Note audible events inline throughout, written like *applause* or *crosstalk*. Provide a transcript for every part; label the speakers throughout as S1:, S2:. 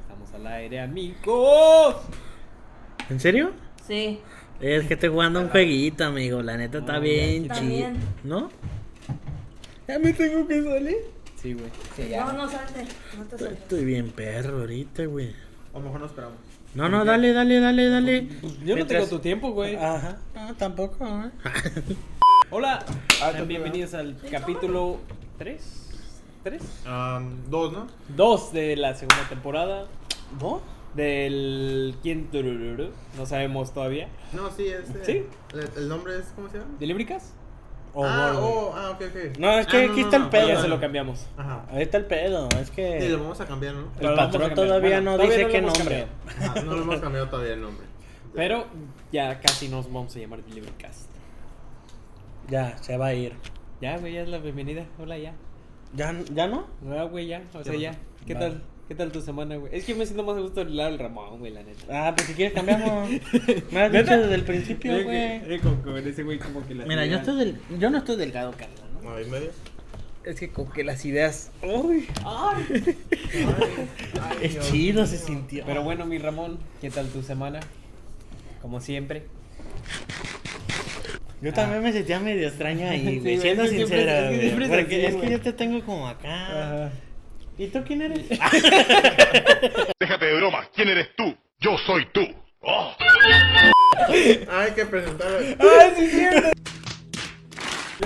S1: Estamos al aire, amigos.
S2: ¿En serio?
S3: Sí.
S2: Es que estoy jugando un jueguito, amigo. La neta está
S1: Ah,
S2: bien
S3: ya,
S2: chido.
S3: también.
S2: ¿No? Ya me tengo que salir.
S1: Sí, güey.
S4: Sí, ya.
S3: No, no salte. No te
S2: Estoy,
S3: salte.
S2: estoy bien perro ahorita, güey.
S4: O mejor nos esperamos.
S2: No, no, dale, dale, dale, dale.
S1: Pues, Yo no
S4: Mientras-
S1: tengo tu tiempo, güey.
S2: Ajá. No, tampoco, ¿eh?
S1: Hola.
S4: Ah,
S1: Sean
S4: tú,
S1: bienvenidos al capítulo 3. ¿3?
S4: Am, dos, ¿no?
S1: 2 de la segunda temporada.
S2: ¿Vos?
S1: Del. ¿Quién? Turururu. No sabemos todavía.
S4: No, sí, este.
S1: ¿Sí?
S4: El, el nombre es, ¿cómo se llama?
S1: ¿Delíbricas?
S2: O
S4: ah,
S2: Borgo.
S4: oh, ah, ok, ok.
S2: No, es que aquí está el pedo.
S1: Ya
S4: perdón.
S1: se lo cambiamos.
S4: Ajá.
S2: Ahí está el pedo, es que.
S4: Sí, lo vamos a cambiar, ¿no?
S2: El
S1: Pero lo vamos a
S2: patrón
S1: cambiar.
S2: todavía
S1: Bueno,
S2: no
S1: todavía
S2: dice
S1: lo
S2: qué
S1: hemos
S2: nombre.
S1: cambiado.
S4: Ah, no lo hemos cambiado todavía el nombre.
S1: Pero ya casi nos vamos a llamar Delibricas.
S2: Ya, se va a ir.
S1: Ya, güey, ya es la bienvenida. Hola, ya.
S2: ¿Ya, ya no?
S1: Ah, güey, ya. O sea,
S4: pasó?
S1: ya. ¿Qué
S2: Vale.
S1: tal? ¿Qué tal tu semana, güey? Es que me siento más a gusto del lado del Ramón, güey, la neta.
S2: Ah, pues si quieres *laughs* cambiamos. Me has dicho
S1: ¿Neta?
S2: desde el principio, güey.
S1: ese güey como que
S2: Mira, yo, estoy del- yo no estoy delgado, Carlos. ¿no?
S4: ¿Nueve y medio?
S2: Es que con que las ideas. Uy,
S4: Ay,
S2: es
S4: Dios
S2: chido, se
S4: mío.
S2: sintió.
S1: Pero bueno, mi Ramón, ¿qué tal tu semana? Como siempre.
S2: Yo también me sentía medio extraño
S1: *laughs*
S2: ahí,
S1: Sí,
S2: güey.
S1: güey,
S2: siendo
S1: es que siempre- es que
S2: sincero, güey.
S1: siempre es
S2: porque
S1: así,
S2: es que
S1: güey.
S2: yo te tengo como acá. ¿Y tú quién
S1: *laughs*
S2: eres?
S1: Ah,
S5: Déjate de bromas. ¿Quién eres tú? Yo soy tú. Oh.
S4: Hay que presentar.
S2: *laughs*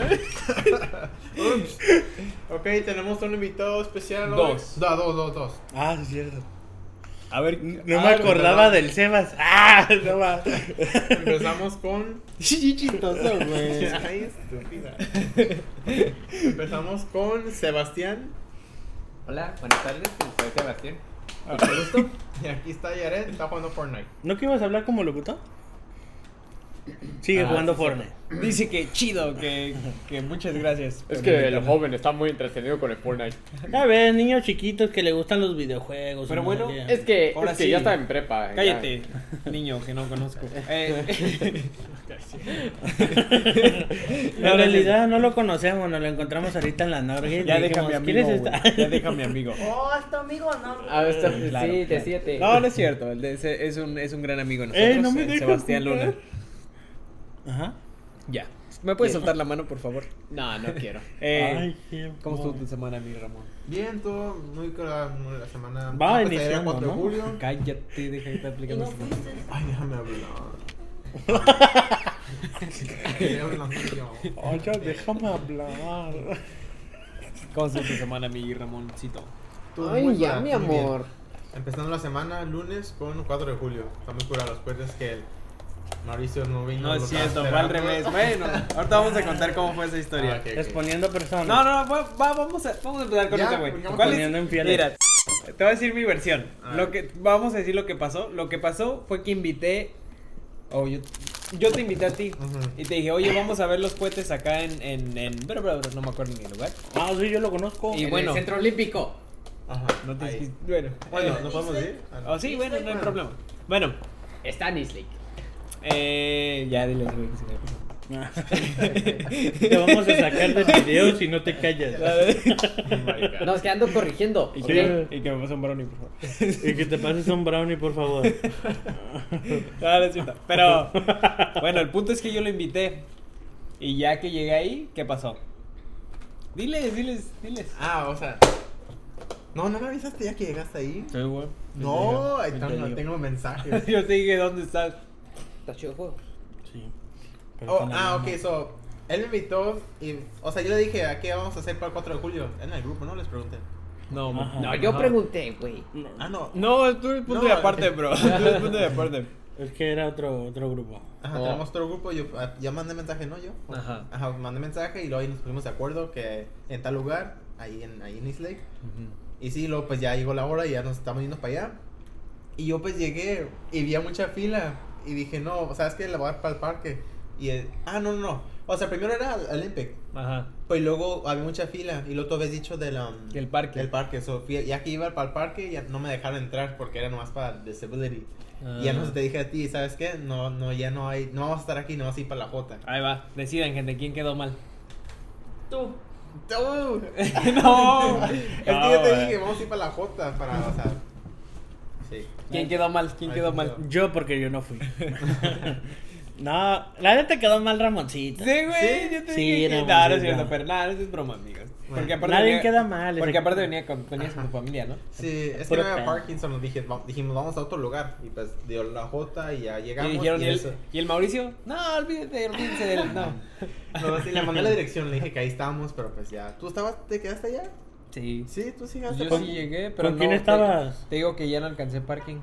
S4: Ups. *laughs* Ok, tenemos un invitado especial. hoy.
S1: Dos.
S4: Da, dos, dos, dos.
S2: Ah, sí, es cierto.
S1: A ver,
S2: No me acordaba del Sebas. *laughs* Ah, no va.
S4: Empezamos con.
S1: Chistoso, *laughs* güey.
S4: Ay, estúpida. Empezamos con Sebastián.
S6: Hola, buenas tardes, soy Sebastián.
S2: Ah.
S4: Y aquí está Yaret, está jugando Fortnite.
S2: ¿No que ibas a hablar como locutor? Sigue
S1: Ah,
S2: jugando
S1: sí,
S2: Fortnite.
S1: Dice que chido, que, que muchas gracias.
S6: Es que el joven está muy entretenido con el Fortnite.
S2: Ya ves, niños chiquitos que le gustan los videojuegos.
S1: Pero
S2: no
S1: bueno,
S2: sé qué.
S6: Es que,
S1: Ahora
S6: es que
S1: sí.
S6: ya está en prepa. ya.
S1: Cállate, niño que no conozco. Eh, *laughs*
S2: No, en realidad no lo conocemos, nos lo encontramos ahorita en la Norgue.
S1: ya deja a mi amigo. güey, Ya deja a mi amigo.
S3: Oh, es tu amigo, no.
S6: Ah, está-
S1: Mm, Claro,
S6: sí, de
S1: claro.
S6: 7.
S1: No, no es cierto. el de ese es, un, es un gran amigo de nosotros.
S2: Eh, no me
S1: eh,
S2: dejas
S1: Sebastián
S2: jugar.
S1: Luna.
S2: Ajá.
S1: Ya. ¿Me puedes soltar la mano, por favor?
S6: no, no quiero.
S1: Eh,
S2: Ay, qué
S1: ¿Cómo estuvo
S2: bueno.
S1: tu semana, mi Ramón?
S4: Bien, todo muy con la, muy la semana.
S2: Va
S4: pues, ayer era
S2: iniciando,
S4: 4 de
S2: ¿no?
S4: julio.
S1: Cállate, deja que te
S3: Y
S1: aplique
S3: no fuiste.
S4: Ay,
S1: *laughs*
S4: déjame hablar. Quería hablar yo. Eh,
S2: Oye, déjame hablar.
S1: ¿Cómo estuvo tu semana, mi Ramoncito?
S4: Tú, muy
S6: Ay, ya,
S4: curada,
S6: mi
S4: muy bien.
S6: amor.
S4: Empezando la semana, lunes con 4 de julio. Está muy curado. Las cuerdas que el Mauricio no vino.
S1: No
S4: lo
S1: es
S4: estaba
S1: cierto, fue al
S4: esperando.
S1: revés. Bueno, ahorita vamos a contar cómo fue esa historia.
S4: Ah, ok, ok.
S2: Exponiendo personas.
S1: No, no, va- va- vamos, a, vamos a empezar con
S4: Ya,
S1: esa, güey.
S4: pues, ya
S1: ¿Cuál es?
S2: poniendo en fieles.
S1: Mira, te voy a decir mi versión.
S4: A
S1: Lo
S4: ver.
S1: que, vamos a decir lo que pasó. Lo que pasó fue que invité. Oh, yo, yo te invité a ti.
S4: Ujú.
S1: Y te dije, oye, vamos a ver los cohetes acá en. en, en... Pero, pero, pero, no me acuerdo ni el lugar.
S2: Ah, sí, yo lo conozco.
S1: Y
S6: En
S1: bueno.
S6: el Centro Olímpico.
S4: Ajá.
S1: No te
S4: ahí.
S1: Bueno,
S4: *laughs* Bueno,
S1: eh,
S4: ¿no podemos ir? Ah, no.
S1: oh, sí, bueno, no hay
S4: Bueno.
S1: problema. Bueno,
S6: Está en Islake.
S1: eh, ya diles, güey, que se me pasó. *laughs*
S2: *laughs*
S4: *laughs*
S2: Te vamos a sacar del video si no te callas.
S6: Nos quedando corrigiendo.
S1: Y
S6: ¿ok?
S1: que, y que me pase un brownie, por favor.
S2: Y que te pases un brownie, por favor.
S1: *laughs* No, no es cierto. Pero, bueno, el punto es que yo lo invité. Y ya que llegué ahí, ¿qué pasó? Diles, diles, diles.
S4: *laughs*
S1: *laughs*
S4: Ah, o sea. No, no me avisaste ya que llegaste ahí.
S1: Sí, güey.
S4: No, ahí está,
S2: te
S4: no
S2: digo.
S4: tengo mensajes.
S1: Yo te dije, ¿dónde estás?
S6: Está chido el juego.
S2: Sí. Pero
S4: Oh,
S2: con la
S4: ah,
S2: mano.
S4: ok, so. Él me invitó y. O sea, yo le dije a qué vamos a hacer para el 4 de julio. En el grupo, ¿no? Les pregunté.
S1: No,
S2: ma.
S1: no.
S6: No, yo
S4: Ajá.
S6: pregunté, güey.
S4: Ah, no.
S1: No, tú eres punto
S4: No,
S1: de aparte, bro. Tú eres punto de aparte.
S2: Es que era otro, otro grupo.
S4: Ajá,
S6: Oh.
S4: tenemos otro grupo. Yo ah, ya mandé mensaje, ¿no? Yo.
S1: Ajá.
S4: Ajá, mandé mensaje y luego ahí nos pusimos de acuerdo que en tal lugar, ahí en, ahí en East Lake. Y sí, luego pues ya llegó la hora y ya nos estamos yendo para allá. Y yo pues llegué y vi a mucha fila. Y dije, no, ¿sabes qué? La voy a dar para el parque. Y el, ah, no, no, no. O sea, primero era al Olympic.
S1: Ajá.
S4: Pues luego había mucha fila. Y luego tú habías dicho del, um,
S1: Del parque.
S4: Del parque. So, fui- ya que iba para el parque, ya no me dejaron entrar porque era nomás para disability. Y
S1: Ah.
S4: ya no te dije a ti, ¿sabes qué? No, no, ya no hay. No vamos a estar aquí, no vamos a ir para la Jota.
S1: Ahí va. Decidan, gente, ¿quién quedó mal?
S3: Tú.
S4: ¡No!
S1: *laughs* no.
S4: *laughs*
S1: eh.
S4: Es que yo te dije, vamos a ir para la Jota, para, o sea, Sí.
S1: ¿Quién quedó mal? ¿Quién
S4: Ahí
S1: quedó
S4: sí
S1: mal?
S4: quedó.
S2: Yo porque yo no fui. *laughs* no, la neta quedó mal Ramoncito.
S1: Sí, güey,
S4: Sí,
S1: yo te
S2: sí,
S1: dije que-
S2: era
S1: No, no es
S2: muy
S1: cierto,
S2: bueno.
S1: pero nada, eso es broma, amigos. Porque aparte
S2: Nadie
S1: venía-
S2: queda mal,
S1: Porque
S2: ese-
S1: aparte venía con, venías con tu familia, ¿no?
S4: Sí, es que
S2: Puro
S4: no había
S2: pedo.
S4: Parkinson, nos dije, va- dijimos vamos a otro lugar y pues dio la J y ya
S1: Y
S4: llegamos.
S1: dijeron,
S4: y
S1: ¿y el,
S4: eso-
S1: ¿y el Mauricio? No, olvídate, olvídense de él, no.
S4: No, sí, le mandé la dirección, le dije que ahí estábamos, pero pues ya. ¿Tú estabas, te quedaste allá?
S1: *laughs* Sí.
S4: Sí, tú sí
S1: Yo
S4: hasta-
S1: sí llegué, pero
S2: con quién
S1: no, te-
S2: estabas?
S1: Te digo que ya no alcancé parking.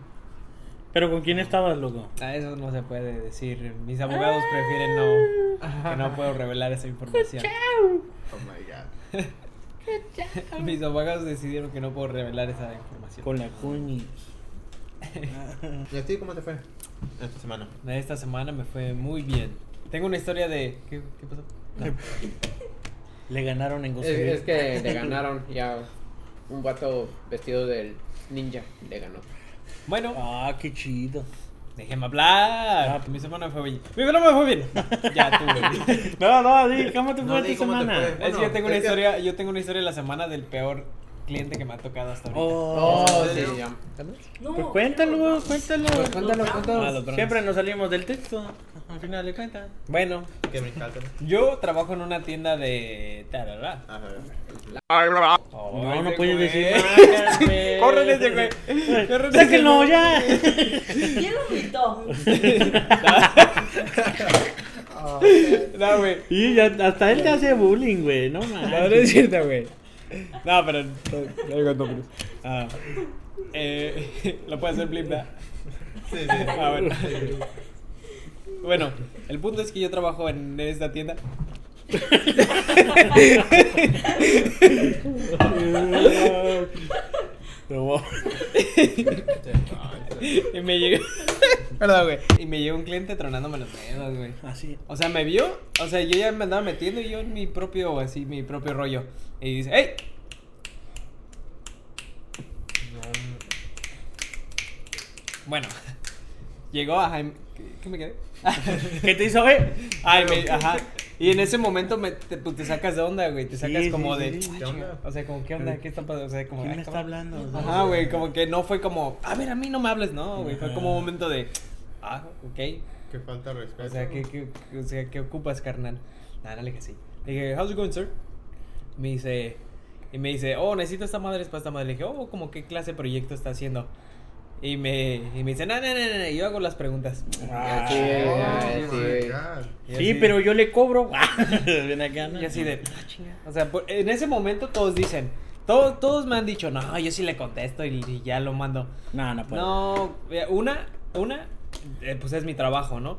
S2: Pero ¿con quién estabas, loco?
S1: Ah, eso no se puede decir. Mis
S2: Ah.
S1: abogados prefieren no. Que no puedo revelar esa información.
S4: Oh my god.
S1: Mis abogados decidieron que no puedo revelar esa información.
S2: Con la cuñi.
S4: ¿Y a ti cómo te fue? Esta semana.
S1: Esta semana me fue muy bien. Tengo una historia de. ¿Qué, qué pasó?
S2: Le ganaron en
S6: Es,
S2: Gossip.
S6: es que le ganaron ya un vato vestido del ninja. Le ganó.
S1: Bueno,
S2: Ah, qué chido.
S1: déjeme hablar.
S2: Ah.
S1: Mi semana fue bien. Mi semana fue
S2: *laughs*
S1: bien. Ya tú, güey.
S2: No, no, di, ¿cómo te
S4: No,
S2: fue
S4: di,
S2: tu
S4: ¿cómo te
S2: semana?
S4: fue?
S1: Es que yo tengo una
S4: es que-
S1: historia. Yo tengo una historia de la semana del peor cliente que me ha tocado hasta ahorita.
S2: Oh,
S6: Oh,
S4: ¿en
S6: sí,
S4: serio?
S6: ya.
S3: No,
S2: pues cuéntalo, cuéntalo.
S6: Pues cuéntalo, cuéntalo.
S2: Ah, lo- Siempre nos salimos del texto. Al final de cuentas.
S1: Bueno,
S4: Que me encanta.
S1: yo trabajo en una tienda de. tarará.
S4: A ver.
S2: No, no
S1: ese
S2: puedes
S1: güey.
S2: decir
S1: *laughs*
S2: marcas, güey.
S1: Corren ese güey. Corren ese
S2: ¡Sáquenlo
S1: güey.
S2: ya!
S3: ¿Quién lo invitó?
S1: *laughs* No, güey.
S2: Y ya, hasta él te hace bullying, güey. *laughs* No
S1: No, no
S2: mames.
S1: es cierto, güey. No, pero. no- No digo nombres. Ah. Eh, *laughs* lo puede hacer Blip, ¿verdad?
S4: Sí, sí. A
S1: Ah, bueno. *laughs* Bueno, el punto es que yo trabajo en esta tienda. Y me
S2: *laughs*
S1: llegó. Perdón, güey. Y me llegó un cliente tronándome los dedos, güey.
S2: Así.
S1: O sea, me vio, o sea, yo ya me andaba metiendo y yo en mi propio, así, mi propio rollo. Y dice, ¡Ey! Bueno, *laughs* llegó, ajá, y- ¿qué, qué me quedé? *laughs*
S2: ¿Qué te hizo, eh?
S1: Ay, me- ajá. Y en ese momento me, te, pues, te sacas de onda, güey, te
S2: Sí,
S1: sacas
S2: sí,
S1: como
S2: sí,
S1: de,
S2: sí.
S1: "Ah, chinga", o sea, como, ¿qué onda? ¿Qué está pasando? O sea, como,
S2: ¿Quién
S1: "Ay,
S2: me está
S1: cabrón".
S2: hablando?
S1: Ajá, güey, como que no fue como, a ver, a mí no me hables, no, güey, fue
S2: Ajá.
S1: como un momento de, ah, ok,
S4: Qué falta de respeto.
S1: o sea, ¿qué, qué, qué- o sea, ¿qué ocupas, carnal? Nada, no le dije así. Le dije, how's it going, sir? Me dice, y me dice, oh, necesito esta madre, es para esta madre. Le dije, oh, como qué clase de proyecto está haciendo. Y me, y me dice, no, no, no, no, no, yo hago las preguntas.
S2: Ah,
S6: sí,
S4: Oh,
S6: ya,
S4: my
S6: sí.
S4: God.
S1: Y
S2: Sí,
S1: así-
S2: pero yo le cobro. *laughs* Ven acá, ¿no?
S1: ah, Y así de, "Ah, chinga". O sea, por- en ese momento todos dicen, todos, todos me han dicho, no, yo sí le contesto y, y ya lo mando.
S2: No, no puedo.
S1: No, eh, una, una, eh, pues es mi trabajo, ¿no?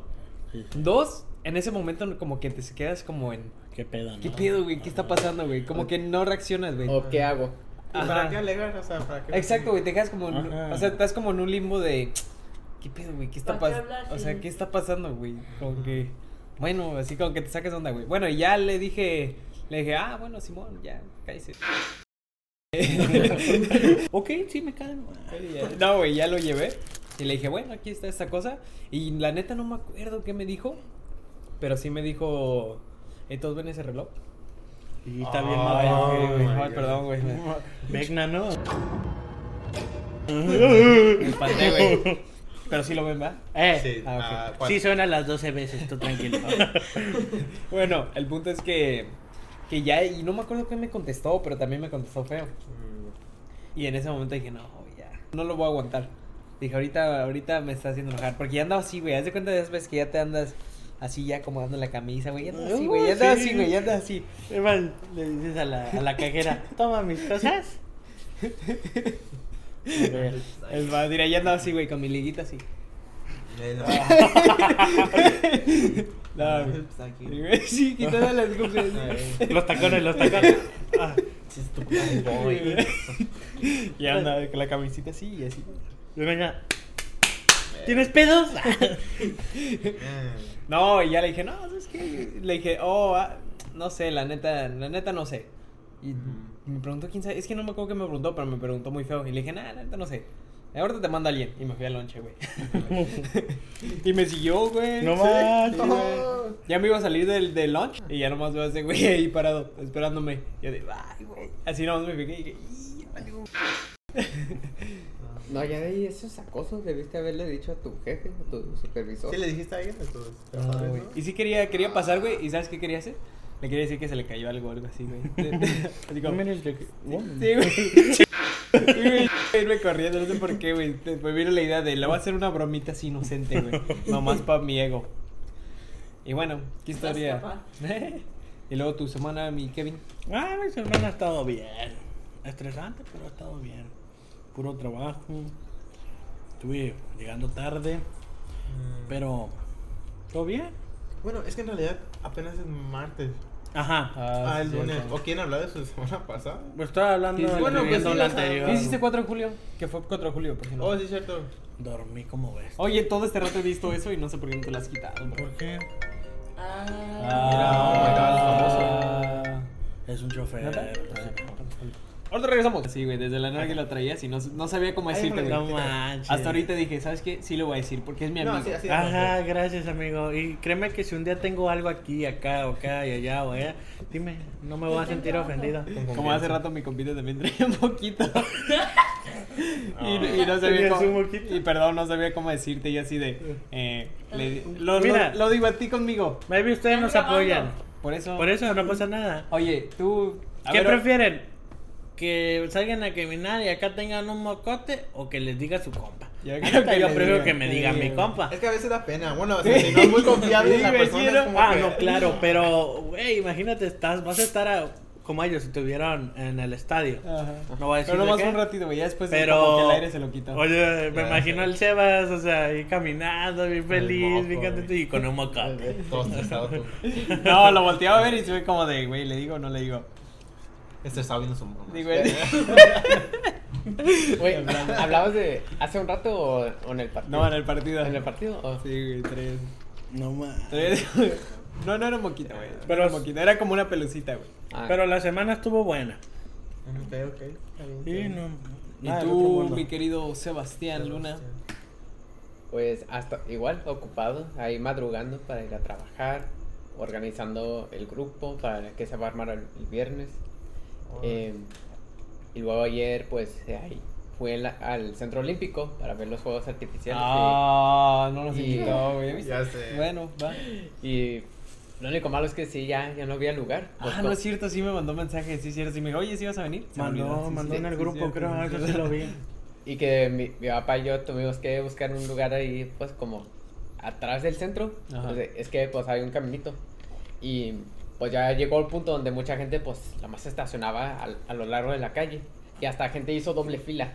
S2: Sí.
S1: Dos, en ese momento como que te quedas como en...
S2: ¿Qué pedo, no?
S1: ¿Qué pedo, güey? ¿Qué está pasando, güey? Como que no reaccionas, güey.
S6: ¿O qué hago?
S4: ¿Y pues, para
S1: Ajá.
S4: qué alegar? O sea, ¿para qué?
S1: Exacto, güey. Te quedas como. en-
S2: Ajá.
S1: o sea, estás como en un limbo de. ¿Qué pedo, güey? ¿Qué está
S3: ¿Para qué
S1: pasando?
S3: hablar
S1: O
S3: si-
S1: sea, ¿qué está pasando, güey? Como que. Bueno, así como que te sacas onda, güey. Bueno, y ya le dije. Le dije, ah, bueno, Simón, ya, cállese.
S2: Ok, sí, me calmo.
S1: No, güey, ya lo llevé. Y le dije, bueno, aquí está esta cosa. Y la neta no me acuerdo qué me dijo. Pero sí me dijo. "Eh, ¿Todos ven ese reloj?
S2: Y está bien
S4: Ah,
S1: Ay,
S2: mal.
S1: ok, güey.
S4: my
S1: Ay,
S4: God.
S1: perdón, güey. me-
S2: Ah, Vecna, ¿no?
S1: Me espanté, *laughs* güey. Pero sí lo ven, ¿verdad?
S2: Eh,
S4: Sí,
S1: Ah, ok.
S4: ah, ¿cuál?
S2: sí suena las 12 veces, tú tranquilo.
S1: Bueno, el punto es que, que ya, y no me acuerdo qué me contestó, pero también me contestó feo.
S4: Mm,
S1: Y en ese momento dije, no, ya, no lo voy a aguantar. Dije, ahorita, ahorita me está haciendo enojar, porque ya andaba así, güey, haz de cuenta de esas veces que ya te andas así, ya acomodando la camisa, güey, ya andas así, güey, ya andas así, güey, ya andas así.
S2: *laughs* Iván, le dices a la, a la cajera, toma mis cosas. *laughs* A ver.
S1: El más, dirá, ya andaba así, güey, con mi liguita así.
S4: eh, no.
S1: Ah,
S4: *laughs*
S1: No, güey.
S4: Pues aquí.
S1: Y, güey, Sí, quitando las cosas.
S4: Ay,
S2: Los tacones, los tacones. Ah,
S4: sí, es tu boy.
S1: *laughs* Ya andaba con la camisita así y así.
S2: y venga, ¿Tienes pedos?
S4: Mm,
S1: No, y ya le dije, no, ¿sabes qué? Le dije, oh, ah, no sé, la neta, la neta no sé. Y
S4: Ujú.
S1: me preguntó quién sabe, es que no me acuerdo que me preguntó, pero me preguntó muy feo. Y le dije, nada, la neta no sé. Ahorita te manda alguien. Y me fui al lonche, güey. *laughs* y me siguió, güey.
S2: No
S1: Sí.
S2: manches.
S1: Sí, güey. Ya me iba a salir del, del lunch y ya nomás veo a ese güey ahí parado, esperándome. Y yo de, ay, güey. Así nomás me fijé y dije, "Y, ya valió".
S6: No, ya de ahí, eso es acoso. Debiste haberle dicho a tu jefe, a tu supervisor.
S4: Sí, le dijiste a alguien de tus
S1: Ah,
S4: trabajadores,
S1: güey.
S4: ¿no?
S1: Y sí quería, quería pasar, güey. ¿Y sabes qué quería hacer? Le quería decir que se le cayó algo, algo así, güey.
S2: *laughs*
S1: *laughs* así como...
S2: Women is the woman.
S1: Sí, güey. Y, güey, *laughs* irme corriendo, no sé por qué, güey. Después vino la idea de, le voy a hacer una bromita así inocente, güey. Nomás para mi ego. Y bueno, qué
S3: Vas a
S1: historia. *laughs* y luego tu semana, mi Kevin.
S2: Ah, mi semana ha estado bien. Estresante, pero ha estado bien. Puro trabajo. Estuve llegando tarde, pero todo bien.
S4: Bueno, es que en realidad apenas es martes.
S2: Ajá.
S4: Ah, el lunes. ¿O quién habló de su semana pasada?
S2: Pues estaba hablando
S1: Sí,
S2: de
S4: bueno, pues sí,
S2: la
S4: o sea,
S2: anterior.
S1: ¿Qué hiciste 4 de julio? Que fue 4 de julio, por si no.
S4: Oh, sí, cierto.
S2: Dormí como ves.
S1: Oye, todo este rato he visto eso y no sé por qué no te lo has quitado, bro.
S2: ¿Por qué?
S1: Ah,
S2: Es un chofer.
S1: ¿Neta? Ahorita regresamos. Sí, güey, desde la nalga la traías y no, no sabía cómo
S4: Ay,
S1: decirte,
S2: No
S1: güey.
S2: manches.
S1: Hasta ahorita dije, ¿sabes qué? Sí lo voy a decir porque es mi amigo.
S4: No, sí, así
S2: Ajá, gracias amigo. Y créeme que si un día tengo algo aquí, acá, o acá y allá o allá, dime, no me voy a sentir ofendido.
S1: Como hace rato mi compita también traía un poquito. *laughs* y, y no sabía
S2: Ah, Tenías
S1: cómo.
S2: un moquito.
S1: Y perdón, no sabía cómo decirte. Y así de. eh, le- lo,
S2: Mira.
S1: lo, lo debatí conmigo.
S2: Maybe ustedes
S3: Están
S2: nos
S3: grabando.
S2: apoyan.
S1: Por eso.
S2: Por eso no pasa nada.
S1: Oye, tú. a
S2: ¿Qué
S1: ver,
S2: prefieren? ¿Que salgan a caminar y acá tengan un mocote o que les diga su compa?
S1: Yo
S2: Yo,
S1: creo que les
S2: prefiero
S1: diga,
S2: que me
S1: que
S2: diga
S1: diga.
S2: mi compa.
S4: Es que a veces da pena. Bueno, o sea, si no es muy confiable
S1: Sí,
S4: la
S1: güey, sí,
S4: persona.
S1: ¿no?
S4: es como
S2: Ah,
S4: que-
S2: no, claro, pero, güey, imagínate, estás, vas a estar a- como ellos si estuvieron en el estadio.
S1: Ajá.
S2: No va a decir
S1: Pero nomás
S2: de qué.
S1: un ratito, güey. Ya después como que
S2: Pero.
S1: el aire se lo quita.
S2: Oye, me
S4: Ya,
S2: imagino
S4: ya.
S2: al Sebas, o sea, ahí caminando, bien feliz,
S4: moco,
S2: bien contento
S4: güey.
S2: y con un *laughs* mocote.
S4: Todo estresado tú.
S1: No, lo volteaba a ver y se ve como de, güey, le digo o no le digo.
S4: Estresado viendo su mamá.
S6: *laughs*
S1: Digo, él-
S6: Güey, ¿hablabas de hace un rato o, o en el
S1: *laughs*
S6: partido?
S1: no, en el partido.
S6: ¿En el partido? Oh.
S1: Sí, güey, tres.
S2: No mames.
S1: Tres. *laughs* No, no era moquita, güey. Pero
S2: Pero-
S1: era moquita, era como una pelucita, güey.
S6: Ah,
S2: Pero la semana estuvo buena.
S4: Ok, ok. está bien, está
S2: Sí,
S4: bien.
S2: no.
S1: Y
S2: nada del Ah, otro
S1: tú,
S2: mundo.
S1: mi querido Sebastián Luna.
S6: Pues hasta igual, ocupado, ahí madrugando para ir a trabajar, organizando el grupo para que se va a armar el, el viernes. Eh, y luego ayer, pues eh, ahí fui en la- al Centro Olímpico para ver los Juegos Artificiales.
S1: Ah, no nos
S6: Y-
S1: invitó, güey. ¿viste?
S4: Ya sé.
S1: Bueno, va.
S6: Y, y lo único malo es que sí, ya, ya no había lugar. Pues,
S1: Ah, no es cierto, sí me mandó mensaje, sí es cierto. Sí me dijo, oye, ¿sí vas a venir? Se me olvidó,
S2: Mandó,
S1: sí,
S2: mandó
S1: sí,
S2: en el
S1: sí,
S2: grupo,
S1: cierto,
S2: creo,
S1: sí,
S2: eso sí
S1: cierto.
S2: lo vi.
S6: Y que mi, mi papá y yo tuvimos que buscar un lugar ahí, pues como atrás del centro.
S1: Ajá.
S6: Pues, es que pues hay un caminito. Y pues ya llegó el punto donde mucha gente pues la más estacionaba al- a, lo largo de la calle. Y hasta gente hizo doble fila.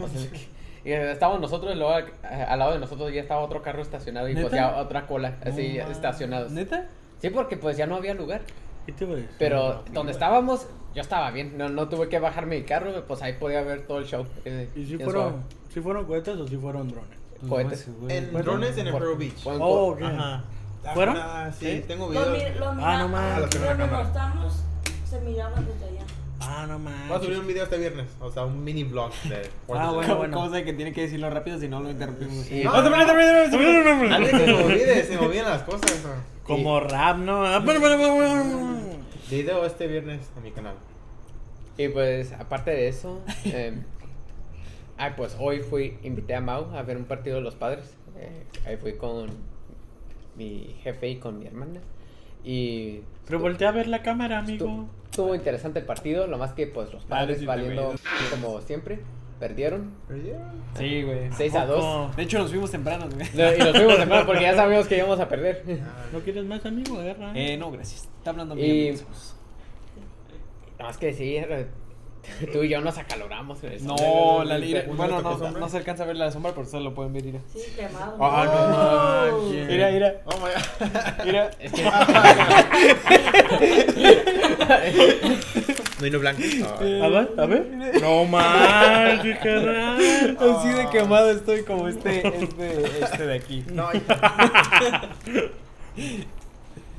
S6: O sea, que- y estábamos nosotros y luego a- al lado de nosotros ya estaba otro carro estacionado y pues
S1: ¿Neta?
S6: ya otra cola, así
S1: No mames.
S6: estacionados.
S1: ¿Neta?
S6: Sí, porque pues ya no había lugar.
S2: ¿Qué te iba a decir?
S6: Pero donde estábamos, yo estaba bien. No, no tuve que bajarme mi carro, pues ahí podía ver todo el show. Eh,
S2: ¿Y si
S6: bien
S2: fueron,
S6: suave.
S2: si fueron cohetes o si fueron drones?
S6: Cohetes.
S1: No, Pues, güey.
S4: En drones en el
S6: Por-
S4: Hero Beach.
S6: por-
S2: Oh, ok.
S4: Ajá. Ah,
S2: ¿Fueron?
S4: ah, Sí,
S2: ¿Sí?
S4: tengo
S3: Los,
S4: video.
S3: mi- los
S2: Ah, no
S3: mira-
S2: mames.
S4: Ah, la primera
S3: Cuando
S4: cámara.
S3: estamos, se miraban desde allá.
S2: Ah, no
S4: Voy a
S2: *laughs*
S4: subir
S2: mames.
S4: un video este viernes. O sea, un mini vlog
S2: *laughs*
S4: de.
S2: Ah, bueno.
S1: ¿Cómo, cómo sabe que tiene que decirlo rápido si no lo interrumpimos?
S6: Sí.
S1: No, termina,
S2: este
S1: termina, termina, termina.
S4: Antes se me olvide, se me olvidan las cosas. ah.
S2: Como rap, ¿no? Ah,
S4: Video este viernes en mi canal.
S6: Y pues, aparte de eso, eh, ah, pues hoy fui, invité a Mau a ver un partido de los padres. Eh, ahí fui con mi jefe y con mi hermana. Y
S2: Pero voltea a ver la cámara, amigo.
S6: estu- estuvo interesante el partido, lo más que pues los
S1: Dale,
S6: padres
S1: sí, te
S6: valiendo
S1: veo.
S6: como siempre, perdieron
S4: Pero ya.
S1: Sí, güey.
S6: 6 a 2.
S2: Poco.
S1: De hecho, nos fuimos temprano, güey.
S6: No, y nos fuimos de nuevo porque ya sabíamos que íbamos a perder.
S4: Ah,
S2: ¿No quieres más, amigo? Agarra.
S1: Eh, no, gracias. Está hablando
S6: Y-
S1: bien.
S6: Lo más que sí, era- *laughs* tú y yo nos acaloramos. en el
S1: No,
S6: sol.
S1: la lira.
S4: ¿Uno
S1: Bueno,
S4: toca
S1: no,
S4: sombra?
S1: no se alcanza a ver la sombra, por eso lo pueden ver, mira.
S3: Sí, quemado.
S6: Ah, no
S4: Oh.
S6: manches.
S1: Mira, mira,
S4: Oh my god. *laughs*
S1: mira.
S6: Es que-
S4: No hay no blanco. Ah,
S2: A ver, a ver. No *laughs* manches, carnal.
S1: Así de quemado estoy como este, este, este de aquí.
S4: *laughs*
S2: *laughs*
S4: No, ya.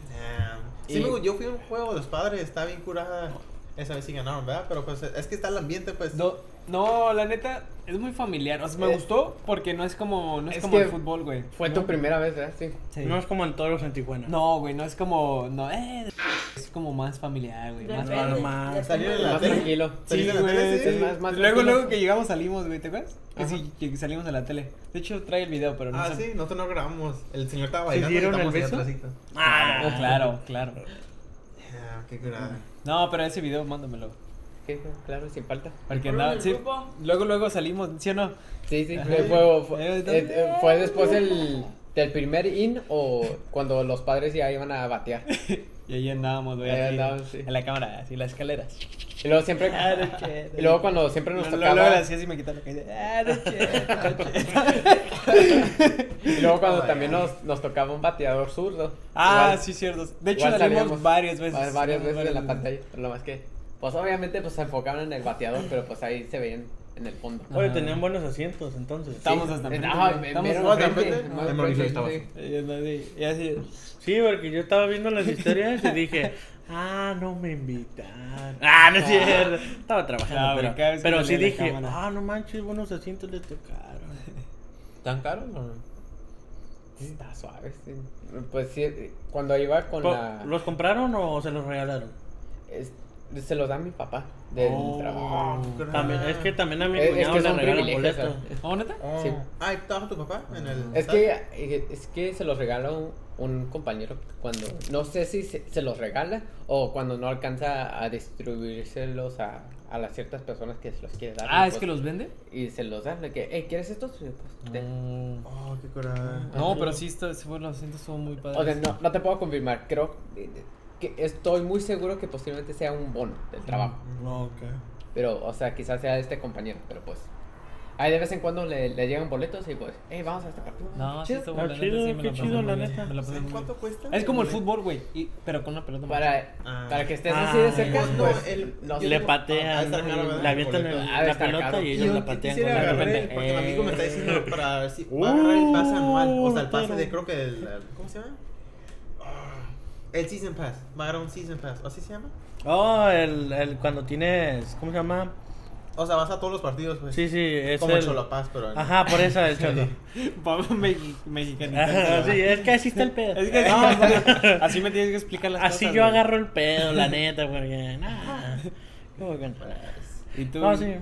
S4: Damn. Sí,
S6: Y-
S4: me- yo fui a un juego de los padres, está bien curada. Esa vez sí ganaron, ¿verdad? Pero pues es que está el ambiente, pues.
S1: No, no, la neta, es muy familiar. O sea, me
S6: Eh,
S1: gustó porque no es como, no es,
S6: es
S1: como el
S6: que
S1: fútbol, güey.
S6: Fue tu primera vez, ¿verdad? Sí.
S1: Sí.
S2: No es como en toros en Tijuana.
S1: No, güey, no es como, no, eh, Es como más familiar, güey. Más
S3: Depende,
S2: normal.
S3: depende.
S4: Salieron en la
S6: Más
S4: tele.
S6: tranquilo.
S4: Sí,
S1: Sí,
S4: la
S1: güey,
S4: tele, sí.
S1: sí.
S6: Es más- más
S1: luego,
S6: tranquilo.
S1: luego que llegamos salimos, güey, ¿te acuerdas? Que
S6: Ajá.
S1: sí, que salimos a la tele. De hecho, trae el video, pero no
S4: Ah,
S1: sé.
S4: sí, nosotros no grabamos. El señor estaba
S2: ¿Se
S4: bailando. y
S2: dieron el
S4: estamos ahí
S2: beso?
S4: atrásito.
S2: Ah.
S1: Claro,
S6: Ah.
S1: claro, claro.
S4: Ah, qué curada.
S1: No, pero ese video, mándamelo.
S6: Sí, Claro, sin falta.
S1: Porque
S3: ¿Fueron
S1: andaba,
S3: del
S1: sí,
S3: grupo?
S1: luego, luego salimos, ¿sí o no?
S6: Sí, sí,
S1: Ajá.
S6: fue, fue-
S1: Eh,
S6: fue- eh, eh, fue después del, del primer in o cuando los padres ya iban a batear.
S1: Y ahí andábamos, güey,
S6: Ahí
S1: así,
S6: andábamos, sí. Ah,
S1: en la cámara, así, en las escaleras.
S6: Y luego siempre,
S1: Ah, *laughs*
S6: y luego cuando siempre nos
S1: Luego, Ah, luego le
S6: tocaba,
S1: hacía así, me quitaba la cara, ah, no *laughs* quiero, no quiero.
S6: y luego cuando
S4: Ay,
S6: también
S4: ay.
S6: nos, nos tocaba un bateador zurdo.
S1: Ah,
S6: Igual-
S1: sí, cierto. De hecho,
S6: igual
S1: salimos
S6: salíamos
S1: varias veces. Ah,
S6: va- Varias veces en la
S1: veces.
S6: pantalla, pero lo más que, pues obviamente pues se enfocaban en el bateador, pero pues ahí se veían en el fondo.
S1: Ajá.
S2: Oye, tenían buenos asientos entonces.
S1: Está- Estábamos hasta
S6: Eh,
S1: enfrente,
S6: ajá,
S1: güey.
S6: me-
S1: Estábamos
S6: mero
S4: hasta
S6: enfrente,
S4: enfrente.
S6: mero
S4: El Mauricio
S6: enfrente,
S4: estaba
S6: sí.
S1: Y andaba así, y así,
S2: Sí, porque yo estaba viendo las historias y dije, ah, no me invitan. Ah, no es cierto. Estaba trabajando,
S1: No,
S2: pero,
S1: pero cada vez que
S2: pero sí
S1: salía la
S2: dije,
S1: cámara.
S2: ah, no manches, buenos asientos le tocaron.
S6: ¿Tan caro? No. Sí, está suave. sí. Pues sí, eh, cuando iba con
S1: Pues,
S2: Po-
S6: la...
S2: ¿Los compraron o se los regalaron?
S6: es- se los da mi papá del
S1: Oh.
S6: trabajo.
S4: qué curada.
S2: También, es que también a mi
S6: Mm. Es- es
S2: cuñado
S6: que
S2: le
S6: son
S2: regalaron
S6: privilegios, ¿eh?
S2: boletos.
S6: ¿sabes?
S1: ¿Oh, neta?
S4: Oh.
S6: Sí.
S4: Ah, ¿estaba tu papá en el.
S6: Es que, eh, es que se los regala un, un compañero cuando... No sé si se, se los regala o cuando no alcanza a distribuírselos a, a las ciertas personas que se los quiere dar.
S1: Ah,
S6: y
S1: es
S6: pues-
S1: que los vende.
S6: Y se los da, de que, hey, ¿quieres estos? Y pues, te-
S1: Mm.
S4: Oh, qué curada.
S1: No, pero sí, está, sí, bueno, los asientos son muy padres.
S6: O sea, no, no te puedo confirmar, creo eh, que estoy muy seguro que posiblemente sea un bono del trabajo.
S2: No, ok.
S6: Pero, o sea, quizás sea este compañero, pero pues. Ahí de vez en cuando le, le llegan boletos y pues, hey, vamos a este partido.
S1: No, sí,
S6: Chido.
S1: está bueno, la
S2: Está chido,
S1: neta, sí me
S2: qué
S1: la pasé
S2: chido,
S1: muy
S2: la
S1: bien,
S2: neta.
S1: me la pasé
S4: ¿Sabes
S1: muy
S4: ¿Cuánto cuesta?
S1: bien. pues, Es como el fútbol, güey, y- pero con una pelota. más *laughs* grande.
S6: Para,
S4: Ah.
S6: para que estés
S2: Ah.
S6: así de cerca,
S2: No,
S6: pues.
S4: el-
S6: no
S2: *laughs*
S4: yo
S2: Le
S4: digo,
S2: patean,
S4: ah, está
S2: ¿no?
S4: caro, ¿verdad?
S2: la avientan
S4: Boleto.
S2: en
S6: Ah,
S2: la
S6: está
S2: pelota
S6: caro.
S2: y
S4: Y
S2: ellos
S4: yo
S2: la
S4: qui-
S2: patean.
S4: quisiera
S2: con la
S4: agarrar el,
S2: pelota.
S4: porque mi amigo me está diciendo para ver si
S2: Uh,
S4: va a agarrar el pase anual, o sea, el pase
S2: pero-
S4: de creo que el, el- ¿cómo se llama? Ah, El season pass, va a agarrar un season pass, ¿o así se llama?
S2: Oh, el, el cuando tienes, ¿cómo se llama?
S4: O sea, vas a todos los partidos, pues.
S2: Sí, sí, es
S4: Como
S2: el...
S4: el Cholopaz, pero en-
S2: Ajá, por eso el cholo.
S1: Pablo Mexi- mexicanizante,
S2: Ajá,
S1: güey.
S2: sí, es que así está el pedo.
S1: Es
S2: *laughs*
S1: que
S2: No,
S1: *laughs* así me tienes que explicar las
S2: así
S1: cosas.
S2: yo
S1: güey.
S2: agarro el
S1: *laughs*
S2: pedo, la neta, porque nada. ¿Cómo que no?
S1: Y tú.
S2: No, sí.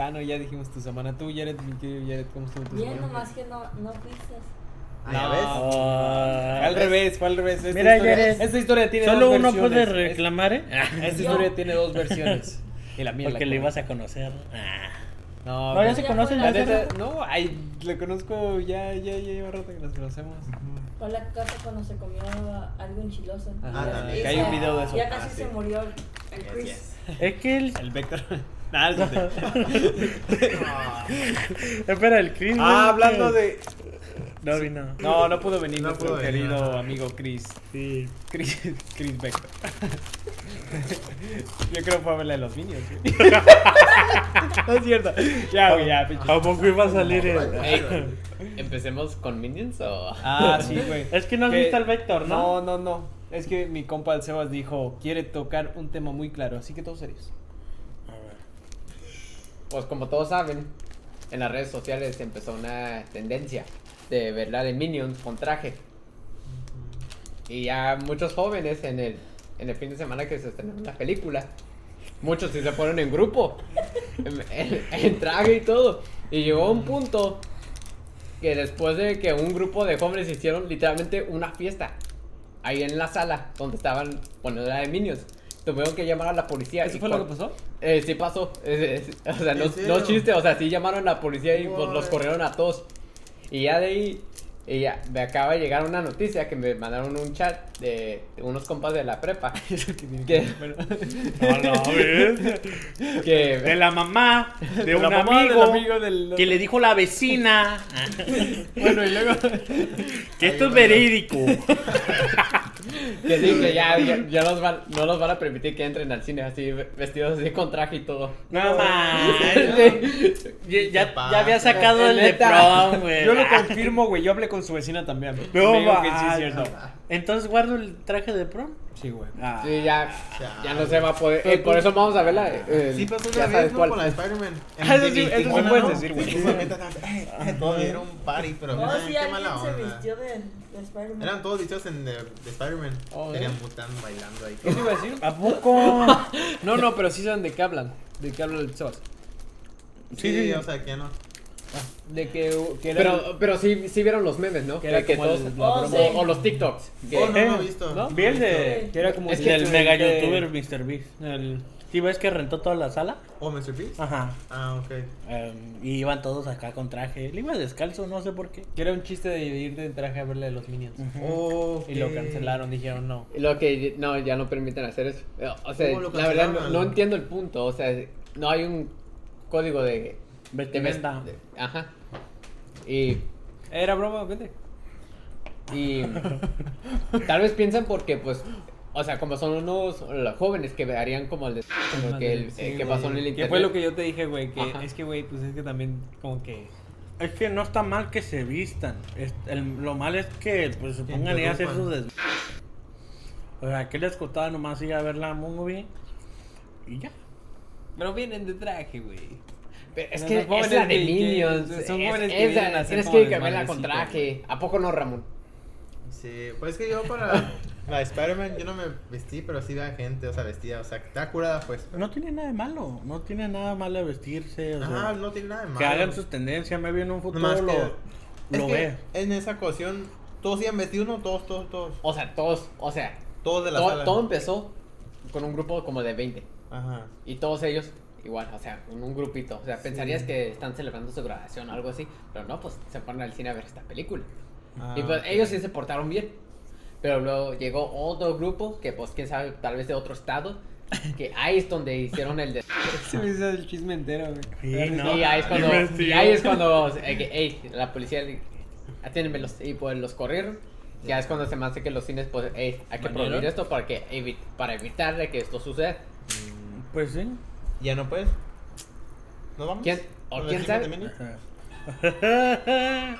S1: Ah, no, ya dijimos tu semana. Tú, Jared, mi querido Jared, ¿cómo estuvo tu
S3: Bien,
S1: semana?
S3: nomás que no, no fuiste.
S4: Ah, ya
S1: No.
S4: ves.
S1: Fue Al
S2: Ah,
S1: revés, fue al revés. Esta
S2: Mira,
S1: historia,
S2: Jared,
S1: esta historia tiene
S2: Solo
S1: dos
S2: uno puede
S1: versiones.
S2: reclamar,
S1: *laughs*
S2: ¿eh?
S1: Esta, esta
S3: Yo.
S1: historia tiene dos *laughs* versiones. Y la mía
S2: *laughs* Porque
S1: la
S2: le
S1: conocí.
S2: ibas a conocer. Ah.
S1: No,
S2: No,
S1: pero-
S2: ya se conocen.
S1: La
S2: ya se
S1: neta, no, ay, lo conozco ya, ya, ya lleva rato que nos conocemos.
S3: Fue a la casa cuando se comió algo enchiloso.
S1: Ajá,
S3: Ya-
S4: también.
S3: ya-
S4: Que hay un
S1: video de eso.
S3: Ya casi
S4: Ah, sí.
S3: se murió el- el
S4: Yes,
S3: Chris.
S4: yes.
S2: Es que
S1: *laughs*
S2: el.
S1: El Vector. Nada, es este. *laughs*
S2: Espera, el Chris.
S1: Ah,
S2: ¿no?
S1: hablando de.
S2: No vino.
S1: No, no pudo venir
S4: No
S1: nuestro
S4: pudo venir,
S1: querido
S4: no.
S1: amigo Chris.
S2: Sí.
S1: Chris, Chris Vector. *laughs* Yo creo que fue a ver la de los niños.
S4: *laughs*
S1: güey. *laughs* no es cierto. Ya, güey, ya, pinche.
S2: ¿A poco iba a
S1: *laughs*
S2: salir el.?
S6: Ey, empecemos con Minions o.
S1: Ah, sí, güey.
S2: Es que no has
S1: Que-
S2: visto al Vector, ¿no?
S1: No, no, no. Es que mi compa el Sebas dijo, quiere tocar un tema muy claro, así que todos serios.
S6: Pues como todos saben, en las redes sociales empezó una tendencia de verla de Minions con traje. Y ya muchos jóvenes en el, en el fin de semana que se estrenó la película, muchos sí se fueron en grupo, *laughs* en, en- en traje y todo. Y llegó un punto que después de que un grupo de jóvenes hicieron literalmente una fiesta, ahí en la sala donde estaban poniendo la de Minions, tuvieron que llamar a la policía.
S1: ¿Eso
S6: y
S1: fue lo que
S6: cuan-
S1: pasó?
S6: eh, sí pasó. Es- es- o sea,
S4: ¿En
S6: no,
S4: serio?
S6: no chiste, o sea, sí llamaron a la policía y pues, los
S4: What?
S6: corrieron a todos. Y ya de ahí, y ya me acaba de llegar una noticia que me mandaron un chat de, de unos compas de
S4: *laughs*
S6: la prepa.
S1: Eso que tiene
S6: ¿Qué?
S1: que
S2: *laughs*
S1: ver, bueno.
S2: No, no, ¿ves? De
S6: Que,
S2: la mamá, de un
S1: La mamá del
S2: amigo,
S1: amigo del-
S2: que le dijo la vecina "Ah,
S1: Bueno, y
S2: *laughs*
S1: luego...
S2: que esto es
S4: bueno.
S2: verídico.
S6: que sí, que
S4: *laughs*
S6: ya, ya, ya los van- no los van a permitir que entren al cine así, ve- vestidos así con traje y todo.
S2: No más.
S6: Sí.
S2: Ya, ya,
S4: pasa.
S2: ya había sacado el de
S6: Neta.
S2: prom, güey. Ah,
S1: Yo lo confirmo, güey. Yo hablé con su vecina también.
S2: No,
S1: Me dijo que sí es
S2: man.
S1: cierto.
S2: Entonces guardo el traje de prom.
S1: Sí, güey.
S2: Ah,
S6: Sí, ya,
S4: Ah,
S6: ya no se va a poder. eh, por eso vamos a verla. eh,
S4: Sí pasó una
S6: ya sabes
S4: vez, ¿no?
S6: cuál.
S4: Con la de Spider-Man. En
S1: Ah,
S4: el
S1: eso sí-
S4: Disney
S1: eso sí
S4: Kingdom,
S1: puedes
S4: ¿no?
S1: decir, güey.
S4: Sí, se metan a- eh, eh, Todo era un party, pero
S3: No,
S4: mira,
S3: Oh, sí,
S4: qué mala
S3: alguien se
S4: onda.
S3: vistió de, de Spider-Man.
S4: Eran todos vestidos en de, de Spider-Man.
S1: Oh,
S4: Tenían
S1: ¿eh?
S4: mután bailando ahí.
S1: ¿Qué te iba a decir?
S2: ¿A poco?
S1: *laughs* No, no, pero sí saben de qué hablan. De qué hablan el Sebas.
S4: Sí,
S2: sí, sí.
S4: o sea, que no.
S1: De que, que era-
S6: Pero, pero sí, sí vieron los memes, ¿no?
S1: Que era
S6: Eh, que
S1: como
S6: todos-
S1: el-
S3: la
S2: Oh,
S6: o-
S3: promo.
S6: o, los TikToks. que-
S4: Oh, no, no
S2: ¿Eh?
S4: he visto.
S1: ¿No?
S2: Vi el de.
S1: que era como
S6: Es
S2: Es
S1: que
S2: del
S1: el-
S2: mega
S1: que-
S2: youtuber Mr. Beast. El... ¿Sí ves que rentó toda la sala?
S4: Oh, Mr. Beast.
S2: Ajá.
S4: Ah, ok.
S2: Em, y iban todos acá con traje. Él iba descalzo, no sé por qué.
S1: Que era un chiste de ir de traje a verle de los Minions.
S4: Oh,
S1: Y lo
S4: ok.
S1: cancelaron, dijeron no.
S6: Lo que no, ya no permiten hacer eso. Eh, O sea,
S4: ¿Cómo lo
S6: la verdad no,
S4: cancelaron?
S6: no entiendo el punto. O sea, no hay un código de. de vest-
S2: Vestimenta.
S6: de- Ajá. Y,
S1: Era broma, vente. *laughs*
S6: y tal vez piensan porque, pues, o sea, como son unos los jóvenes que harían como el de. como que, el-
S1: Sí,
S6: eh, que
S1: güey.
S6: pasó en el
S1: Que
S6: internet.
S1: fue lo que yo te dije, güey. Que
S6: Ajá.
S1: es que, güey, pues es que también como que...
S2: Es que no está mal que se vistan. Es- el- lo mal es que pues, se
S4: Que
S2: pongan ahí a hacer sus
S4: interrumpan.
S2: des... O sea, ¿qué les costaba nomás ir a ver la movie? Y ya.
S1: Pero vienen de traje, güey.
S6: Pero es
S1: Son
S6: que
S1: los jóvenes
S6: es la de
S1: que- que-
S6: Minions.
S1: son
S6: es-
S1: jóvenes que
S6: es la-
S1: vienen a hacer
S6: Tienes
S1: como
S6: que cambiarla con
S1: desmadrecito,
S6: traje. ¿A poco no, Ramón?
S4: Sí, pues es que yo para la de Spider-Man yo no me vestí, pero sí veía gente, o sea, vestida, o sea, está curada pues.
S2: No tiene nada de malo. No tiene nada malo de vestirse. O sea,
S4: Ah, no tiene nada de malo.
S2: que hagan sus tendencias. Me en un futuro
S4: Nomás
S2: lo,
S4: que-
S2: lo
S4: es que
S2: ve.
S4: En esa ocasión, todos iban vestidos, ¿no? Todos, todos, todos.
S6: O sea, todos, o sea,
S4: Todos de la
S6: todo,
S4: sala.
S6: todo empezó con un grupo como de 20
S4: Ajá.
S6: y todos ellos igual, o sea, en un grupito. O sea, pensarías que están celebrando su graduación o algo así, pero no, pues se fueron al cine a ver esta película.
S4: Ah,
S6: y pues
S4: ok.
S6: ellos sí se portaron bien. Pero luego llegó otro grupo que pues quién sabe, tal vez de otro estado,
S4: *laughs*
S6: que ahí es donde hicieron el de...
S1: Se me hizo el chisme entero, güey.
S2: Sí,
S1: Pero
S2: no.
S6: y ahí es cuando,
S2: investigó.
S6: y ahí es cuando eh,
S4: *laughs*
S6: que, "Ey, la policía, le- atiéndemelos", y pues los corrieron. Ya es cuando se me hace que los cines, pues, "Ey, hay que prohibir
S1: ¿Banearon?
S6: esto para, que evi- para evitar de que esto suceda.
S2: Pues sí. *laughs*
S4: Ya no puedes. ¿Nos vamos?
S6: ¿Quién- o
S4: ¿Con el
S6: quién
S4: chisme
S6: sabe?
S4: también?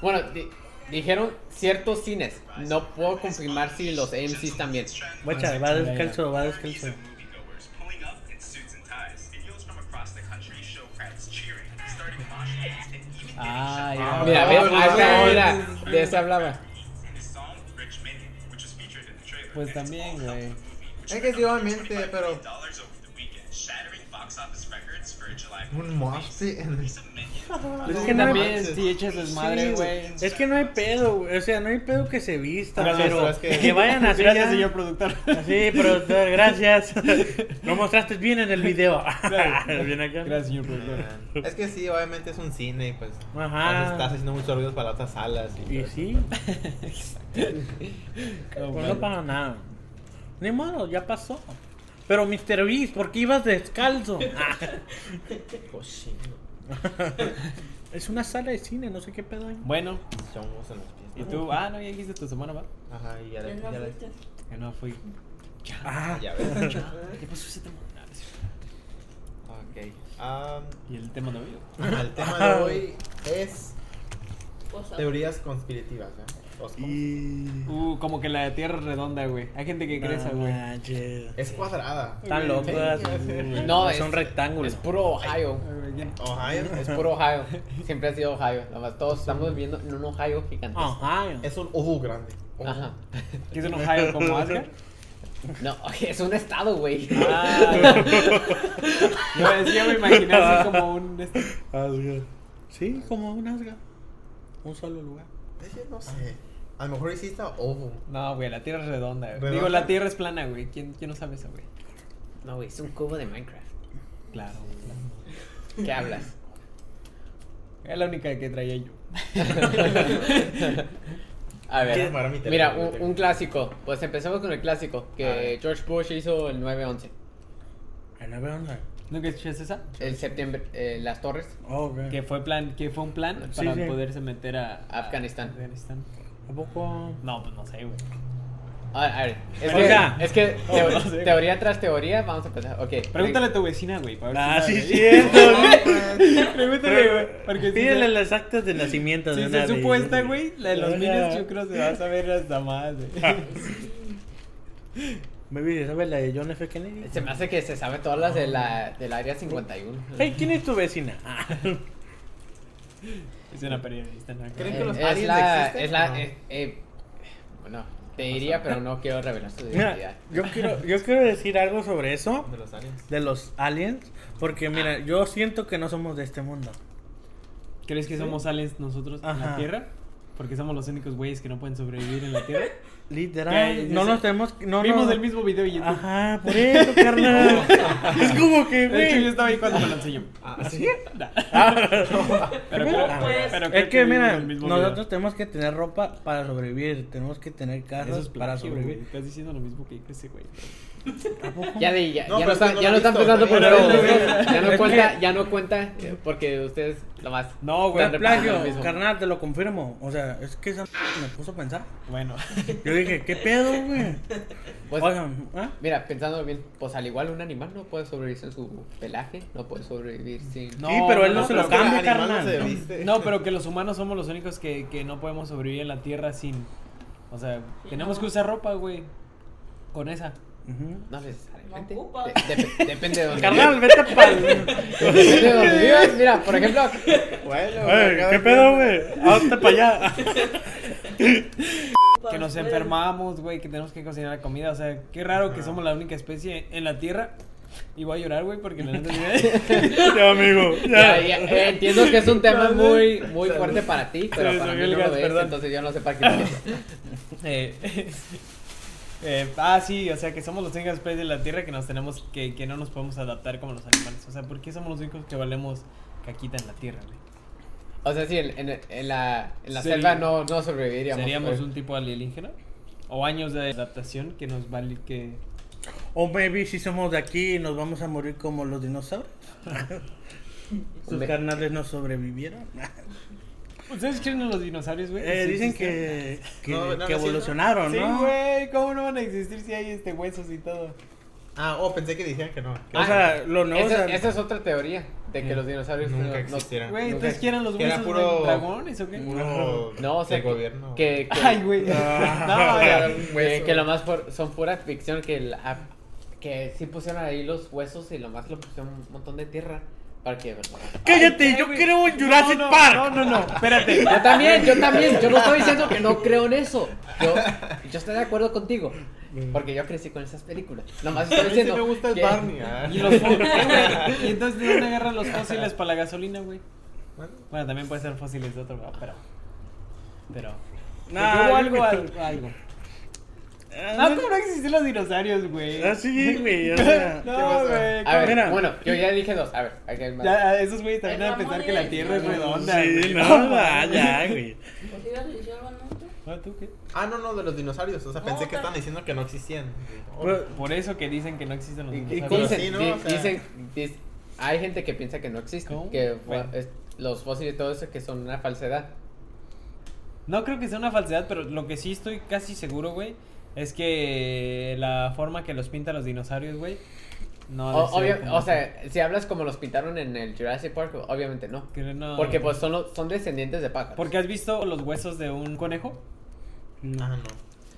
S6: Bueno, di- dijeron ciertos cines. No puedo confirmar si los MCs también.
S2: Guacha, va descalzo, va descalzo.
S7: Moviegoers pulling up in suits and ties. Videos from across the country show crowds cheering, starting mosh pits, and even getting
S1: Ah,
S7: shut
S1: ya.
S7: down.
S6: Mira,
S4: Ah,
S6: ¿ves?
S4: no,
S6: Ahí está,
S4: no,
S6: mira, de eso hablaba.
S7: And his song, Rich Minion, which was featured in the trailer.
S1: Pues
S7: And it's
S1: también,
S7: all helped
S1: güey.
S7: the movie,
S4: Es
S7: which
S4: que sí,
S7: earned
S4: obviamente,
S7: $25
S4: pero-
S7: million dollars over the weekend, shattering box office records for a July
S4: Un mosh pit.
S7: Lisa Minion.
S1: *laughs* Pues es
S4: No
S1: que también,
S4: manches.
S1: si echas desmadre,
S2: Sí,
S1: güey.
S2: Es que no hay pedo, güey. O sea, no hay pedo que se vistan,
S4: Gracias,
S2: pero
S4: es que-
S2: que vayan a hacer.
S1: Gracias,
S2: ya-
S1: señor productor.
S2: Sí, pero gracias. Lo mostraste bien en el video. bien acá.
S1: Gracias, señor productor.
S4: *laughs* Es que sí, obviamente es un cine y pues.
S2: Ajá.
S4: entonces Estás haciendo muchos ruidos para las otras salas.
S2: Ah.
S4: pues,
S2: Y sí,
S4: todo
S6: Ah,
S1: No,
S2: pues
S1: Oh, vale.
S2: no pasa nada. Ni modo, ya pasó. Pero Mr. Beast, ¿por qué ibas descalzo? Ah,
S4: eso. Cochino.
S2: es una sala de cine, no sé qué pedo hay.
S1: Bueno,
S4: Chongos en los pies.
S1: y tú, ah, no, ya dijiste tu semana, va.
S4: Ajá, y ya
S3: Ya
S4: le.
S3: no
S4: ya le-
S3: fuiste.
S1: Que no fui.
S2: Ah,
S1: *laughs*
S4: Ya ves.
S1: ¿Qué pasó ese tema? Ah, sí.
S4: ok.
S1: *laughs*
S4: Ah,
S1: Y el tema de hoy.
S4: el tema de hoy es
S3: Posado.
S4: teorías conspirativas. ¿eh? Los cons-
S1: Uh, como que la tierra es redonda, güey. Hay gente que cree eso, güey.
S2: manches.
S4: Es cuadrada.
S2: Están locas.
S6: No,
S2: son
S6: es-
S2: rectángulos.
S6: Es puro Ohio.
S4: Ohio
S6: Es puro Ohio. Siempre ha sido Ohio. Nada más todos estamos viviendo en un Ohio gigantesco.
S2: Ajá.
S4: es un ojo grande. Ojo.
S6: Ajá.
S1: ¿Qué es un Ohio como Asgard?
S6: No, es un estado, güey.
S1: Ah, no, es que yo me imaginaba así como un. este,
S2: Asgard. Sí, como un Asgard. Un solo lugar.
S4: Es que no sé. A lo mejor hiciste ojo.
S1: No, güey, la tierra es redonda, güey.
S4: ¿Redonda?
S1: Digo, la tierra es plana, güey. ¿Quién, quién no sabe eso, güey?
S6: No, güey, es un cubo de Minecraft.
S1: Claro, güey.
S4: *laughs*
S6: ¿Qué hablas?
S1: Es la única que traía yo.
S6: A ver,
S4: ¿Quieres parar mi
S6: mira,
S4: teléfono?
S6: un, un clásico. Pues empecemos con el clásico
S4: A
S6: que
S4: ver.
S6: George Bush hizo el 9-11.
S2: En la onda.
S1: ¿Nunca escuchaste esa?
S6: El septiembre, eh, las torres.
S2: Oh, ok.
S1: Que fue, plan, que fue un plan
S2: Sí,
S1: para
S2: sí.
S1: poderse meter a
S6: Afganistán.
S1: Afganistán.
S2: ¿A poco?
S1: No, pues no sé, güey.
S6: A ver, a ver, Es,
S2: O
S6: que,
S2: sea-
S6: es
S2: *laughs*
S6: que teo-
S1: no sé.
S6: teoría tras teoría, vamos a empezar. Ok.
S1: Pregúntale a tu vecina, güey. para ver
S2: Ah,
S1: si
S2: sí,
S1: sabe.
S2: cierto,
S1: *laughs*
S2: güey.
S1: Pregúntale, güey. Porque si
S2: Pídele
S1: se-
S2: las actas de nacimiento de
S1: si
S2: una
S1: se
S2: vez.
S1: supuesta, güey, Ah. la de los
S2: Ajá.
S1: niños yo creo se va a saber hasta más, güey.
S2: Me vi, ¿sabes la de John F. Kennedy?
S6: Se me hace que se sabe todas las de la, del área 51.
S2: Hey, ¿quién es tu vecina? Ah.
S1: Es una periodista, ¿no?
S4: ¿Creen
S6: Eh,
S4: que los
S6: es
S4: aliens
S6: la,
S4: existen? Ah.
S6: es la,
S4: No.
S6: eh, eh, bueno, te diría, pero no quiero revelar su identidad.
S2: yo, quiero, yo quiero decir algo sobre eso,
S4: De los aliens.
S2: de los aliens, porque mira, yo siento que no somos de este mundo.
S1: ¿Crees que somos aliens nosotros en
S2: Ajá.
S1: la Tierra? Porque somos los únicos güeyes que no pueden sobrevivir en la Tierra.
S2: Literal,
S1: Que-
S2: no
S1: ese-
S2: nos tenemos... *laughs* No,
S1: Vimos
S2: no-
S1: el mismo video y YouTube.
S2: Ajá, por
S1: *laughs*
S2: eso, carnal. es como que,
S1: De hecho, yo
S2: güey.
S1: estaba ahí cuando me lo
S2: *laughs*
S1: enseñó.
S4: ¿Así?
S1: Nah.
S2: Pero
S1: Pero,
S2: Ah, ¿cómo?
S1: creo-
S3: Pues,
S1: pero creo
S2: Es que,
S1: vimos
S2: mira,
S1: el mismo
S2: nosotros
S1: video.
S2: tenemos que tener ropa para sobrevivir, tenemos que tener
S1: Eso
S2: casas
S1: es
S2: para
S1: plagio, güey.
S2: sobrevivir.
S1: Estás diciendo lo mismo que ese güey.
S6: Ya, de, ya,
S4: No, pero
S6: ya no
S4: es que
S6: está,
S4: no lo
S6: ya no
S4: he
S6: está
S4: visto,
S6: empezando por
S4: pero
S6: ahí.
S4: ya
S2: *laughs*
S4: lo
S2: vi.
S6: Ya
S2: Es
S6: no
S2: que-
S6: cuenta, ya no cuenta, eh, porque ustedes lo más.
S1: No, güey,
S2: Fue
S6: están repitiendo lo
S2: plagio,
S6: mismo.
S2: carnal, te lo confirmo. O sea, es que esa me puso a pensar.
S1: Bueno,
S2: *laughs* Yo dije, ¿qué pedo, güey?
S6: Pues,
S2: Oigan, ¿ah?
S6: Mira, pensándolo bien, pues al igual un animal no puede sobrevivir sin su pelaje, no puede sobrevivir sin...
S1: No,
S2: sí, pero él no,
S1: no,
S2: se
S1: pero
S2: lo
S1: que
S2: cambia,
S4: el animal no
S2: carnal.
S4: se viste.
S1: no, pero que los humanos somos los únicos que, que no podemos sobrevivir en la Tierra sin. O sea, tenemos que usar ropa, güey. Con esa.
S2: Ujú.
S6: No necesariamente.
S3: No ocupa.
S6: De- de- depende de dónde
S2: Carnal, vete pa'l...
S6: vivas. Depende de
S1: *laughs*
S6: dónde vivas. Mira, por ejemplo,
S4: Bueno,
S2: Ey,
S4: cada
S2: ¿Qué
S4: quien-
S2: pedo, güey? Ah, Hazte para allá.
S1: Que nos enfermamos, güey, que tenemos que cocinar la comida. O sea, qué raro que somos la única especie en la Tierra. Y voy a llorar, güey, porque la
S2: *laughs*
S1: neta sí-
S2: Ya, amigo.
S6: ya,
S2: Ya.
S6: ya, eh, entiendo que es un tema muy, muy fuerte para ti, pero
S1: Sí,
S6: para
S1: soy
S6: mí
S1: el
S6: no lo
S1: gas,
S6: es,
S1: perdón.
S6: entonces yo no sé para qué lo es.
S1: Eh, *laughs* eh, ah, sí, o sea, que somos los únicos especies de la Tierra que nos tenemos que, que no nos podemos adaptar como los animales. O sea, ¿por qué somos los únicos que valemos caquita en la Tierra, güey?
S6: O sea, sí, en, en- en la, en la
S1: Sí.
S6: selva no, no sobreviviríamos.
S1: ¿Seríamos
S6: pues.
S1: un tipo alienígena? ¿O años de adaptación que nos vale que...
S2: O maybe si Oh, somos de aquí y nos vamos a morir como los dinosaurios. Sus
S6: Hombre.
S2: carnales no sobrevivieron.
S1: ¿Ustedes creen en los dinosaurios, güey?
S2: Eh,
S1: Pues, ¿Sí
S2: dicen
S1: existen?
S2: que, que,
S4: No, no,
S2: que
S4: no, sí, no.
S2: evolucionaron,
S1: Sí,
S2: ¿no?
S1: güey, ¿cómo no van a existir si hay este huesos y todo?
S4: Ah, oh, pensé que decían que no. que
S6: Ah,
S2: O sea, los nuevos.
S6: Esa, esa es otra teoría, de que los dinosaurios no-
S4: nunca
S6: no,
S4: existieran.
S1: Güey,
S6: Ok.
S1: ¿ustedes quieren los
S4: Que era
S1: huesos
S4: puro-
S1: de dragones o qué?
S4: Puro
S6: No, o sea,
S4: del
S6: que-
S4: gobierno.
S6: que, que-
S1: Ay, güey. No,
S6: que-
S1: ya.
S2: *laughs*
S6: que, lo más por- son pura ficción que, la- ah, que sí pusieron ahí los huesos y lo más lo pusieron un montón de tierra para que
S2: Cállate, yo
S1: güey.
S2: creo en Jurassic
S1: No, no,
S2: Park.
S1: No, no, no, espérate.
S6: Yo también, yo también, yo no estoy diciendo que
S1: *laughs*
S6: no creo en eso. Yo, yo estoy de acuerdo contigo. Porque yo crecí con esas películas. Nomás
S4: A
S6: estoy
S4: mí sí
S6: diciendo.
S4: me gusta el
S6: que-
S4: Barney. ah.
S1: Y los fó- eh, *laughs* güey, Y entonces, ¿de dónde agarran los fósiles para la gasolina, güey?
S4: Bueno,
S1: Bueno, también puede ser fósiles de otro lado, pero... Pero...
S2: Nah,
S1: Hubo
S2: yo
S1: algo,
S2: creo
S1: al- algo.
S2: Ah,
S1: No, ¿cómo no existen los dinosaurios, güey? *laughs*
S2: Así, Ah, *laughs* güey. O sea,
S4: ¿Qué
S1: No,
S4: pasó?
S1: güey.
S6: A ver,
S2: Mira.
S6: bueno, yo ya dije dos. A ver, aquí hay más.
S1: Ya, esos güeyes también
S3: El
S1: van a pensar
S3: Ramón
S1: que
S3: y
S1: la
S3: el
S1: Tierra es
S3: Ramón.
S1: redonda.
S2: sí,
S1: güey. *laughs*
S2: no, vaya, güey.
S3: ¿Pues ibas a decir algo, no? ¿Tú?
S1: Ah, ¿tú qué?
S4: Ah, no, no, de los dinosaurios. O sea,
S3: No,
S4: pensé que
S3: pero-
S4: estaban diciendo que no existían.
S2: Pues,
S1: Por eso que dicen que no existen los
S6: Y- y
S1: dinosaurios.
S6: Dicen,
S4: Sí, ¿no?
S6: di-
S4: O sea-
S6: dicen- dis- hay gente que piensa que no existen,
S1: ¿Cómo?
S6: que fue-
S1: Bueno.
S6: es- los fósiles y todo eso que son una falsedad.
S1: No creo que sea una falsedad, pero lo que sí estoy casi seguro, güey, es que la forma que los pintan los dinosaurios, güey, no. ha de
S6: O,
S1: ser
S6: obvia-
S1: como-
S6: o sea, si hablas como los pintaron en el Jurassic Park, obviamente no.
S1: que no-
S6: Porque pues son, los- son descendientes de pájaros.
S1: Porque has visto los huesos de un conejo.
S4: Ah, no.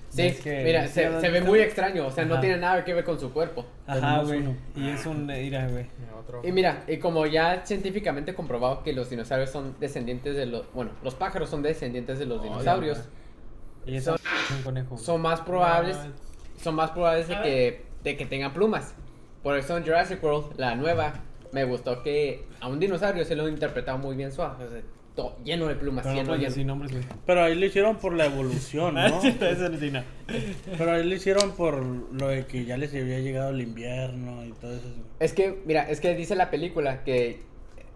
S6: Sí,
S1: Es que-
S6: mira,
S1: sí,
S6: se,
S1: ¿dónde
S6: se ve
S1: está?
S6: muy extraño, o sea, no
S1: Ajá.
S6: tiene nada que ver con su cuerpo.
S1: Ajá,
S2: Tenemos
S1: güey.
S2: uno.
S1: Y es un. Mira, güey.
S4: Mira, otro.
S6: Y mira, y como ya científicamente comprobado que los dinosaurios son descendientes de los... Bueno, los pájaros son descendientes de los
S2: Oh,
S4: Ay,
S6: dinosaurios.
S4: güey.
S1: Y es un conejo. güey.
S6: Son más probables, son más probables de
S3: A
S6: que, de que tengan plumas. Por eso en Jurassic World, la nueva, me gustó que a un dinosaurio se lo interpretaba muy bien suave. o sea, todo lleno de plumas,
S1: Pero no
S2: pues,
S6: lleno,
S1: puedes
S6: lleno.
S1: decir nombres, güey.
S2: Pero ahí lo hicieron por la evolución, ¿no?
S1: *laughs*
S2: *laughs*
S1: Eso no tiene nada.
S2: Pero ahí lo hicieron por lo de que ya les había llegado el invierno y todo eso.
S6: Es que, mira, es que dice la película que...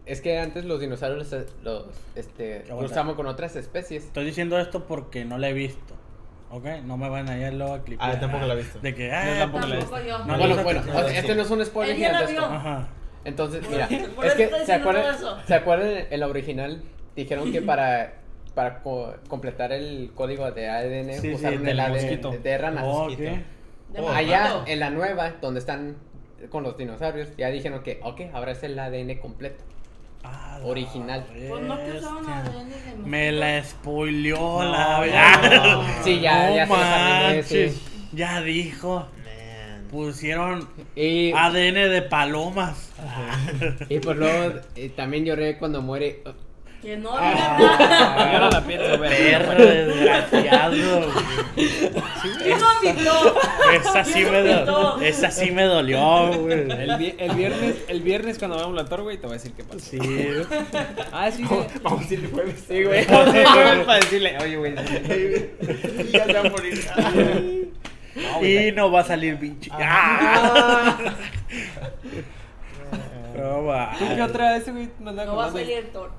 S6: Es que antes los dinosaurios los, los, este,
S2: Aguanta.
S6: cruzaban con otras especies.
S2: Estoy diciendo esto porque no la he visto. ¿Ok? No me van a ir luego a clipear.
S4: Ah, yo tampoco la he visto.
S2: De
S4: *laughs*
S2: que,
S1: Yo
S2: ah,
S1: tampoco la he
S3: Tampoco yo.
S2: No,
S6: bueno,
S2: no,
S6: bueno,
S2: no,
S6: o sea,
S4: no,
S6: este
S4: sí.
S6: no es un spoiler
S3: Él ya la
S6: gigantesco.
S3: vio.
S2: Ajá.
S6: Entonces, mira,
S3: *laughs* Por
S6: es
S3: eso
S6: que
S3: está
S6: se
S3: diciendo
S6: acuerdan,
S3: todo eso. *laughs*
S6: se acuerdan en la original dijeron que para para co- completar el código de ADN
S2: Sí, sí,
S6: usaron
S2: del
S6: el ADN
S1: mosquito.
S6: de ranas.
S2: Oh,
S1: mosquito.
S2: ok.
S3: De
S4: Oh,
S6: Allá
S3: Macondo.
S6: en la nueva, donde están con los dinosaurios, ya dijeron que, ok, ahora es el ADN completo.
S2: *laughs* Ah, la
S6: Original.
S3: Pues no que usaban
S2: bestia.
S3: ADN de
S2: Me la spoileó la
S4: No,
S2: verdad.
S4: no.
S6: Sí, ya,
S2: Ah, No
S6: ya se los arreglé,
S2: manches.
S6: sí.
S2: Ya dijo.
S4: Man.
S2: Pusieron
S6: Y,
S2: ADN de palomas.
S6: y pues luego eh, también lloré cuando muere.
S3: Que no
S6: Ah.
S2: *laughs*
S3: digan nada.
S1: Yo no la pienso ver. *laughs*
S2: Perro desgraciado.
S3: ¿Quién no invitó?
S4: *laughs*
S2: Esa sí me, do- esa sí me dolió, güey.
S1: El, vi- el viernes, el viernes cuando veamos la torre, güey, te voy a decir qué pasa.
S2: Sí.
S1: Ah, sí, sí.
S4: Vamos a decir el jueves.
S1: Sí, güey. Sí, güey, para decirle, oye, güey.
S4: Y ya se va a morir.
S1: No, güey.
S2: Y no va a salir pinche. ¡Ah! *laughs* No va.
S1: ¿Tú qué otra vez, güey? Me andaba
S3: No va a
S1: acordando.
S3: salir Thor.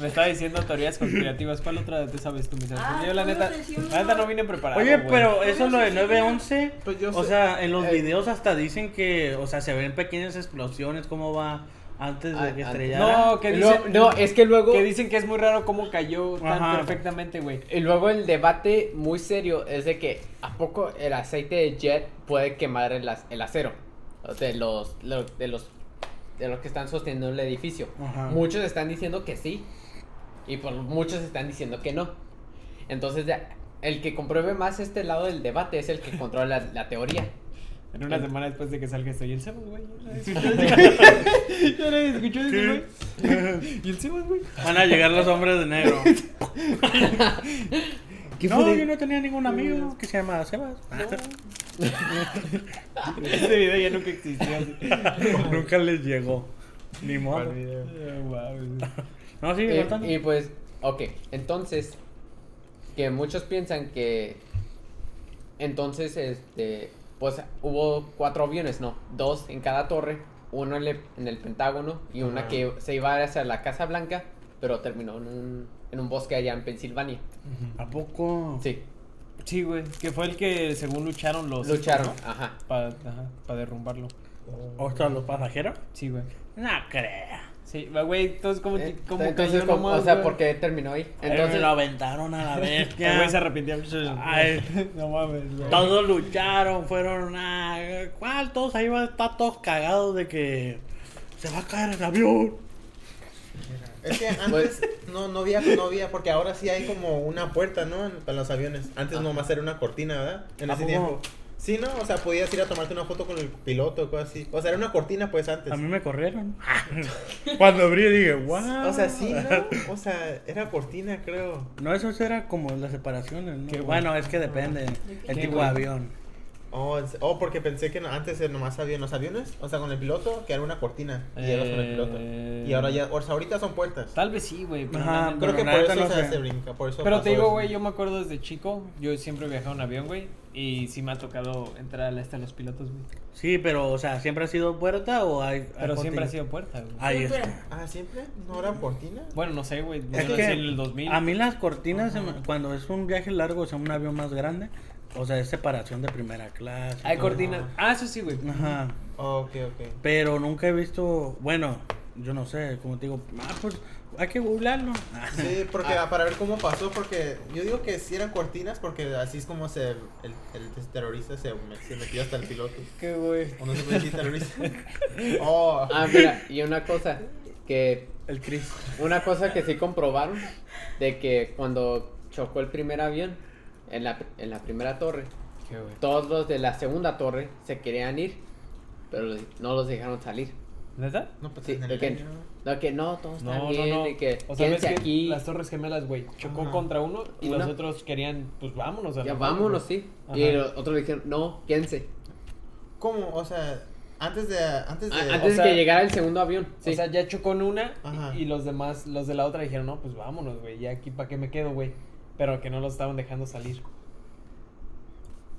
S1: Me estaba diciendo teorías conspirativas. ¿Cuál otra te sabes tú, mis
S3: Ah,
S1: Yo, la
S3: tú
S1: neta,
S3: me decías
S1: la neta no
S3: una.
S1: vine preparado.
S2: Oye,
S1: güey.
S2: pero eso es lo de 911.
S4: Pues yo
S2: o
S4: sé.
S2: sea, en los
S4: Eh.
S2: videos hasta dicen que, o sea, se ven pequeñas explosiones, cómo va antes de
S6: Ah,
S2: que
S6: antes.
S2: estrellara.
S1: No, que
S6: Luego-
S1: dicen,
S6: no, es que luego.
S1: que dicen que es muy raro cómo cayó tan
S2: Ajá.
S1: perfectamente, güey.
S6: Y luego el debate muy serio es de que ¿a poco el aceite de jet puede quemar el, ac- el acero? O De los, lo- de los de los que están sosteniendo el edificio.
S2: Ajá.
S6: Muchos están diciendo que sí. Y por muchos están diciendo que no. Entonces ya, el que compruebe más este lado del debate es el que controla la, la teoría.
S1: En una
S6: Eh.
S1: semana después de que salga esto. ¿Y el cebo, güey? ¿Ya nadie escuchó ese, güey?
S2: *laughs*
S1: ¿Y el cebo, güey?
S2: Van a llegar los hombres de *laughs* negro. no, yo no tenía ningún amigo que se llamaba Sebas.
S1: Este video ya nunca existió. así.
S2: *laughs* Nunca les llegó. Ni modo.
S1: Eh, guau, güey.
S2: No, sí,
S6: Eh,
S2: contando.
S6: y pues, ok, entonces, que muchos piensan que, entonces, este, pues hubo cuatro aviones, ¿no? Dos en cada torre, uno en el, en el Pentágono y una que se iba hacia la Casa Blanca, pero terminó en un, en un bosque allá en Pensilvania.
S2: ¿A poco?
S6: Sí,
S1: Sí, güey. Que fue el que según lucharon los...
S6: lucharon, ajá.
S1: Para derrumbarlo.
S2: ¿O sea, los pasajeros?
S1: Sí, güey.
S2: No creo.
S1: Sí, va, güey, entonces como
S6: Eh,
S1: como
S6: entonces,
S1: cayó
S6: ¿cómo-
S1: nomás,
S6: o sea,
S1: güey?
S6: ¿por qué terminó ahí?
S2: Entonces
S6: Entonces,
S2: lo aventaron a la
S1: El güey se
S2: bestia.
S1: arrepintió. *laughs*
S2: Ay.
S1: no mames, güey.
S2: Todos lucharon, fueron a... ¿Cuál? Todos ahí van a estar todos cagados de que... Se va a caer el avión.
S4: Es que antes no, no había, no había, porque ahora sí hay como una puerta, ¿no? En- Para los aviones. Antes nomás era una cortina, ¿verdad? En
S2: ¿A
S4: ese
S2: poco?
S4: tiempo. Sí, ¿no? O sea, podías ir a tomarte una foto con el piloto o cosas así. O sea, era una cortina, pues, antes.
S2: A mí me corrieron. Cuando abrí dije, wow.
S4: O sea, sí, ¿no? O sea, era cortina, creo.
S2: No, eso era como las separaciones, ¿no?
S1: Qué
S2: bueno, es que depende el
S1: Ah. Qué
S2: tipo de
S1: bueno.
S2: avión.
S4: Oh, en se- oh, porque pensé que no- antes nomás habían los aviones, o sea, con el piloto, que era una cortina. Y eras con el piloto.
S1: Eh.
S4: Y ahora ya, o sea, ahorita son puertas.
S1: Tal vez sí, güey. pero
S2: Ajá,
S1: no, no,
S4: Creo
S1: no.
S4: que
S2: Bueno,
S4: por
S2: la neta
S4: eso o
S2: no
S4: sea,
S2: sé.
S4: se brinca, por eso
S1: Pero
S4: pasó
S1: te digo,
S4: eso.
S1: güey, yo me acuerdo desde chico. Yo siempre viajaba en avión, güey. Y sí me ha tocado entrar a la esta de los pilotos, güey.
S2: Sí, pero, o sea, ¿siempre ha sido puerta o hay...? hay
S1: Pero siempre
S2: cortina?
S1: ha sido puerta, güey.
S2: Ahí
S3: Siempre.
S2: está.
S4: Ah, ¿siempre? ¿No era cortina?
S1: Bueno, no sé, güey.
S2: Es
S1: no
S2: que
S1: sé, en el 2000.
S2: a mí las cortinas, se me- cuando es un viaje largo, o sea, un avión más grande, o sea, es separación de primera clase.
S1: Hay
S2: todo.
S1: cortinas. Ah, eso sí, güey.
S2: Ajá.
S4: Oh, ok, ok.
S2: Pero nunca he visto, bueno, yo no sé, como te digo, ah, pues hay que googlearlo.
S4: Sí, porque ah, para ver cómo pasó, porque yo digo que sí eran cortinas, porque así es como se, el, el terrorista se, me- se metió hasta el piloto.
S1: Qué güey.
S4: ¿O no se puede decir terrorista? Oh,
S6: ah, mira, y una cosa, que
S2: El Chris.
S6: Una cosa que sí comprobaron de que cuando chocó el primer avión en la, en la primera torre,
S1: Qué güey.
S6: todos los de la segunda torre se querían ir, pero los- no los dejaron salir.
S1: ¿Neta?
S4: no, pues
S6: Sí,
S4: en el
S6: de que,
S4: año.
S6: no, que no, todos están
S1: No, no,
S6: bien,
S1: no.
S6: y que
S1: o sea, ves
S6: quédense
S1: que
S6: aquí,
S1: las Torres Gemelas, güey, chocó
S4: Ajá.
S1: contra uno y
S6: Una.
S1: los otros querían, pues vámonos. A
S6: ya
S1: la-
S6: vámonos, sí.
S1: Ajá.
S6: Y los otros le dijeron, no, quédense.
S4: ¿Cómo? O sea, antes de... Antes
S6: A-
S4: de...
S6: Ah, antes
S1: o
S6: de
S1: sea-
S6: que llegara el segundo avión, sí.
S1: O sea, ya chocó en una
S4: Ajá.
S1: y los demás, los de la otra dijeron, no, pues vámonos, güey, ya aquí para qué me quedo, güey. Pero que no los estaban dejando salir.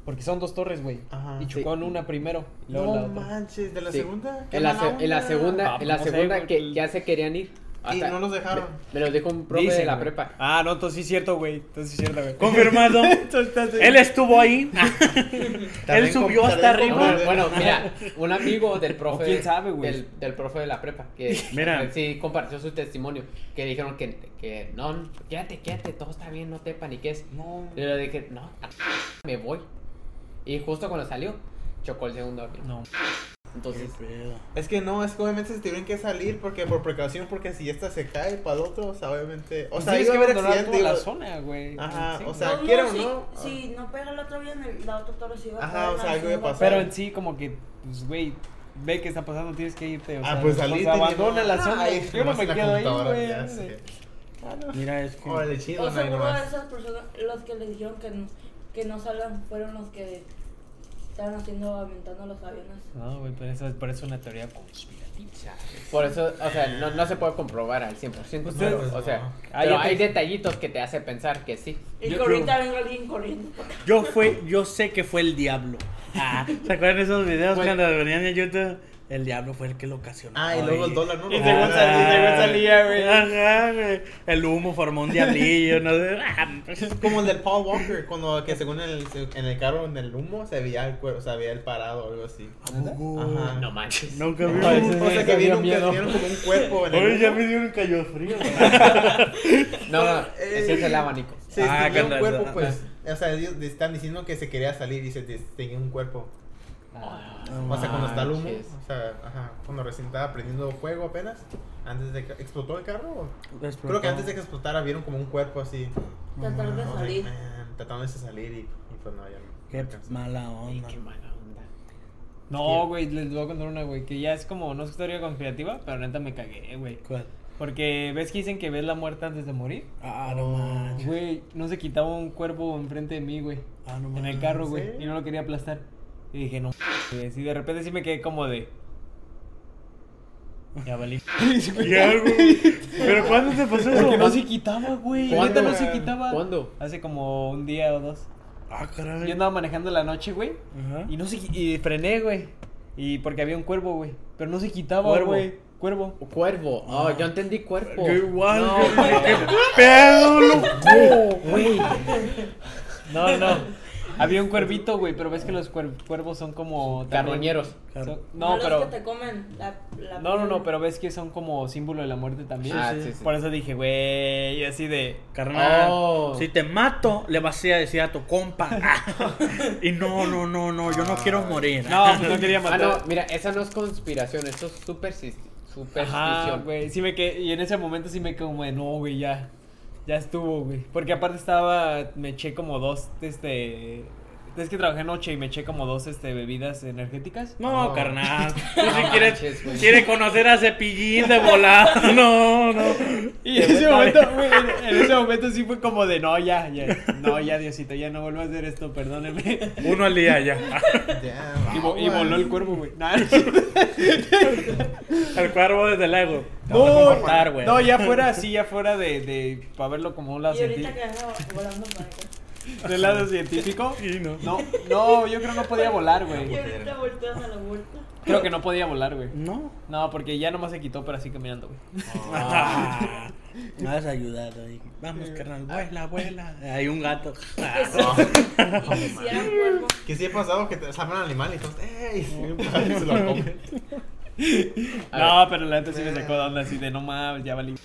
S1: Porque son dos torres, güey.
S4: Ajá.
S1: Y chocó en una primero. y luego
S4: Ah, no
S1: la otra.
S4: manches, ¿de la
S6: Sí.
S4: segunda? ¡Qué
S6: En la,
S4: mala
S6: se- en la
S4: onda!
S6: segunda,
S1: Ah,
S6: en la
S1: no sé,
S6: segunda
S1: güey,
S6: que
S1: pues-
S6: ya se querían ir,
S4: Y
S6: Hasta-
S4: no los dejaron.
S6: Me los dijo un profe de
S1: Dicen,
S6: la
S1: güey.
S6: prepa.
S1: Ah, no, entonces sí es cierto, güey. Entonces sí es cierto, güey.
S2: *laughs* Confirmado. Él
S1: *laughs*
S2: estuvo ahí. Él
S4: También com-
S2: subió hasta
S4: también
S2: arriba.
S4: com-
S6: Bueno, mira, un amigo del profe.
S1: O quién sabe, güey.
S6: Del, del profe de la prepa. Que
S2: Mira.
S6: que sí compartió su testimonio. Que dijeron que, que no, quédate, quédate, todo está bien, no te paniques.
S1: No. Eh,
S6: Y le dije, no, me voy. Y justo cuando salió, chocó el segundo avión.
S1: No.
S6: Entonces,
S2: Qué pedo.
S4: Es que no, es que obviamente se tuvieron que salir porque por precaución, porque si esta se cae para el otro, o sea, obviamente. O sea,
S1: Tienes
S4: iba a
S1: que
S4: haber
S1: abandonar
S4: accidente.
S1: toda la
S4: iba-
S1: zona, güey.
S4: Ajá,
S1: Sí,
S4: o sea,
S3: No, no,
S4: quiera o
S3: si,
S4: no.
S3: Si no pega el otro bien, el, la otra torre se iba a
S4: Ajá,
S3: caer,
S4: o
S3: la
S4: sea, algo iba a
S3: segunda
S4: pasar.
S1: Pero en sí, como que, pues, güey, ve que está pasando, tienes que irte. O
S4: Ah,
S1: sea,
S4: pues
S1: o sea,
S4: saliste.
S1: abandona la zona.
S4: Ay,
S1: Yo no
S4: nomás
S1: me
S4: la
S1: quedo ahí,
S4: computadora,
S1: güey.
S4: ya sé.
S2: Mira, es que.
S4: Órale, chido,
S3: O
S4: no hay
S3: seguro
S4: nomás.
S3: esas personas, los que les dijeron que no, que no salgan, fueron los que estaban haciendo, aumentando los aviones.
S1: No, güey, pero eso, pero eso es una teoría conspirativa.
S6: por eso, o sea, no, no se puede comprobar al 100%.
S1: Ustedes-
S6: pero, o sea,
S4: pues, no.
S1: Ah,
S6: pero
S1: ya te-
S6: hay detallitos que te hace pensar que sí.
S3: Y
S1: Yo
S3: que ahorita venga alguien corriendo.
S2: Yo fue, yo sé que fue el diablo. Ah, *laughs* ¿Se acuerdan de esos videos
S6: Bueno.
S2: cuando venían en YouTube? El diablo fue el que lo ocasionó.
S4: Ah, y luego el dólar, ¿no? Ah.
S1: Y
S4: Lo-
S1: según salía- y según salía, güey.
S2: Ajá, güey. El humo formó un diablillo, no sé. *laughs* Ah, pues,
S4: Es *laughs* como el del Paul Walker, cuando que según el, en el carro, en el humo, se veía el cuero, se veía el parado o algo así. Ajá.
S6: No manches.
S2: Nunca vi.
S1: No, ese-
S4: O sea,
S1: Eso
S4: que
S1: dio
S4: vieron, que
S1: miedo.
S4: vieron como un cuerpo en el
S2: Oye, ya
S4: humo.
S2: me dio un callo frío. güey.
S6: *laughs* No, no, ese
S4: Eh.
S6: es el abanico.
S4: Se
S2: Ah,
S4: distinguía
S2: cuando-
S4: un cuerpo,
S2: ajá.
S4: pues. O sea, ellos le están diciendo que se quería salir y se distinguía un cuerpo. O sea, cuando está el humo,
S6: Manches.
S4: o sea, ajá, cuando recién estaba prendiendo fuego apenas, antes de que explotó el carro. o-
S2: Explotó.
S4: Creo que antes de que explotara vieron como un cuerpo así.
S3: Tratar de
S4: O sea,
S3: salir.
S4: man, Tratando de salir y, y pues no, ya no.
S2: Qué
S4: alcanzó.
S2: mala
S6: Ay,
S2: onda.
S6: qué mala onda.
S1: No, güey, les voy a contar una, güey, que ya es como, no es teoría conspirativa, pero neta me cagué, güey.
S2: ¿Cuál?
S1: Porque ves que dicen que ves la muerte antes de morir.
S2: Ah, no manches.
S1: Güey, no se quitaba un cuerpo enfrente de mí, güey.
S2: Ah, no
S1: En el
S2: manches.
S1: carro, güey.
S4: ¿sí?
S1: Y no lo quería aplastar. Y dije, no. güey, Y de repente sí me quedé como de. Ya
S6: *laughs*
S1: valí.
S2: Ya, güey. ¿Pero cuándo te pasó eso?
S1: Porque no se quitaba, güey.
S6: ¿Cuándo?
S1: ¿Cuándo no se quitaba?
S6: ¿Cuándo?
S1: Hace como un día o dos.
S2: Ah, caray.
S1: Yo andaba manejando la noche, güey.
S2: Ajá.
S1: Y no se qui- y frené, güey. Y porque había un cuervo, güey. Pero no se quitaba,
S2: Cuervo.
S1: güey. Cuervo.
S6: Cuervo. Oh, yo entendí cuerpo.
S2: Yo igual,
S6: No,
S2: yo-
S6: güey.
S2: *laughs* qué pedo, loco.
S6: Güey.
S1: *laughs* No, no. había un cuervito, güey. Pero ves que los cuer- cuervos son como. también-
S6: Carroñeros.
S1: son-
S3: No
S1: no,
S3: los
S1: pero.
S3: que te comen la, la
S1: No, no,
S3: piel.
S1: no, pero ves que son como símbolo de la muerte también.
S6: Ah, sí, sí.
S1: Por eso dije, güey, y así
S6: *laughs*
S1: de.
S2: Carnal,
S6: Oh.
S2: si te mato, le vas a ir a decir a tu *laughs* compa. Ah. y no, no, no, no, yo no quiero morir.
S1: No, pues no quería
S6: Ah,
S1: matar.
S6: no, mira, esa no es conspiración, eso es supersti-
S1: Ajá,
S6: superstición.
S1: güey. Sí me quedé, y en ese momento sí me quedé como de, no, güey, ya. Ya estuvo, güey. Porque aparte estaba, me eché como dos, este. Es que trabajé noche y me eché como dos, este, bebidas energéticas.
S2: No,
S4: No.
S2: carnal. Tú sí
S6: No
S2: quieres,
S6: manches, güey.
S2: quieres conocer a Cepillín de *laughs* volada. No, no.
S1: Y en ese momento, güey, en, en ese momento sí fue como de, no, ya, ya. No, ya, Diosito, ya no vuelvo a hacer esto, perdóneme.
S2: Uno al día *laughs* ya.
S1: *laughs*
S4: Damn,
S1: Y, vo- y
S4: wow,
S1: voló el
S4: güey.
S1: cuervo, güey. Nah, no es cierto.
S2: El cuervo desde el lago.
S1: No,
S2: cortar, güey.
S1: no, ya fuera así, ya fuera de, de para verlo como un lado,
S3: Y ahorita
S1: científico,
S3: que venga volando para acá.
S1: del lado científico.
S2: Y no.
S1: No, no, yo creo que no podía volar,
S3: Y
S1: güey.
S3: ahorita volteas a la vuelta.
S1: Creo que no podía volar, güey.
S2: No.
S1: No, porque ya nomás se quitó, pero así caminando, güey.
S2: *laughs* Ah, me has ayudado. ahí. Vamos, carnal, vuela, vuela. Hay un gato.
S3: Que sí, y quisieran cuervo.
S4: Que sí ha pasado que te salvan animal y entonces, ¡ey! *laughs* Y se lo comen.
S6: A
S1: No, pero la neta sí me sacó de onda así de no mames, ya valí.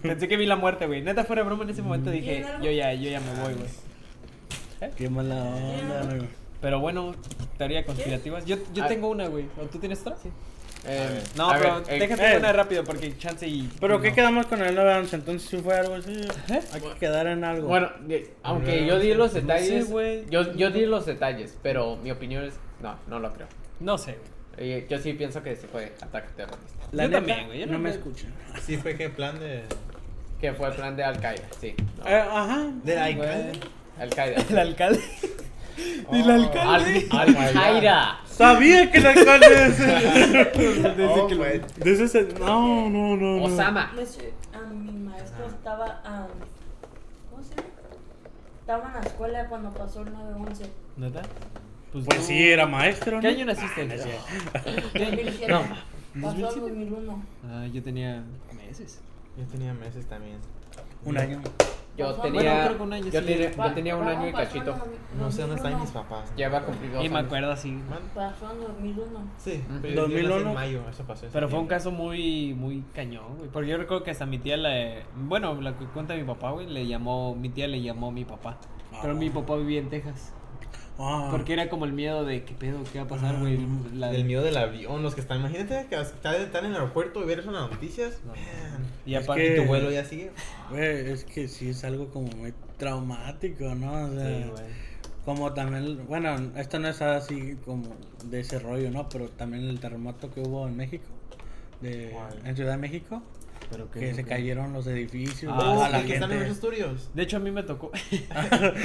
S1: Pensé que vi la muerte, güey. Neta fuera de broma en ese momento dije, yo ya, yo ya me voy, güey.
S2: Qué mala onda, güey.
S1: Pero bueno, teoría conspirativas. Yo, yo
S6: Ah.
S1: tengo una, güey. ¿O tú tienes otra?
S6: Eh,
S1: No,
S6: a
S1: pero
S6: ver, eh,
S1: déjate
S2: eh.
S1: una rápido porque chance y.
S2: Pero ¿qué
S1: no.
S2: quedamos con el Lawrence? Entonces si fue algo así. Hay que quedar en algo.
S6: Bueno, de- aunque yo di los
S1: No sé,
S6: detalles,
S1: güey.
S6: yo, yo di los detalles, pero mi opinión es, no, no lo creo.
S1: No sé, güey.
S6: Eh, Yo sí pienso que se fue ataque terrorista.
S2: la
S1: yo
S2: neta,
S1: también, güey, yo
S2: no,
S1: no me-
S2: me escuchan.
S4: Sí, fue que plan de.
S6: Que fue el plan de Al Qaeda, sí.
S2: Eh,
S1: Ah.
S2: ajá.
S4: Del
S6: alcalde? Al
S1: *laughs*
S6: Qaeda.
S1: El alcalde. Y el alcalde. *laughs*
S6: Al Al Qaeda.
S2: Sabía que el alcalde es
S1: Desde
S4: Oh,
S1: que lo-
S2: De ese se- No, no, no. no.
S6: Osama.
S3: Monsieur, a mi maestro estaba. am, ¿Cómo se llama? Estaba en la escuela cuando pasó el 9-11.
S1: ¿Neta?
S2: Pues
S1: no.
S2: sí, era maestro.
S1: ¿Qué
S2: ¿no?
S1: año naciste?
S3: En 2007.
S1: No.
S3: Pasó el
S1: 2007.
S3: 2001.
S1: Ah, yo tenía meses.
S4: Yo tenía meses también.
S2: Un año.
S6: Yo
S3: Bueno,
S6: tenía,
S1: creo que un año
S6: yo,
S1: sí.
S6: tenía yo tenía un
S3: Pasó
S6: año y
S3: en
S6: cachito.
S3: 2000,
S4: No sé dónde están
S3: 2001.
S4: mis papás.
S6: Ya va a cumplir dos
S1: Y me
S6: años.
S1: acuerdo así.
S4: Man,
S3: Pasó en 2001.
S4: Sí,
S6: Ujú.
S4: pero yo nací
S2: 2001.
S4: en mayo, eso pasó. en
S1: Pero fue un
S4: septiembre.
S1: caso muy, muy cañón, güey. Porque yo recuerdo que hasta mi tía le. Bueno, la que cuenta mi papá, güey, le llamó. Mi tía le llamó a mi papá. Pero mi papá vivía en Texas.
S2: Ah,
S1: Porque era como el miedo de qué pedo, qué va a pasar,
S2: Ah,
S1: güey.
S2: mm,
S1: La-
S4: Del miedo del avión, los que están. Imagínate que están están en el aeropuerto y ver eso en las noticias.
S1: No.
S4: Man,
S1: Y
S2: Es
S1: aparte.
S2: que-
S4: Tu vuelo ya sigue.
S2: güey, es que sí es algo como muy traumático, ¿no? O sea,
S1: Sí, güey.
S2: Como también, bueno, esto no es así como de ese rollo, ¿no? Pero también el terremoto que hubo en México, de,
S4: ¿Cuál?
S2: en Ciudad de México,
S1: Pero qué
S2: que
S1: loco.
S2: se cayeron los edificios,
S1: Ah,
S2: toda
S4: Oh,
S2: la
S4: que están en los
S2: gente.
S4: estudios.
S1: De hecho, a mí me tocó. *laughs*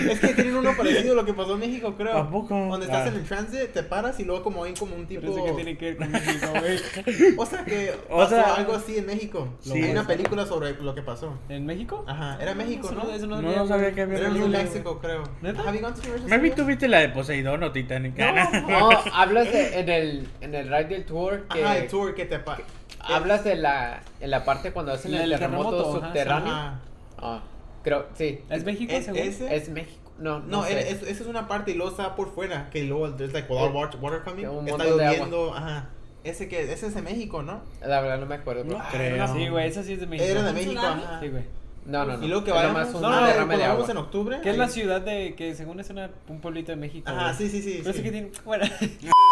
S4: Es que
S2: *laughs*
S4: tienen uno parecido a lo que pasó en México, creo.
S2: ¿A poco?
S4: Donde estás
S2: Ah.
S4: en el transit, te paras y luego como hay como un tipo...
S1: Pero eso que tiene que ver con México, güey.
S4: O sea que
S2: *laughs* O
S4: pasó
S2: sea-
S4: algo así en México.
S2: Sí.
S4: Hay una película sobre lo que pasó.
S1: ¿En México?
S4: Ajá, era México,
S1: Eso
S4: ¿no?
S1: eso
S2: No,
S1: sabía,
S2: no sabía
S1: güey.
S2: que había
S4: Era New
S2: religión,
S4: Mexico, creo.
S1: ¿Neta?
S4: Have you gone to Universal
S1: Pues
S2: güey. Maybe
S4: Studios?
S2: tú viste la de Poseidón o Titanic. *laughs* Ah, ¿no?
S6: No, hablas de- en el, en el ride del tour que
S4: Ajá, el tour que te pa...
S6: hablas de la, en la parte cuando hacen el,
S1: Del
S6: terremoto,
S1: terremoto, ajá,
S6: subterráneo.
S4: Ajá.
S6: Ah, creo, sí.
S1: ¿Es México,
S4: ¿Es-
S1: según?
S4: ese?
S6: Es México. No, no,
S4: No,
S6: sé.
S4: era- es- eso es una parte y luego está por fuera, que luego there's like water, water- water coming,
S6: Un
S4: está
S6: montón de agua.
S4: lloviendo, ajá. Ese que ese es de México, ¿no?
S6: La verdad no me acuerdo. pero- ah,
S2: No creo.
S1: Ah, Sí, güey, eso sí es de México.
S4: Era de
S3: ¿Un
S4: México,
S3: tsunami?
S4: ajá.
S1: Sí, güey.
S6: No, no, no.
S4: Y luego que
S6: Era
S4: vayamos,
S6: más un
S1: No, no,
S6: derrame de
S4: cuando vamos
S6: agua.
S4: en octubre.
S1: Que es la
S4: ahí-
S1: ciudad de. que según es una- un pueblito de México.
S4: Ajá,
S1: güey.
S4: sí, sí, sí.
S1: Pero
S4: sí.
S1: sí que tiene.
S4: *laughs*
S1: Bueno.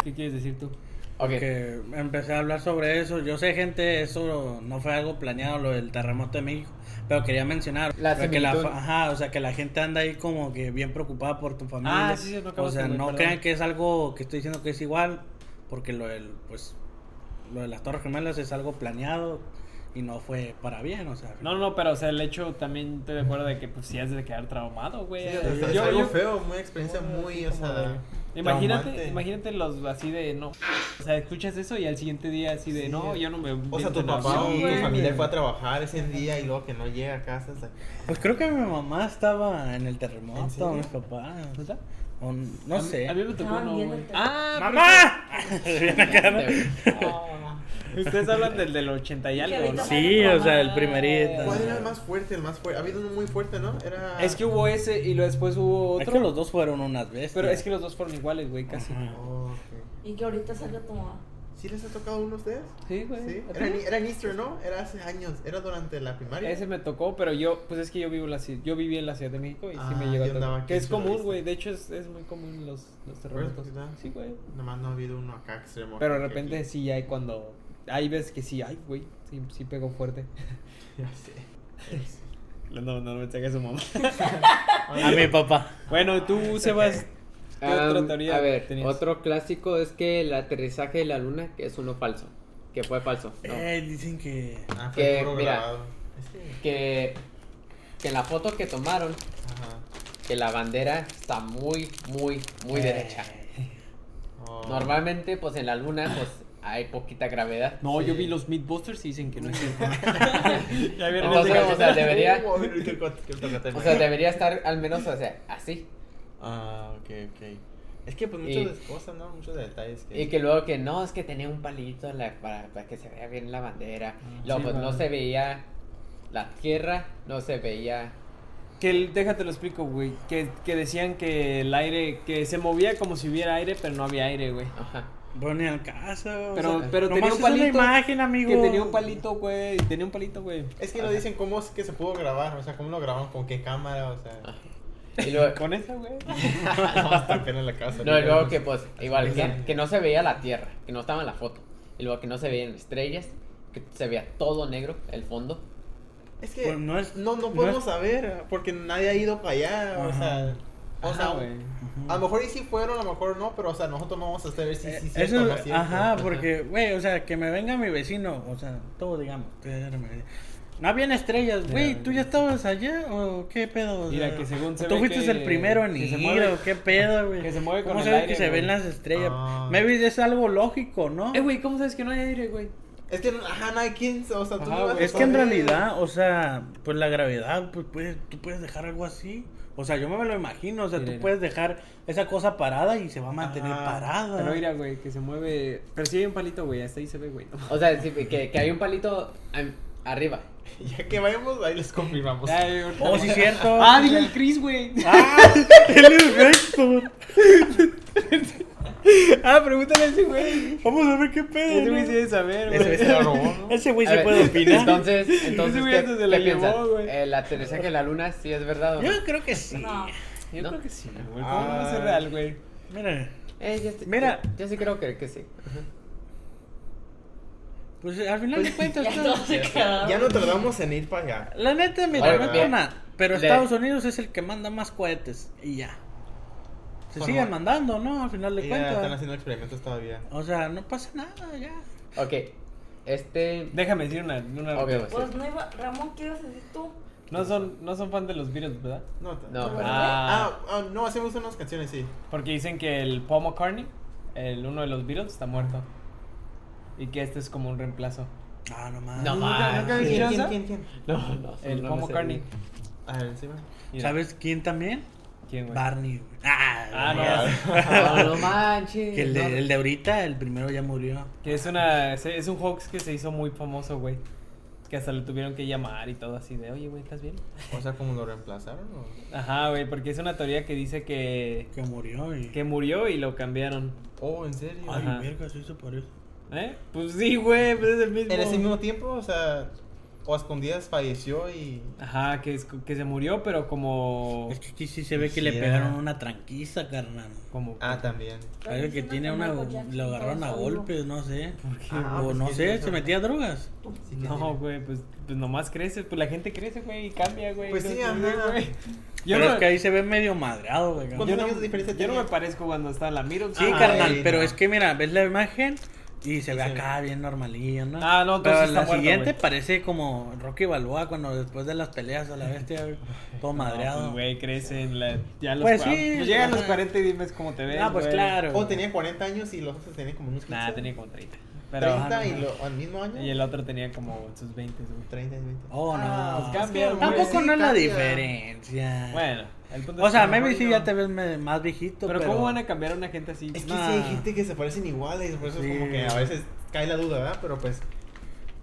S1: ¿Qué quieres decir tú?
S6: Ok.
S2: que empecé a hablar sobre eso. Yo sé, gente, eso no fue algo planeado, lo del terremoto de México, pero quería mencionar
S6: La
S2: pero que la,
S6: similitud.
S2: ajá, o sea, que la gente anda ahí como que bien preocupada por tu familia.
S1: Ah, sí, sí, no
S2: o
S1: acabaste,
S2: sea,
S1: güey,
S2: no
S1: perdón.
S2: crean que es algo que estoy diciendo que es igual, porque lo del, pues, lo de las Torres Gemelas es algo planeado y no fue para bien, o sea.
S1: No, no, pero o sea, el hecho también estoy de acuerdo de que pues sí has de quedar traumado,
S4: Sí,
S1: güey.
S4: o
S1: O
S4: sea,
S1: sea,
S4: es
S1: yo-
S4: algo
S1: yo-
S4: feo, muy experiencia muy, o sea,
S1: Imagínate,
S4: traumante.
S1: imagínate los así de no. O sea, escuchas eso y al siguiente día así de
S4: Sí.
S1: no, yo no me.
S4: O sea,
S1: siento
S4: tu papá o
S1: nervioso,
S4: tu
S1: güey.
S4: familia fue a trabajar ese día y luego que no llega a casa. o sea,
S2: Pues creo que mi mamá estaba en el
S4: ¿En
S2: terremoto,
S4: serio?
S2: mi papá.
S1: ¿Neta?
S2: o n- no
S1: A mí-
S2: sé.
S1: A mí me tocó
S3: Ah,
S1: uno,
S3: bien,
S1: güey.
S3: el terremoto.
S1: ¡Ah!
S2: ¡Mamá! *laughs* Viene acá, ¿no?
S1: porque- pues, Ustedes hablan del del 80 y algo, ¿no?
S2: Sí, o sea, el primerito.
S4: ¿Cuál era el más fuerte? El más fuerte. Había uno muy fuerte, ¿no? Era.
S1: Es que hubo ese y luego después hubo
S2: Es que
S1: otro.
S2: los dos fueron unas veces.
S1: Pero es que los dos fueron iguales, güey, casi.
S2: Ajá.
S4: Oh, ok.
S3: Y que ahorita salga tu mamá.
S4: ¿Sí les ha tocado uno a ustedes?
S1: Sí, güey.
S4: Sí.
S1: ¿A ti?
S4: Era, en- era en Easter, ¿no? Era hace años. Era durante la primaria.
S1: Ese me tocó, pero yo, pues es que yo vivo en la ciudad, yo viví en la Ciudad de México y sí me
S4: Ah,
S1: llegó a
S4: yo andaba
S1: tocar.
S4: aquí
S1: Que
S4: en
S1: es común,
S4: Chula
S1: güey. De hecho, es, es muy común los, los terremotos.
S4: ¿Verdad?
S1: Sí, güey.
S4: Nomás no ha habido uno acá extremo.
S1: Pero de
S4: que-
S1: repente sí hay cuando. Hay veces que sí hay, güey. Sí, sí pegó fuerte.
S4: *laughs* Ya sé.
S1: Le no, no mensaje a su mamá.
S2: A
S4: ah,
S2: mi papá.
S1: *laughs* Bueno, tú, Sebas. ¿Qué
S6: Am,
S1: otra teoría
S6: a ver,
S1: tenías?
S6: otro clásico es que el aterrizaje de la luna que es uno falso. Que fue falso. no.
S2: Eh, dicen que.
S4: Ah,
S6: Que,
S4: fue puro
S6: mira.
S4: grabado. Es que-
S6: Que, que en la foto que tomaron,
S4: Ajá.
S6: que la bandera está muy, muy, muy
S2: Eh,
S6: derecha.
S4: Oh.
S6: Normalmente, pues en la luna, pues hay poquita gravedad.
S1: No, yo
S4: Sí.
S1: vi los Meatbusters y dicen que no existe. ya vieron
S6: Entonces,
S1: ese
S6: o
S4: *laughs*
S6: sea, debería-
S4: Oh, ahorita el cot- el cocotero.
S6: O sea, debería estar al menos o sea, así.
S4: Ah, ok, ok. Es que pues
S6: Y-
S4: muchas de- cosas, ¿no? Muchos detalles que...
S6: Y que luego que no, es que tenía un palito en la- para, para que se vea bien la bandera. Luego,
S1: Ah, sí,
S6: pues no
S1: vale.
S6: se veía la tierra, no se veía.
S1: *laughs* Que el, déjate lo explico, güey. Que, que decían que el aire, que se movía como si hubiera aire, pero no había aire, güey.
S6: Ajá.
S2: Bueno, ni al caso. o
S1: Pero-
S2: sea,
S1: pero
S2: nomás
S1: tenía un
S2: es
S1: palito
S2: una imagen, amigo.
S1: Que tenía un palito, güey. Tenía un palito, güey.
S4: Es que no dicen cómo es que se pudo grabar, o sea, cómo lo grabaron, con qué cámara, o sea...
S1: *laughs*
S6: Y luego,
S1: Con esa, güey.
S4: *laughs* no, está pena en la casa.
S6: No, y luego que pues, igual,
S4: Exacto.
S6: que, que no se veía la tierra, que no estaba en la foto. Y luego que no se veían estrellas, que se veía todo negro, el fondo.
S4: Es que
S2: Pues, no es-
S4: no, no
S2: es-
S4: podemos saber, porque nadie ha ido para allá, o
S2: Ajá.
S4: sea... O sea,
S1: Ajá, güey.
S4: a lo mejor y sí fueron, a lo mejor no, pero o sea, nosotros no vamos a saber si
S2: Eh,
S4: sí cierto
S2: Eso,
S4: o no es cierto.
S2: ajá, porque, güey, o sea, que me venga mi vecino, o sea, todo, digamos. espérame. No habían estrellas, güey, ¿tú ya estabas allá o qué pedo? O
S1: Mira,
S2: sea,
S1: que según se
S2: ¿Tú
S1: ve
S2: fuiste
S1: que-
S2: el primero en
S1: que se
S2: ir
S1: mueve-
S2: o qué pedo, güey?
S1: que se mueve
S2: ¿Cómo
S1: con el
S2: sabes
S1: aire,
S2: que se
S1: güey?
S2: ven las estrellas?
S4: Ah.
S2: Maybe es algo lógico, ¿no?
S1: Eh, güey, ¿cómo sabes que no hay aire, güey?
S4: Es que, ajá, no hay quien, o sea, tú
S1: Ajá,
S4: no vas a
S1: güey.
S2: Es que en
S4: saber.
S2: realidad, o sea, pues la gravedad, pues puedes, tú puedes dejar algo así. O sea, yo me lo imagino, o sea,
S1: Mira,
S2: tú
S1: mira.
S2: puedes dejar esa cosa parada y se va a mantener
S4: Ajá,
S2: parada.
S1: Pero mira, güey, que se mueve. Pero sí hay un palito, güey. Hasta ahí se ve, güey.
S6: O sea, sí, que, que hay un palito am- arriba,
S4: *laughs* Ya que vayamos, ahí les confirmamos.
S1: Ay, ahorita-
S2: Oh, sí, es cierto.
S1: *laughs* Ah, dile el Chris, güey.
S2: *laughs*
S1: *laughs*
S2: ¡Ah! ¡Él es Gregson!
S1: Ah, pregúntale a ese güey.
S2: Vamos a ver qué
S1: Ese
S2: pedo.
S1: güey sí
S2: ¿no?
S1: debe saber,
S6: Ese
S1: güey.
S6: güey
S4: Se lo robó,
S2: *laughs*
S4: ¿no?
S2: Ese güey
S6: A
S2: se
S6: ver, *laughs*
S2: puede opinar.
S6: Entonces,
S1: Ese
S6: entonces
S1: güey
S6: ¿qué,
S1: hasta se
S6: qué
S1: la llevó,
S6: piensan?
S1: güey.
S6: ¿El aterrizaje de la luna sí es verdad o no?
S2: Yo creo que sí.
S3: No.
S1: *laughs* Yo
S6: ¿No?
S1: creo que sí, güey. ¿Cómo no va a ser real, güey?
S2: Mira,
S6: Eh, yo sí-
S2: Mira.
S6: Yo, yo sí creo que, que sí. Ajá.
S2: pues al final de cuentas,
S3: *laughs* Ya
S2: todo-
S3: todos se quedaron.
S4: Ya no tardamos en ir para allá.
S2: la neta, mira,
S6: Ahora,
S2: no es
S6: ve-
S2: por nada. Pero
S6: le-
S2: Estados Unidos es el que manda más cohetes y ya. Se
S4: Bueno,
S2: siguen
S4: bueno.
S2: mandando, ¿no? Al final de
S4: Ya están
S2: cuentas.
S4: haciendo experimentos todavía.
S2: O sea, no pasa nada, ya.
S6: Ok. Este.
S1: Déjame decir una. una-
S6: Ok, pues,
S3: Pues no iba. Ramón, ¿qué ibas a decir tú?
S1: no, son, no son fan de los Beatles, ¿verdad?
S4: No, t-
S6: No, pero.
S1: Ah,
S4: Ah, ah, no, hacemos unas canciones, sí.
S1: porque dicen que el Paul McCartney, el uno de los Beatles, está muerto. Y que este es como un reemplazo.
S2: Ah, no mames.
S6: No mames.
S1: nunca habéis escuchado esa?
S4: quién?
S6: No, no.
S1: El
S6: Pues, no
S1: Paul
S6: me sé.
S1: McCartney.
S4: A ver, encima.
S1: Mira.
S2: ¿Sabes quién también?
S1: ¿Quién, güey?
S2: Barney. güey. Ah,
S1: Ah, no. *laughs*
S2: ya.
S6: No, no manches.
S2: Que el de,
S6: no.
S2: el de ahorita, el primero ya murió.
S1: Que es una se- es un hoax que se hizo muy famoso, güey. Que hasta le tuvieron que llamar y todo así de, "Oye, güey, ¿estás bien?"
S4: O sea, ¿cómo lo reemplazaron? o?
S1: Ajá, güey, porque es una teoría que dice que
S2: Que murió y.
S1: que murió y lo cambiaron.
S4: Oh, ¿en serio?
S2: Ay,
S1: Ajá.
S2: verga, se hizo por eso.
S1: ¿Eh? Pues sí, güey, pues es el mismo.
S4: En ese mismo tiempo, o sea, o a escondidas falleció y.
S1: Ajá, que, es- que se murió, pero como
S2: Es que aquí sí se ve que le
S4: Sí,
S2: pegaron
S4: era.
S2: una tranquiza, carnal.
S1: como
S4: Ah, también.
S2: Algo que tiene una. Lo agarraron a golpes, no sé.
S4: Ah,
S2: o
S4: pues
S2: no
S4: sí,
S2: sé,
S4: sí,
S2: se
S4: sí.
S2: metía drogas.
S4: Sí que
S1: No,
S4: sí.
S1: güey, pues, pues nomás crece, pues la gente crece, güey, y cambia, güey.
S4: Pues
S1: no
S4: sí,
S1: sé,
S4: ajá.
S1: güey. Yo
S2: Pero
S1: no,
S2: es que ahí se ve medio madreado, güey.
S4: ¿Cuántos
S1: yo no,
S4: años de diferencia
S1: yo no me
S4: tenías?
S1: parezco cuando estaba la miro.
S2: Sí,
S1: ah,
S2: carnal,
S4: Ay,
S2: pero
S4: no.
S2: es que mira, ves la imagen y se ve
S4: se ve.
S2: acá bien normalillo, ¿no?
S1: Ah, no, entonces está
S2: pero la
S1: muerto,
S2: siguiente
S1: güey.
S2: parece como Rocky Balboa cuando después de las peleas a la bestia,
S1: *laughs*
S2: güey, todo
S1: no,
S2: madreado.
S1: pues, Güey, crecen. La, ya los
S2: Pues
S1: cua-
S2: sí,
S1: pues llegan los
S2: ajá.
S1: 40 y dimes cómo te ves.
S2: ah, pues
S1: güey.
S2: claro.
S4: O
S2: güey.
S4: tenía 40 años y los otros tenían como unos 15.
S1: Nah, tenía como 30. Pero,
S4: 30
S1: ajá,
S4: y
S1: ajá.
S4: lo, al mismo año.
S1: Y el otro tenía como sus 20, güey.
S4: 30 y 20.
S2: Oh, no.
S1: pues cambia,
S4: es que,
S1: güey.
S2: Tampoco
S4: sí,
S2: no es la
S4: cambia.
S2: diferencia.
S1: Bueno, el punto
S2: O
S1: es
S2: sea,
S1: que-
S2: maybe sí ya te ves me- más viejito,
S1: Pero,
S2: pero...
S1: ¿cómo van a cambiar a una gente así?
S4: Es que
S2: Nah.
S4: sí hay gente que se parecen iguales, por eso
S2: Sí.
S4: es como que a veces cae la duda, ¿verdad? Pero pues.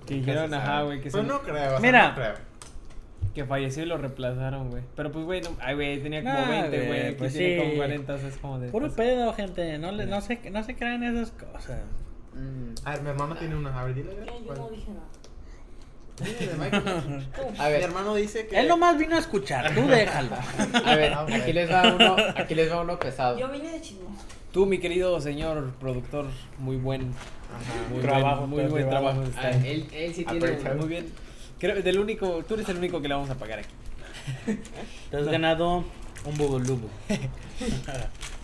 S1: Que
S4: nunca
S1: dijeron,
S4: se
S1: ajá,
S4: sabe.
S1: güey, que
S4: Pero
S1: son-
S4: no creo, o sea,
S2: Mira.
S4: no creo.
S1: Que falleció y lo reemplazaron, güey. Pero pues, güey, no- ay, güey, tenía como
S2: Nah,
S1: 20,
S2: güey,
S1: güey. Aquí
S2: pues
S1: tiene
S2: sí.
S1: como 40, o sea, es como de.
S2: Puro
S1: pues,
S2: pedo, gente. No, le, no, se, no se crean esas cosas.
S6: Mm.
S4: A ver, mi hermano tiene una. A ver, dile.
S3: ¿Qué? Yo
S4: ¿cuál?
S3: no dije nada.
S4: Dile de Michael.
S1: *laughs*
S3: Tú.
S6: A
S4: Mi
S6: ver,
S4: hermano dice que.
S2: Él nomás vino a escuchar,
S1: *laughs*
S2: tú déjalo.
S6: a ver,
S4: Ah, güey.
S6: aquí les va uno, aquí les va uno pesado.
S3: Yo vine de chismoso.
S1: Tú, mi querido señor productor, muy buen. Muy
S2: Trabajo,
S1: buen, muy
S2: te has
S1: buen
S2: llevado.
S1: trabajo. pues, este
S6: Ah,
S1: está.
S6: él, él sí tiene.
S4: Aprovechado.
S1: Muy bien. Creo, del único, tú eres el único que le vamos a pagar aquí.
S2: Te has ganado un bubulubu.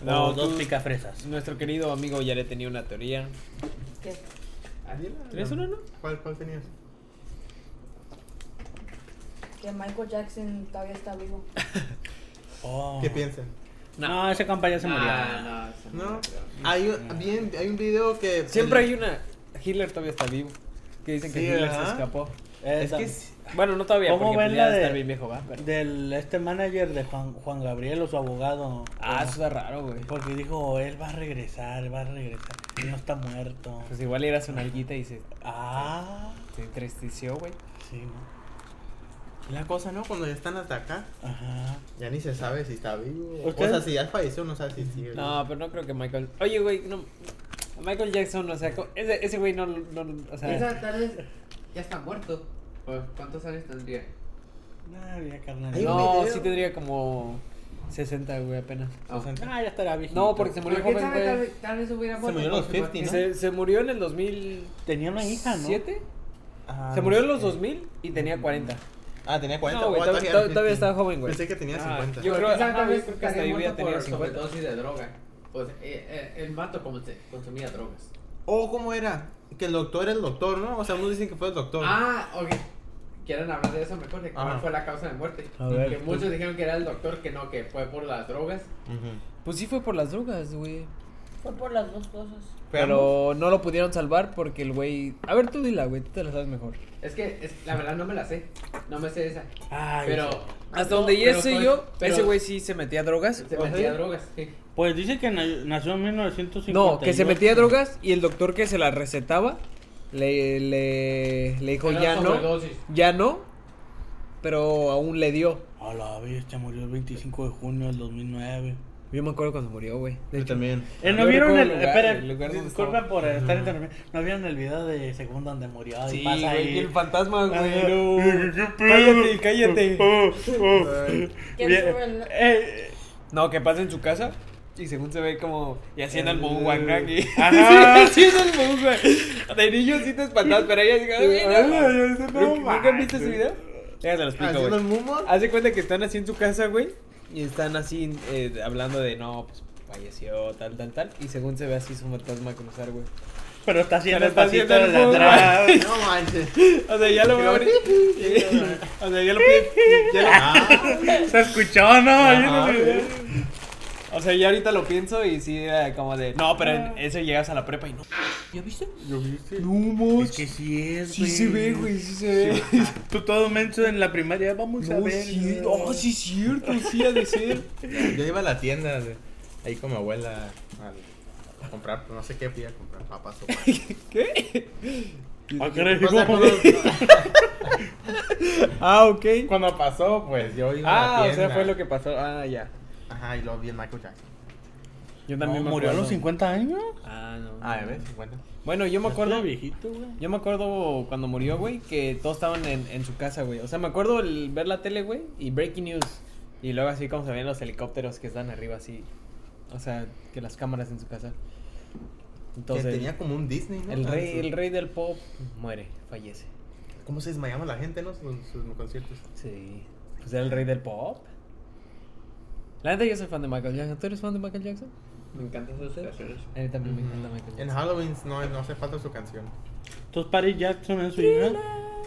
S1: No,
S2: o dos
S1: tú-
S2: picafresas.
S1: Nuestro querido amigo ya le tenía una teoría.
S3: ¿Qué?
S4: Ah, dile.
S1: ¿Tenías uno, no?
S4: ¿Cuál, cuál tenías?
S3: Que Michael Jackson todavía está vivo.
S2: Oh.
S4: ¿Qué piensan?
S2: No, ese compa ya se
S6: No,
S2: murió.
S1: Ah,
S6: no, eso
S4: No,
S6: creo.
S4: hay un, bien, hay un video que.
S1: Siempre
S4: el-
S1: hay una. Hitler todavía está vivo. Que dicen que
S4: Sí,
S1: Hitler se
S4: ¿verdad?
S1: escapó.
S2: Eh,
S1: Es
S2: tam-
S1: que es- Bueno, no todavía,
S2: ¿Cómo
S1: porque
S2: ven
S1: pues,
S2: la
S1: ya
S2: de-
S1: está bien viejo, va. Pero...
S2: Del este manager de Juan, Juan Gabriel o su abogado.
S1: Ah,
S2: o-
S1: eso está raro, güey.
S2: Porque dijo, él va a regresar, va a regresar. Él no está muerto.
S1: Pues igual era su nalguita y se,
S2: Ah,
S1: se entristeció, güey.
S2: sí, ¿no?
S4: La cosa, ¿no? Cuando ya están hasta acá,
S2: Ajá.
S4: ya ni se sabe si está vivo.
S2: ¿Ustedes?
S4: O sea, si ya falleció, no sabe si sigue.
S1: No, pero no creo que Michael. Oye, güey, no. Michael Jackson, o sea, co- ese, ese güey no, no- O sea,
S6: Esa tal vez ya está muerto. ¿O ¿Cuántos años tendría?
S2: Ah, ya, carnal.
S4: Hay un
S1: no,
S4: video.
S1: sí tendría como 60, güey, apenas.
S6: Ah.
S2: Ah, ya estará viejito.
S1: No, porque se murió
S6: Porque
S1: joven,
S6: tal vez- tal
S1: güey.
S6: vez- Tal vez hubiera
S4: Se
S6: muerto.
S4: murió a los
S6: porque
S4: 50,
S6: igual-
S4: ¿no?
S1: Se, se murió en el 2007.
S2: Tenía una hija, ¿no?
S4: Ah,
S1: se
S4: no
S1: murió en
S4: sé.
S1: los 2000 y tenía 40.
S4: Ah, tenía 40.
S1: No, güey,
S4: Oh,
S1: todavía,
S4: era
S1: todavía
S4: 50.
S1: estaba joven, güey.
S4: Pensé que tenía
S1: Ah,
S4: 50.
S1: yo-
S6: Pero
S1: creo-
S6: quizá
S1: ajá,
S6: tal
S1: yo
S6: vez
S1: creo que
S6: estaría
S1: hasta ahí
S6: muerto
S1: hubiera tenido
S6: por
S1: 50.
S6: sobredosis de droga. Pues eh, eh, el vato como se consumía drogas.
S4: Oh, ¿cómo era? Que el doctor era el doctor, ¿no? O sea, unos dicen que fue el doctor.
S6: Ah, ok. ¿Quieren hablar de eso mejor? ¿De cuál
S4: Ajá.
S6: fue la causa de muerte?
S2: A ver,
S6: que
S2: tú.
S6: muchos dijeron que era el doctor, que no, que fue por las drogas.
S4: Ujú.
S1: Pues sí fue por las drogas, güey.
S3: Fue por las dos cosas.
S1: Pero no lo pudieron salvar porque el güey. A ver, tú dila, güey, tú te la sabes mejor.
S6: Es que, es- la verdad, no me la sé. No me sé esa.
S2: Ay,
S6: pero.
S1: Hasta
S6: no,
S1: donde
S6: pero
S1: ya sé
S6: fue-
S1: yo,
S6: pero
S1: ese güey sí se metía a drogas.
S6: Se metía drogas, sí.
S2: Pues dice que na- nació en 1950.
S1: No, que se metía a drogas y el doctor que se las recetaba le, le, le dijo
S6: Era
S1: ya no,
S6: sobredosis.
S1: ya no, pero aún le dio.
S2: A la bestia, murió el 25 de junio del 2009.
S1: Yo me acuerdo cuando murió, güey. De
S4: Yo
S1: hecho,
S4: también.
S2: Eh,
S1: Yo
S2: ¿No vieron el,
S1: Ah, recuerdo el lugar,
S2: espera,
S1: el lugar donde
S2: disculpen
S1: estaba.
S2: por estar interrumpiendo. ¿No vieron el video de segundo donde murió? Y
S1: Sí,
S2: pasa
S1: güey,
S2: ahí.
S1: el fantasma, güey.
S2: Ah,
S1: no.
S2: ¿qué pedo?
S1: Cállate, cállate.
S2: *laughs* Oh, oh.
S3: Que
S2: Bien,
S3: sube el-
S2: eh,
S1: No, que pasa en su casa y según se ve como y haciendo el moonwalk aquí. *laughs*
S2: Ajá.
S1: Sí, haciendo el moonwalk. De niño sí te espantabas, pero ella dice, "Ay, no".
S2: no
S1: ¿Nunca
S2: manches.
S1: viste su video? Ya se lo explico,
S4: ¿Haciendo el
S1: güey.
S4: mumo?
S1: Haz de cuenta que están así en su casa, güey, y están así eh, hablando de, no, pues falleció, tal, tal, tal, y según se ve así su fantasma cruzar, güey.
S2: Pero está haciendo
S1: Pero
S2: el
S1: está
S2: pasito
S1: haciendo el
S2: de la
S1: moonwalk.
S2: atrás.
S4: No manches.
S1: *laughs* O sea, ya lo veo. *laughs* O sea, ya lo pi- ya lo-
S4: Ah,
S2: Se escuchó, ¿no? Ahí en
S1: Ajá,
S2: el video.
S1: O sea, ya ahorita lo pienso y sí era como de, no, pero en eso llegas a la prepa y no. ¿Ya viste?
S2: ¿Lo viste?
S1: Ah. No, mos.
S2: Es que sí es,
S1: Sí se ve, güey, sí se ve.
S2: Tú todo menso en la primaria, vamos a
S1: No,
S2: ver.
S1: sí, no, sí es cierto, sí ha de ser.
S4: yo iba a la tienda, de- ahí con mi abuela, al- a comprar, no sé qué fui a comprar, papas *laughs* o pan.
S1: *laughs* ¿Qué?
S2: Ah,
S4: O
S2: caray,
S4: sea,
S2: ¿cómo?
S4: cuando,
S1: Ah, ok.
S4: *laughs* cuando pasó, pues yo iba a
S1: Ah,
S4: la
S1: o
S4: tienda.
S1: sea, fue lo que pasó. Ah, ya.
S4: Ajá, y luego vi el Michael Jackson.
S1: Yo
S2: No,
S1: también me
S2: murió a
S1: acuerdo.
S2: los 50 años.
S1: Ah, no.
S4: Ah, ya ves, 50.
S1: Bueno, yo me acuerdo.
S2: Está viejito, güey.
S1: Yo me acuerdo cuando murió, güey, que todos estaban en, en su casa, güey. O sea, me acuerdo el ver la tele, güey, y Breaking News. Y luego así como se ven los helicópteros que están arriba así. O sea, que las cámaras en su casa. Entonces,
S4: que tenía como un Disney, ¿no?
S1: el,
S4: Ah,
S1: rey,
S4: su-
S1: el rey del pop muere, fallece.
S4: ¿Cómo se desmayaba la gente, no? Sus, sus conciertos.
S1: Sí. Pues era el rey del pop. La neta, yo soy fan de Michael Jackson. ¿Tú eres fan de Michael Jackson?
S6: Me encantan sus canciones.
S1: A mí también me encanta Michael
S4: En
S1: Jackson.
S4: Halloween no, no hace falta su canción.
S2: Entonces, Paris Jackson es su hija.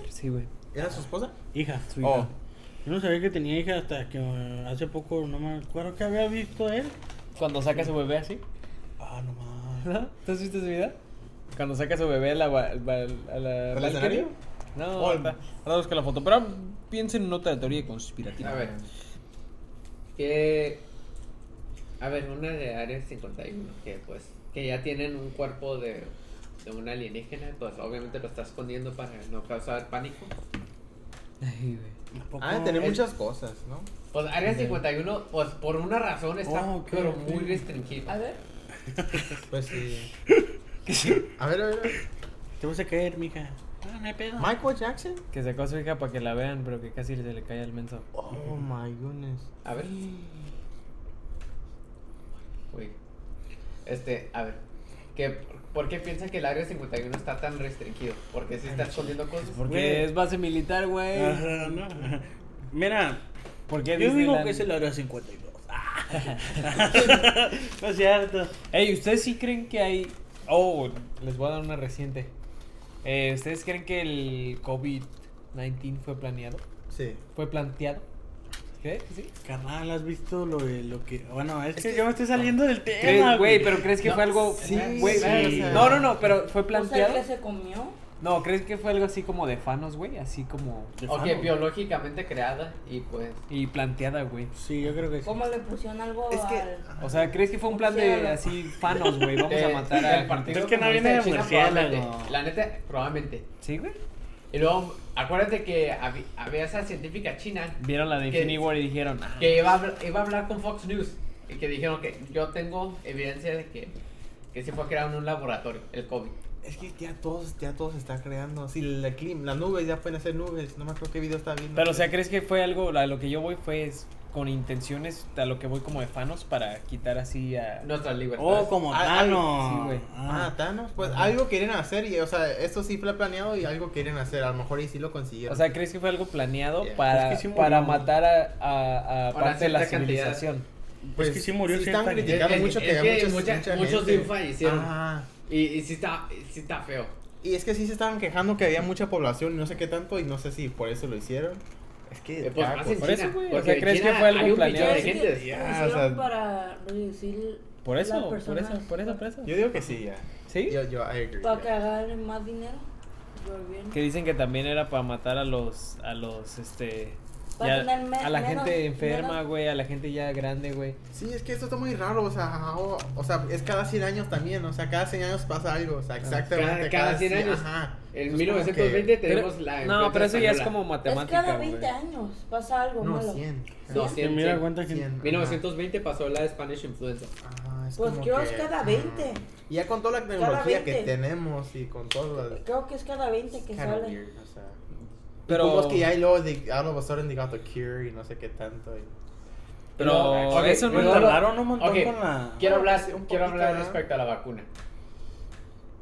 S1: Sí, güey.
S4: ¿Era su esposa?
S2: Hija.
S1: Su hija.
S4: Oh.
S2: Yo no sabía que tenía hija hasta que eh, hace poco no me acuerdo que había visto él.
S1: Cuando saca a su bebé así.
S2: Ah, no más.
S1: ¿No? ¿Tú has visto ese video? Cuando saca a su bebé a la... ba- al- al- a la
S4: ¿Al
S1: balcony.
S4: escenario?
S1: No,
S4: Oh,
S1: ahorita, ahorita busca la foto. Pero ahora piensa en otra teoría conspirativa.
S6: A ver. Que. A ver, una de Área 51, que pues. Que ya tienen un cuerpo de, de un alienígena, pues obviamente lo está escondiendo para no causar pánico.
S1: Ay, güey.
S4: Ah, tener
S2: Eh,
S4: muchas cosas, ¿no?
S6: Pues Área 51, pues por una razón está
S2: Oh, ok,
S6: pero
S2: ok.
S6: muy restringida.
S3: A ver,
S4: Pues *laughs* sí. A ver, a ver. a ver.
S2: Te vas a caer, mija. Ah, no hay pedo.
S4: Michael Jackson.
S1: Que sacó a su hija para que la vean, pero que casi se le cae al menso.
S4: Oh my goodness.
S6: A ver. Uy. Este, a ver. Que, ¿Por qué piensan que el área 51 está tan restringido? Porque si está escondiendo cosas.
S1: Porque
S2: Güey.
S1: es base militar, güey.
S2: Ajá, no. *laughs* Mira,
S1: ¿Por qué
S2: yo digo
S1: Disneyland?
S2: que es el área 52. Ah. no es cierto.
S1: Ey, ¿ustedes sí creen que hay... Oh, les voy a dar una reciente. Eh, ¿Ustedes creen que el COVID-19 fue planeado?
S4: Sí.
S1: ¿Fue planteado? ¿Creen que sí?
S2: Carnal, ¿has visto lo, de- lo que.? Bueno, es,
S4: Es
S2: que,
S4: que-
S2: yo me estoy saliendo del
S1: ¿Crees-
S2: tema.
S1: Güey, pero ¿crees que
S2: No,
S1: fue algo...?
S4: sí,
S1: güey,
S4: sí.
S1: No, no, no, pero ¿fue
S3: o sea,
S1: planteado?
S3: que se comió.
S1: No, ¿crees que fue algo así como de Fanos, güey? Así como...
S2: De
S6: Ok,
S2: fan,
S6: biológicamente creada y pues.
S1: Y planteada, güey.
S2: Sí, yo creo que sí.
S3: ¿Cómo le pusieron algo
S4: Es que-
S3: al-
S1: O sea, ¿crees que fue un plan de así Fanos, güey? Vamos a
S6: eh,
S1: matar
S6: el
S1: a...
S6: partido
S2: Es que no
S6: Comunista
S2: viene
S6: de China,
S2: de murciélago.
S6: probablemente. La neta, probablemente.
S1: ¿Sí, güey?
S6: Y luego, acuérdate que habi- había esa científica china
S1: Vieron la de
S6: Que-
S1: Infinity War y dijeron... "Ah,
S6: que iba a, habl- iba a hablar con Fox News y que dijeron que yo tengo evidencia de que, que se fue creado en un laboratorio, el COVID.
S4: Es que ya todos, ya todos se está creando. Si el clima, las nubes ya pueden hacer nubes. No me acuerdo qué video estaba viendo.
S1: Pero, o sea, ¿crees que fue algo, a lo que yo voy fue es con intenciones, a lo que voy como de fanos para quitar así a...
S6: Nuestras libertades.
S2: Oh, como
S4: Ah, ah,
S2: Thanos.
S1: sí, güey.
S4: Ah, Thanos, pues algo quieren hacer y, o sea, esto sí fue planeado y algo quieren hacer, a lo mejor y sí lo consiguieron.
S1: O sea, ¿crees que fue algo planeado
S4: Yeah.
S1: para,
S2: Es que sí murió.
S1: para matar a, a, a
S6: Para
S1: parte de la
S6: cierta cantidad.
S1: civilización?
S2: es que sí murió
S4: Pues, están
S2: cierta gente.
S4: criticando
S6: Es-
S4: mucho
S6: es
S4: que,
S6: que
S4: muchos,
S6: mucha-
S4: mucha
S6: muchos
S4: gente-
S6: sí fallecieron.
S4: Ajá.
S6: Y, y sí, está, sí está feo.
S4: Y es que sí se estaban quejando que había mucha población y no sé qué tanto y no sé si por eso lo hicieron. Es que
S6: Eh, pues,
S4: cada
S6: más
S4: cosa.
S6: en
S1: Por eso,
S6: China,
S1: güey, o
S6: porque
S1: sea, ¿crees
S6: en
S1: que
S6: China
S1: fue algo
S6: hay un
S1: planeado?
S6: millón de
S3: Es que
S6: gente.
S4: ya,
S3: pusieron
S4: o sea-
S3: para reducir
S1: Por eso,
S3: las
S1: por eso,
S3: personas,
S1: por eso, por eso.
S4: Yo digo que sí, ya.
S1: ¿Sí?
S4: Yo, yo, I agree.
S3: Para que
S4: ya.
S3: hagan más dinero. Volviendo.
S1: Que dicen que también era para matar a los, a los, este,
S3: Va
S1: Ya,
S3: a tener Pues, me-
S1: a la
S3: menos-
S1: gente enferma,
S3: menos-
S1: güey, a la gente ya grande, güey.
S4: Sí, es que esto está muy raro, o sea, o, o sea, es cada 100 años también, o sea, cada 100 años pasa algo, o sea, exactamente.
S6: Cada- cada 100 años.
S4: Ajá.
S6: En
S4: Entonces, como que-
S6: 1920
S1: Pues, Pero-
S6: tenemos la.
S1: no,
S6: influenza
S1: pero eso ya es
S6: española.
S1: como
S3: Es
S1: matemática,
S3: cada 20
S1: güey.
S3: años pasa algo
S4: No,
S3: malo.
S4: 100.
S6: No,
S2: Que
S6: 100,
S2: mira,
S6: sí.
S2: cuenta que
S4: 100, ajá.
S6: 1920 pasó la Spanish Influenza.
S4: Ajá, es
S3: Pues
S4: como
S3: creo es
S4: que-
S3: cada
S4: ajá.
S3: 20.
S4: Y ya con toda la tecnología que
S3: 20.
S4: tenemos y con todo lo
S3: Creo que es cada 20 que
S4: Kinda
S3: sale.
S4: weird, o sea.
S1: Pero-
S4: Pero. Como es que ya hay luego de ahora of a sudden they got the cure y no sé qué tanto. y-
S1: Pero
S6: Ok,
S1: eso no
S6: luego-
S1: es
S2: tardaron un montón
S6: Ok,
S2: con la.
S1: Ah,
S6: Quiero hablar,
S4: sí, un
S6: quiero
S4: poquito,
S6: hablar
S4: ¿no?
S6: respecto a la vacuna.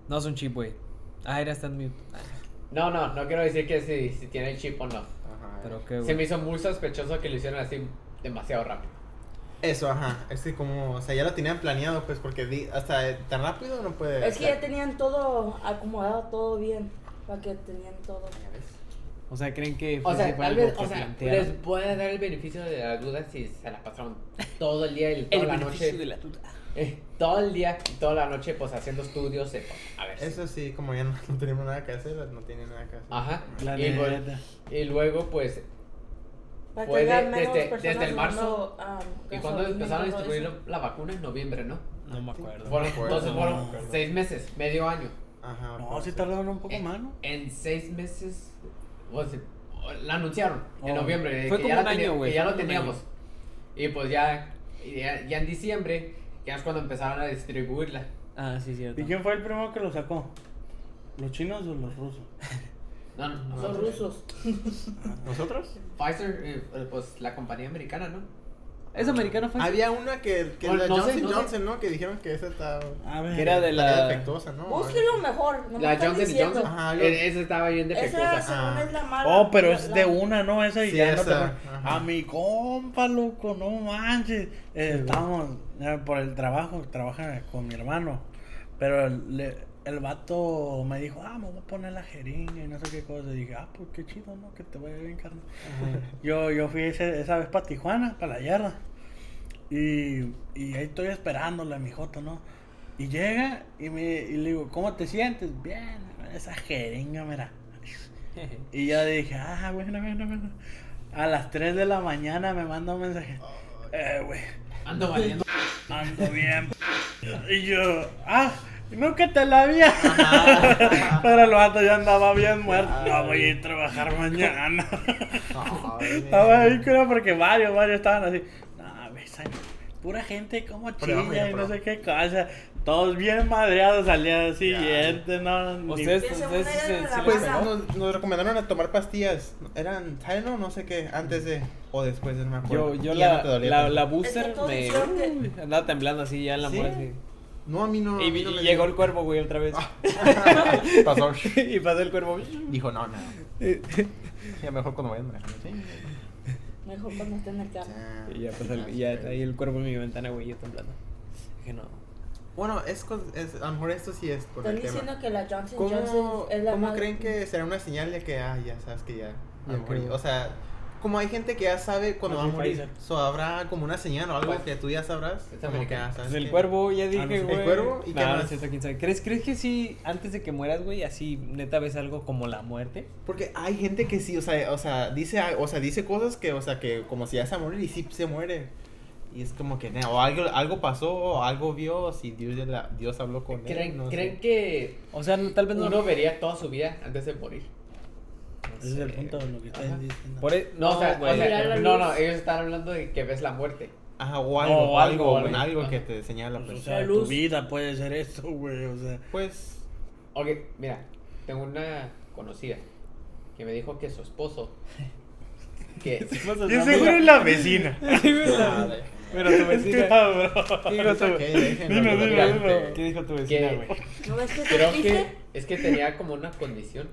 S1: No es un chip, güey. Ah, era tan mute. Ah,
S6: No, no, no quiero decir que si, si tiene el chip o no.
S4: Ajá. eh.
S1: Pero qué,
S6: Se me
S1: güey.
S6: hizo muy sospechoso que lo hicieron así demasiado rápido.
S4: Eso, ajá. Es que como. O sea, ya lo tenían planeado, pues, porque di- hasta eh, tan rápido no puede.
S3: Es que ya tenían todo acomodado, todo bien. Para que tenían todo.
S1: O sea, creen que.
S6: O
S1: fue-
S6: sea,
S1: fue
S6: tal
S1: algo
S6: vez,
S1: que
S6: o sea,
S1: plantearon?
S6: les voy a dar el beneficio de la duda si se la pasaron todo el día y toda
S1: El
S6: la
S1: beneficio
S6: noche.
S1: de la duda.
S6: *laughs* eh, todo el día y toda la noche, pues haciendo estudios. eh, a ver. si-
S4: Eso sí, como ya no, *laughs* no tenemos nada que hacer, no tiene nada que hacer.
S1: Ah.
S6: Ajá.
S2: La
S6: Y, pues,
S2: neta.
S6: y luego, pues,
S3: Para que
S6: Fue Pues de-
S3: haya menos
S6: desde-
S3: personas
S6: desde el marzo.
S3: usando, um,
S6: ¿y cuando
S3: gasolina
S6: empezaron a
S3: todo
S6: distribuir
S3: eso.
S6: la vacuna? En noviembre, ¿no?
S1: No me acuerdo.
S6: Fueron-
S4: acuerdo,
S6: entonces
S4: no
S6: fueron
S4: me acuerdo.
S6: seis meses, medio año.
S4: Ajá. pues.
S2: No,
S4: puede
S2: sí
S4: ser.
S2: tardaron un poco
S6: En-
S2: más, ¿no?
S6: En seis meses, o sea, la anunciaron en
S2: Oh.
S6: noviembre.
S1: Fue
S6: que
S1: como
S6: ya la
S1: un año,
S6: tenía-
S1: güey,
S6: que ya
S1: fue
S6: lo
S1: como un
S6: teníamos.
S1: año.
S6: Y pues ya, y ya, ya en diciembre, ya es cuando empezaron a distribuirla.
S1: Ah, sí, cierto.
S2: ¿Y quién fue el primero que lo sacó? ¿Los chinos o los rusos?
S6: No, no, no,
S3: Son rusos.
S4: ¿Nosotros?
S6: Pfizer, eh, pues la compañía americana, ¿no?
S1: ¿Es americano fue?
S4: Había una que. que
S6: Bueno,
S4: la
S6: no sé,
S4: Johnson
S6: no sé.
S4: Johnson, ¿no? Que dijeron que esa está.
S2: A ver.
S1: Que era de
S4: estaría
S1: la.
S4: defectuosa, ¿no?
S3: Búsquelo mejor. No me
S6: la
S3: están
S6: Johnson
S3: diciendo.
S6: Johnson.
S4: Ajá, yo-
S6: eh, Esa estaba bien defectuosa.
S3: Esa según
S4: Ah.
S3: es la mala.
S2: Oh, pero es
S3: la-
S2: de una, ¿no? Esa y
S4: Sí,
S2: ya no te
S4: esa,
S2: acuerdas.
S4: ajá.
S2: A mi compa, loco, no manches. Eh, estábamos eh, por el trabajo, trabaja con mi hermano. Pero el, le- el vato me dijo, ah, me voy a poner la jeringa y no sé qué cosa. Y dije, ah, pues qué chido, ¿no? Que te vaya bien, carnal. Yo, yo fui ese- esa vez para Tijuana, para la yarda. Y, y ahí estoy esperándola, mi joto, ¿no? Y llega y, me, y le digo, ¿cómo te sientes? Bien, esa jeringa, mira. Y yo dije, ah, bueno, bueno, bueno. A las 3 de la mañana me manda un mensaje. Eh, güey,
S6: Ando valiendo.
S2: ando bien. Y yo, ah, nunca te la había. Pero el vato ya andaba bien muerto. No voy a ir a trabajar mañana. Estaba ahí, creo, porque varios, varios estaban así. No, güey, esa pura gente como
S4: Prueba,
S2: chilla y no
S4: prueba.
S2: sé qué cosa. Todos bien madreados al día siguiente, ¿no? Ni-
S1: Ustedes,
S3: Que según
S1: ustedes
S3: era
S1: se,
S3: la
S1: se les
S4: Pues
S1: pegó.
S3: Ajá.
S4: nos, nos recomendaron a tomar pastillas. Eran Tylenol, no sé qué, antes de o después, no me
S1: Yo,
S4: acuerdo.
S1: yo
S4: Y ya
S1: la,
S4: no te dolía
S1: la,
S4: tanto.
S1: la
S3: Es
S1: booster
S3: que todos
S1: me
S3: dijeron que-
S1: Uy, andaba temblando así ya en la
S4: ¿Sí?
S1: muerte.
S4: No, a mí no.
S1: Y,
S4: a mí
S1: y
S4: no me
S1: llegó
S4: dio. Ah.
S1: el cuervo, güey, otra *laughs* vez.
S4: Pasó.
S1: y pasó el cuervo.
S4: Dijo, no, no. Ya mejor cuando vayan manejando, ¿sí?
S3: Mejor cuando estén en el carro.
S1: Y ya pasó el, y ya ahí el cuervo en mi ventana, güey, yo temblando. Dije,
S4: Ah,
S1: no.
S4: Bueno, es, con- es- a lo mejor esto sí es por
S3: Están
S4: el
S3: diciendo
S4: tema.
S3: que la Johnson
S4: ¿Cómo,
S3: Johnson es la
S4: cómo
S3: mala-
S4: creen que será una señal de que, ah, ya sabes que ya. a lo
S1: Ya
S4: mejor-
S1: quedó.
S4: o sea, como hay gente que ya sabe cuando
S2: No,
S4: va a
S2: sí,
S4: morir,
S2: Pfizer.
S4: so, habrá como una señal o algo
S6: Pues,
S4: que tú ya sabrás.
S6: es
S4: Como que,
S6: americano.
S4: ah, sabes
S1: Pues el
S4: que-
S1: cuervo, ya dije,
S2: no sé.
S1: güey.
S2: ¿El
S4: cuervo? ¿Y
S1: ¿Y
S4: qué más?
S1: ¿Crees, ¿Crees que sí, antes de que mueras, güey, así neta ves algo como la muerte?
S4: Porque hay gente que sí, o sea, o sea, dice, ah, o sea, dice cosas que, o sea, que como si ya se va a morir y sí se muere. Y es como que, ne- o algo, algo pasó, o algo vio, si Dios, ya la- Dios habló con
S6: ¿Creen,
S4: él. no sé.
S6: ¿creen que
S1: O sea, no- tal vez no.
S6: uno vería toda su vida antes de morir?
S2: Ese es el punto de lo que
S6: Ajá.
S2: ustedes Pues, diciendo.
S1: Por e-
S6: No, o sea,
S1: güey.
S6: o sea,
S3: Mirar la
S6: no,
S3: luz.
S6: no,
S1: eh,
S4: *laughs*
S6: ellos están hablando de que ves la muerte.
S4: Ajá, o algo, o
S6: algo,
S4: algo,
S6: algo.
S4: bueno, algo que
S6: Ajá.
S4: te señala.
S2: Pues,
S4: Pues,
S2: o sea, tu
S3: luz.
S2: vida puede ser esto, güey. O sea,
S4: Pues,
S6: Ok, mira, tengo una conocida que me dijo que su esposo.
S1: *laughs*
S6: que
S2: yo seguro es la vecina.
S1: Pero tu
S2: Es *laughs* que,
S1: vecina.
S2: bro. Este
S1: ¿Qué dijo tu
S4: ok, déjenlo,
S2: Dime,
S4: lo
S2: dime,
S4: vean.
S2: dime.
S1: ¿Qué dijo tu vecina,
S6: ¿Qué?
S1: güey?
S3: ¿No ves que te
S6: creo que
S3: dijiste?
S6: es que tenía como una condición.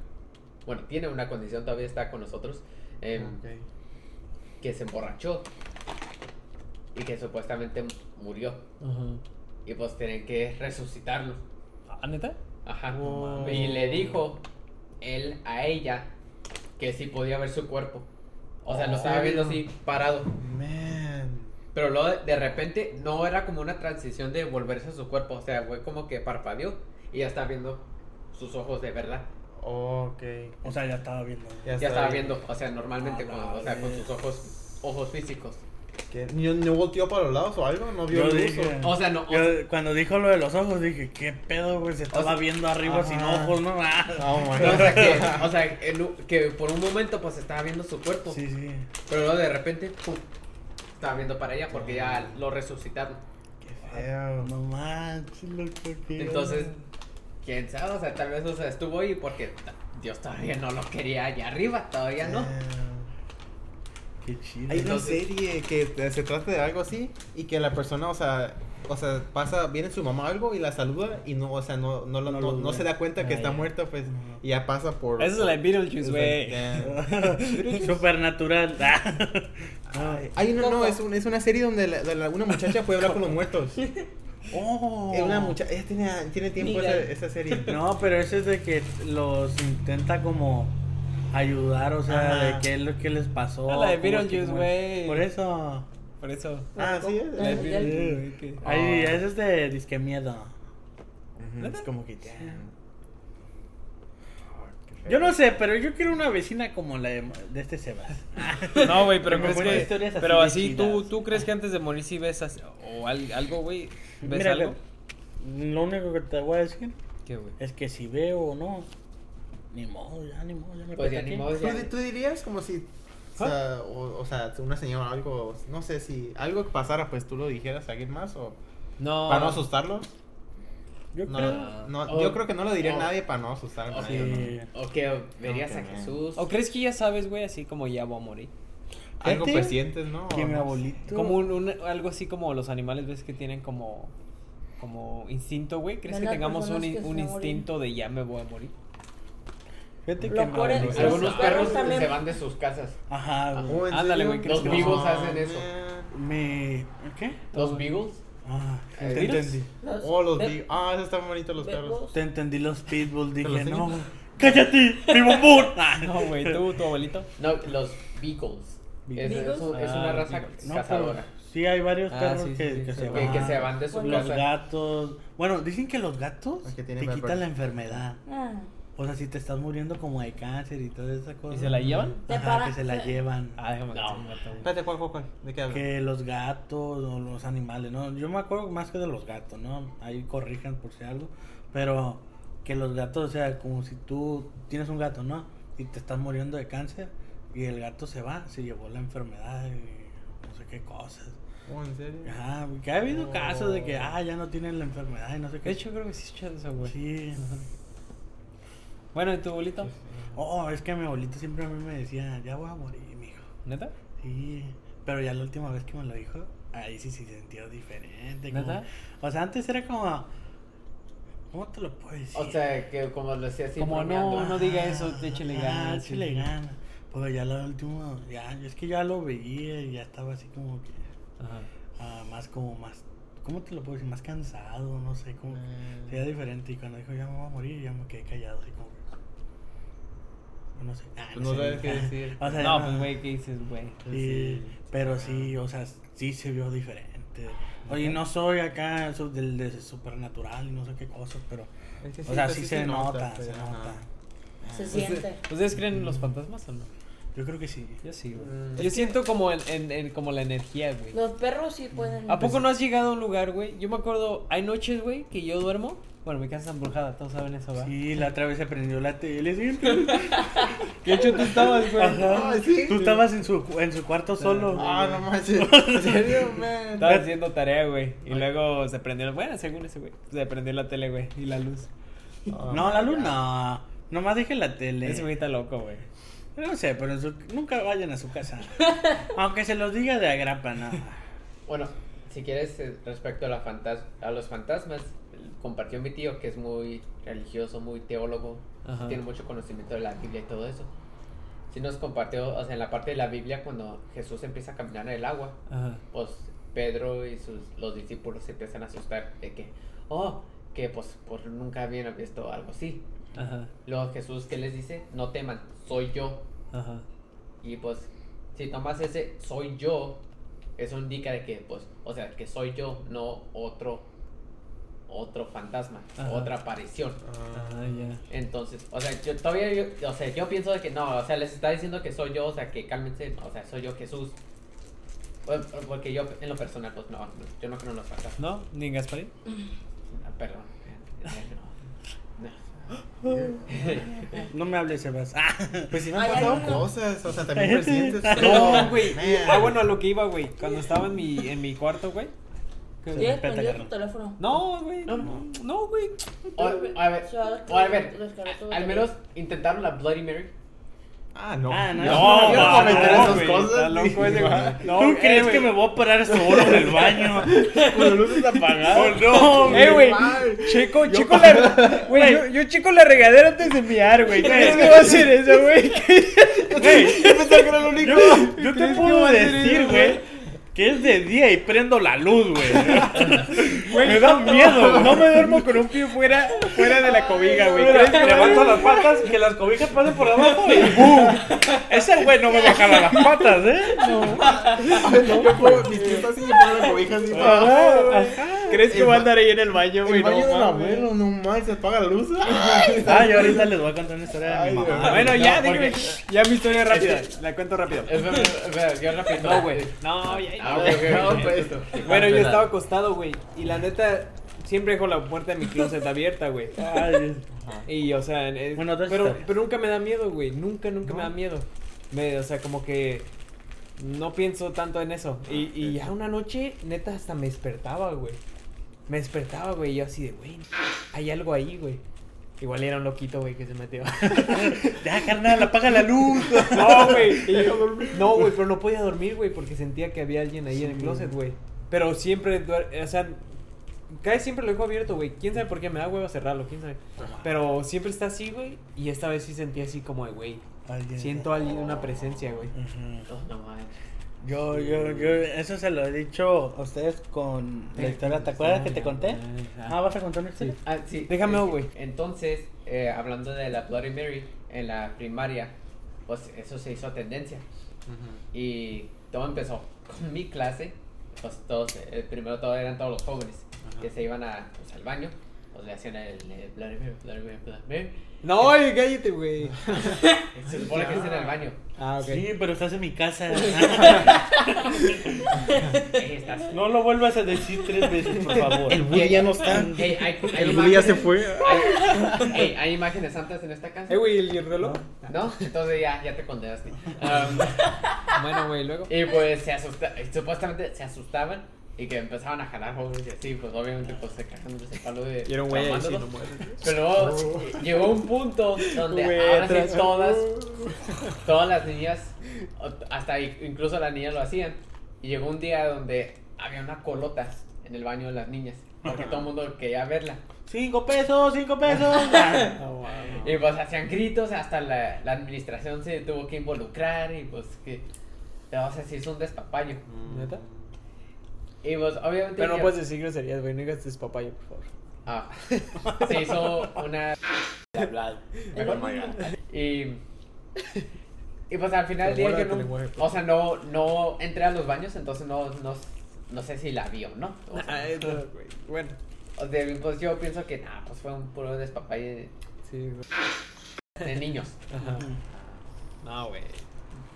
S6: Bueno, tiene una condición, todavía está con nosotros.
S1: Ah,
S6: eh,
S4: Ok.
S6: Que se emborrachó y que supuestamente murió.
S1: Ajá.
S6: Y pues tienen que resucitarlo.
S1: ¿Ah, neta?
S6: Ajá.
S1: Wow.
S6: Y le dijo él a ella que sí podía ver su cuerpo. O sea, lo estaba viendo así parado.
S4: Man.
S6: Pero luego de, de repente no era como una transición de volverse a su cuerpo. O sea, fue como que parpadeó y ya está viendo sus ojos de verdad.
S4: Ok.
S2: O sea, ya estaba viendo.
S6: Ya estaba
S4: bien.
S6: viendo, o sea, normalmente
S2: Ah,
S6: con,
S2: la
S6: o sea, con
S2: vez.
S6: sus ojos, ojos físicos.
S4: ¿Qué? ¿No, no volteó para los lados o algo? ¿No vio
S2: Yo
S4: el
S2: dije.
S4: uso?
S6: O sea, no, o-
S2: Yo, cuando dijo lo de los ojos, dije, ¿qué pedo, güey? Se estaba
S4: sea,
S2: viendo arriba sin
S4: ajá.
S2: ojos, ¿no? *laughs* Ah.
S4: Oh my
S6: no, o sea,
S4: god.
S6: que, o sea, en un- que por un momento pues estaba viendo su cuerpo,
S2: Sí, sí.
S6: pero luego de repente, pum, estaba viendo para allá porque ya lo resucitaron.
S4: Qué feo.
S2: No manches, loco. qué-
S6: Entonces, quién sabe, o sea, tal vez o sea, estuvo ahí porque ta- Dios todavía no lo quería allá arriba, todavía no.
S2: Eh. Qué chido.
S4: Hay una
S6: Entonces-
S4: serie que te- se trata de algo así y que la persona, o sea, o sea, pasa, viene su mamá algo y la saluda y no, o sea, no, no, lo-
S2: No
S4: no,
S2: lo
S4: no
S2: ve.
S4: se da cuenta que
S2: Ah,
S4: está
S2: ya.
S4: muerta, pues, y ya pasa por...
S1: Eso es la de Beetlejuice,
S4: por-
S1: güey.
S2: *laughs*
S4: Yeah.
S2: Supernatural. *laughs* Ah.
S4: Hay una, no, es, un- es una serie donde la- de la- una muchacha fue
S2: *laughs*
S4: a hablar con los muertos.
S2: Oh.
S4: Es una muchacha, ella tiene, tiene tiempo esa, esa serie.
S2: No, pero eso es de que los intenta como ayudar, o sea,
S4: Ajá.
S2: de qué es lo que les pasó.
S1: Ah, la de
S2: cómo es que-
S1: Beetlejuice,
S2: cómo-
S1: güey.
S2: Por eso.
S1: Por eso.
S4: Ah, sí, es-
S1: La de
S4: es-
S1: Beetlejuice, güey, que-
S2: Ay,
S6: Ah.
S2: eso es de disque miedo.
S4: Ujú, es como que ya.
S2: Yo no sé, pero yo quiero una vecina como la de, de este Sebas.
S1: No, güey, pero
S2: Me
S1: crees
S2: acuerdo de
S1: que.
S2: historias así
S1: pero
S2: de
S1: así, tú,
S2: chidas.
S1: tú crees que antes de morir sí ves as- o al- algo, güey. ¿Ves
S2: Mira,
S1: algo?
S2: Lo único que te voy a decir
S1: ¿Qué, güey?
S2: es que si veo o no, ni modo, ya ni modo, ya me
S6: Pues ya
S2: peta
S6: ni
S2: aquí.
S6: modo,
S4: ¿Tú,
S6: ya.
S4: tú dirías como si,
S2: ¿Ah?
S4: o sea, o, o sea, una señora o algo, no sé, si algo pasara, pues tú lo dijeras a alguien más o
S1: No.
S4: para no asustarlos?
S2: Yo
S4: No,
S2: creo.
S4: no, no,
S6: Ah.
S4: yo creo que no lo diría a
S6: Oh.
S4: nadie para no asustar a
S6: O
S4: nadie.
S2: Sí.
S4: ¿no?
S6: O que verías a
S4: No, que no.
S6: Jesús.
S1: ¿O crees que ya sabes, güey, así como ya voy a morir?
S4: Algo
S2: Fíjate
S4: presientes, ¿no?
S2: Que
S4: O
S2: mi
S4: no
S2: abuelito.
S1: Como un, un- algo así como los animales, ves que tienen como. Como instinto, güey. ¿Crees
S3: Ven
S1: que
S3: las
S1: tengamos un,
S3: personas
S1: in-
S3: pues, que se
S1: un
S3: van a morir.
S1: instinto de ya me voy a morir?
S2: Fíjate
S3: Lo
S2: que mi
S3: peor es-
S2: abuelito-
S6: Algunos
S3: Los perros
S6: perros
S3: también.
S6: se van de sus casas.
S2: Ajá,
S4: sé.
S2: güey.
S4: Oh, ¿en
S1: Ándale,
S4: serio?
S1: güey, ¿crees
S6: Los
S1: que no?
S6: vivos hacen
S4: man.
S6: eso.
S2: Me. ¿Qué?
S6: Los beagles.
S2: Ah,
S1: Eh,
S2: te
S1: ¿virus?
S2: entendí.
S3: Los-
S4: Oh, los
S3: ve-
S4: vivos. Ah, esos están bonitos los
S3: ve-
S4: perros.
S2: Te entendí los pitbulls,
S4: los
S2: dije,
S4: enseño?
S2: no. ¡Cállate!
S1: *laughs*
S2: ¡Mi bombón! Ah,
S1: No, güey, tú, tu
S2: *laughs*
S1: abuelito.
S6: No, los beagles. Es,
S3: Beagles.
S6: es un- es una
S1: Ah,
S6: raza
S1: beagles. pues,
S2: No,
S6: cazadora.
S2: pero pues, sí hay varios
S1: Ah,
S2: perros
S1: sí, sí,
S2: que,
S1: sí,
S2: que
S1: sí,
S2: se
S1: que-
S2: van.
S6: que se van de su
S2: Los
S6: casa.
S2: gatos. Bueno, dicen que los gatos
S4: Es que
S2: te
S4: tienen
S2: quitan
S4: barba.
S2: la enfermedad.
S3: Ah,
S2: O sea, si te estás muriendo como de cáncer y toda esa cosa.
S1: ¿Y se la llevan?
S3: Te
S2: Ajá,
S3: para-
S2: que se la llevan.
S1: Ah, déjame
S6: No,
S1: un gato, güey.
S4: Espérate, ¿cuál, cuál, cuál? ¿De qué hablas?
S2: Que los gatos o los animales, ¿no? Yo me acuerdo más que de los gatos, ¿no? Ahí corrijan por si algo. Pero que los gatos, o sea, como si tú tienes un gato, ¿no? Y te estás muriendo de cáncer y el gato se va, se llevó la enfermedad y no sé qué cosas.
S4: Oh, ¿en serio?
S2: Ajá, que ha habido casos de que, ah, ya no tienen la enfermedad y no sé qué.
S1: De hecho, creo que sí es chance, güey.
S2: sí.
S1: Bueno, ¿y tu abuelito?
S2: Oh, es que mi abuelito siempre a mí me decía, ya voy a morir, mijo.
S1: ¿Neta?
S2: Sí, pero ya la última vez que me lo dijo, ahí sí se sintió diferente. como-
S1: ¿Neta?
S2: o sea, antes era como. ¿Cómo te lo puedo decir?
S6: O sea, que como lo decía así.
S1: Como no,
S6: bromeando.
S1: no diga eso,
S2: Ajá,
S1: échale
S2: ah,
S1: ganas.
S2: échele ganas. Pero ya la última, ya, es que ya lo veía y ya estaba así como que.
S1: Ajá.
S2: ah, más como más. ¿Cómo te lo puedo decir? Más cansado, no sé, como. que
S1: Mm.
S2: Sería diferente. Y cuando dijo ya me voy a morir, ya me quedé callado, así como. que- No sé. ah,
S4: Pues no
S2: sé,
S4: sabes qué
S2: ah,
S4: decir.
S2: *laughs* o sea,
S1: No,
S2: no.
S1: pues, güey, ¿qué dices, güey?
S2: Sí,
S4: Sí,
S2: pero sí, o sea, sí se vio diferente. Oye, no soy acá su- del de supernatural y no sé qué cosas, pero.
S4: Es que
S2: o sea,
S4: pues,
S2: sí, se nota,
S4: pues,
S2: se
S4: ajá.
S2: nota.
S6: Pues,
S3: Se siente.
S6: eh,
S1: ¿Ustedes creen en los fantasmas o no?
S2: Yo creo que sí.
S1: Yo sí, güey.
S4: Mm.
S1: Yo siento como, en, en- en- como la energía, güey.
S3: Los perros sí pueden.
S1: ¿A poco no has llegado a un lugar, güey? Yo me acuerdo, hay noches, güey, que yo duermo. Bueno, mi casa está embrujada, todos saben eso, ¿verdad?
S2: Sí, la otra vez se prendió la tele. *laughs* ¿sí?
S1: De hecho, tú estabas, güey.
S2: Ajá.
S4: Ay, sí.
S2: Tú estabas en su, en su cuarto solo.
S4: Ah, no manches.
S2: *laughs*
S4: ¿En serio, man?
S1: Estaba haciendo tarea, güey. Y luego se prendió, la- bueno, según ese, güey. Se prendió la tele, güey. Y la luz.
S4: Oh,
S2: No, la luz no. Nomás dije la tele.
S1: Ese güey está loco, güey.
S2: No sé, pero en su- nunca vayan a su *laughs* casa. Aunque se los diga de agrapa, no.
S6: Bueno, si quieres, eh, respecto a, la fantas- a los fantasmas, compartió mi tío que es muy religioso, muy teólogo,
S1: Ajá.
S6: tiene mucho conocimiento de la Biblia y todo eso. Sí nos compartió, o sea, en la parte de la Biblia cuando Jesús empieza a caminar en el agua,
S1: Ajá.
S6: pues Pedro y sus, los discípulos se empiezan a asustar de que, oh, que pues por nunca habían visto algo así.
S1: Ajá.
S6: Luego Jesús, ¿qué les dice? No teman, soy yo.
S1: Ajá.
S6: Y pues, si tomas ese soy yo, eso indica de que, pues, o sea, que soy yo, no otro, otro fantasma,
S2: Ajá.
S6: otra aparición.
S2: Ah, ya.
S6: Entonces, o sea, yo todavía, yo- o sea, yo pienso de que no, o sea, les está diciendo que soy yo, o sea, que cálmense, o sea, soy yo Jesús. Por- por- Porque yo, en lo personal, pues no, no, yo no creo en los fantasmas.
S1: ¿No? ¿Ni en Gasparín?
S6: Ah, Perdón. No.
S2: No me hables, Sebas. Ah,
S4: Pues sí me han
S3: Ay,
S4: pasado
S3: ay, no.
S4: cosas, o sea, también
S2: Cállate.
S1: *laughs*
S4: presidentes.
S1: No, güey.
S4: Man.
S1: Ah, bueno, a lo que iba, güey. Cuando estaba en mi, en mi cuarto, güey. que-
S2: Sí.
S3: ¿Tienes
S2: Respeta,
S3: prendido
S2: carnal.
S3: tu teléfono?
S1: No, güey.
S6: No.
S1: No, güey.
S6: O- a ver,
S3: Se va a
S6: o a ver,
S3: descargar tu
S6: a- al
S3: batería.
S6: menos intentaron la Bloody Mary.
S4: Ah, no.
S2: Ah, no,
S4: Yo
S2: no,
S4: quiero
S2: no,
S4: cometer
S2: no,
S4: esas
S1: güey,
S4: cosas.
S1: está loco ese, güey. No,
S2: ¿Tú
S1: eh,
S2: crees
S1: güey.
S2: que me voy a parar solo en el baño?
S4: Con las luces apagadas.
S2: no,
S1: Eh,
S2: güey.
S1: güey.
S4: mal.
S1: Checo, checo *laughs* la. Güey, yo, yo checo la regadera antes de miar, güey. ¿Crees que va a hacer eso, güey? *laughs*
S2: Güey,
S4: Yo pensaba que era el único.
S2: Yo, yo te
S1: ¿Crees que
S2: puedo
S1: va a ser
S2: decir,
S1: eso,
S2: güey,
S1: güey?
S2: que es de día y prendo la luz,
S1: *laughs*
S2: güey. me da
S1: No
S2: miedo, güey.
S1: me duermo con un pie fuera, fuera de la cobija, güey.
S2: Mira,
S1: ¿Crees que va a
S2: levanto las patas, que las cobijas pasen por abajo y ¡boom! Ese güey no me bajará las patas, ¿eh?
S4: Yo pongo mis pies así y pongo la cobija así para abajo.
S1: ¿Crees que
S4: El
S1: voy a
S4: ba-
S1: andar ahí en el baño, güey?
S4: El baño del
S1: mames.
S4: abuelo, no mames, se apaga la luz. Ay,
S2: Ah, yo ahorita les voy a contar una historia de
S4: Ay,
S2: mi
S4: Dios.
S2: mamá.
S1: Ah, eh, bueno,
S2: güey.
S1: ya,
S2: No,
S1: dígame.
S2: porque-
S1: Ya mi historia rápida. La cuento rápido.
S6: Espera, espera, yo repito.
S1: No, güey. No, ya.
S6: Ah, ok, ok,
S4: No,
S6: ok.
S4: pues.
S6: *laughs*
S1: Bueno, yo estaba acostado, güey. Y la neta, siempre dejo la puerta de mi closet abierta, güey.
S2: *laughs* Ay,
S1: Y, o sea, es-
S2: Bueno, otra
S1: pero,
S2: historia.
S1: pero nunca me da miedo, güey. Nunca, nunca me
S4: No.
S1: da miedo. Me, o sea, como que no pienso tanto en eso.
S2: Ah,
S1: Y, y ya una noche, neta, hasta me despertaba, güey. Me despertaba, güey. Y yo así de, güey, hay algo ahí, güey. Igual era un loquito, güey, que se metió.
S2: ya, carnal, apaga la luz.
S1: No, *laughs* güey. Y yo- No, güey, pero no podía dormir, güey, porque sentía que había alguien ahí en el closet, güey. Pero siempre, duer- o sea, cae siempre lo dejo abierto, güey. ¿Quién sabe por qué me da huevo cerrarlo? ¿Quién sabe? Pero siempre está así, güey. Y esta vez sí sentí así como de, güey,
S2: Alguien-
S1: siento alguien, una presencia, güey.
S2: Ujú.
S6: No, no, man.
S2: Yo, yo, yo, eso se lo he dicho a ustedes con la historia. ¿Te acuerdas que te conté? Ah, ¿vas a contar una historia?
S6: Ah, sí.
S1: Déjame,
S6: Eh,
S1: güey.
S6: Entonces, eh, hablando de la Bloody Mary en la primaria, pues eso se hizo tendencia. Y todo empezó con mi clase. Pues todos, eh, primero todo eran todos los jóvenes que se iban a, pues, al baño. Pues le hacían el eh, Bloody Mary, Bloody Mary, Bloody Mary.
S1: No, oye, cállate, güey.
S6: Se supone que es en el baño.
S1: Ah, ok.
S2: Sí, pero estás en mi *laughs* casa. Ah,
S6: Ahí estás.
S2: no lo vuelvas a decir tres veces, por favor.
S4: El Woody ya no está.
S6: Ey, hay, hay
S4: El Woody ya se
S6: imágenes-
S4: fue.
S6: hay- ey, hay imágenes santas en esta casa.
S1: Eh, güey, ¿y el reloj.
S6: ¿No? Entonces ya, ya
S1: *laughs*
S6: te condenaste. Um,
S1: Ah. Bueno, güey, luego.
S6: Y pues se asusta, y supuestamente se asustaban y que empezaban a jalar jóvenes y así, pues obviamente pues se cajan de ese palo de...
S1: Y era un güey ahí, sí,
S6: clamándolo.
S1: no muere.
S6: Pero luego llegó un punto donde
S1: Güey,
S6: ahora
S1: atrás. *laughs*
S6: sí todas, todas las niñas, o- hasta i- incluso las niñas lo hacían. Y llegó un día donde había una colota en el baño de las niñas, porque todo el mundo quería verla.
S2: Cinco pesos, cinco *laughs* pesos.
S1: Ah,
S6: Y pues hacían gritos, hasta la, la administración se tuvo que involucrar y pues que... Te vas a decir, es un despapayo.
S1: ¿Neta?
S6: Y pues obviamente...
S1: Pero no
S6: ya-
S1: puedes decir groserías, güey. No digas despapayo, por favor.
S6: Ah, *laughs* se hizo una.
S3: Mejor
S6: Y. Y pues al final del
S1: Te
S6: día yo
S1: guarda tu
S6: no.
S1: lenguaje, pues. por
S6: O sea, no, no entré a los baños, entonces no, no, no sé si la vi o no. O sea,
S1: *laughs* Ah, eso, güey. Bueno.
S6: o de- pues yo pienso que nada, pues fue un puro despapalle
S1: Sí, güey.
S6: de, de niños.
S1: Ajá. No, güey.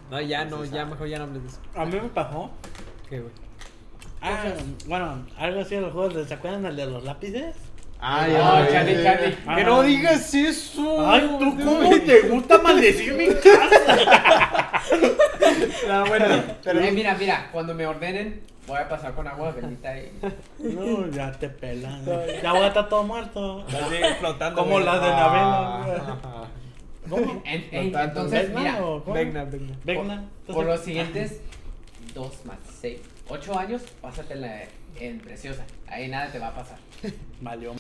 S1: No, ya no, ya mejor ya no hables de eso.
S2: A mí me pasó.
S1: ¿Qué, güey?
S2: Ah, bueno, algo así de los juegos. de- ¿Se acuerdan del de los lápices?
S4: Ay,
S6: No,
S4: ay,
S6: Charlie,
S4: ay.
S6: Charlie.
S2: ¡Que no digas eso! ¡Ay, tú cómo te gusta maldecir mi *laughs* casa!
S1: No, bueno. *laughs*
S6: Eh, mira, mira, cuando me ordenen, voy a pasar con agua bendita y.
S2: Pues No, ya te pelan. Ya voy a estar todo muerto.
S1: flotando.
S2: Como
S1: güey.
S2: las de Navela.
S4: Ajá.
S2: ¿Cómo?
S6: En- en-
S4: tanto,
S6: *laughs* entonces,
S2: ¿Vegna
S6: mira,
S2: o cómo?
S1: Vegna, Vegna.
S2: Vegna.
S6: por los siguientes 2 más 6, 8 años, pásatela en Preciosa. Ahí nada te va a pasar.
S2: Valió.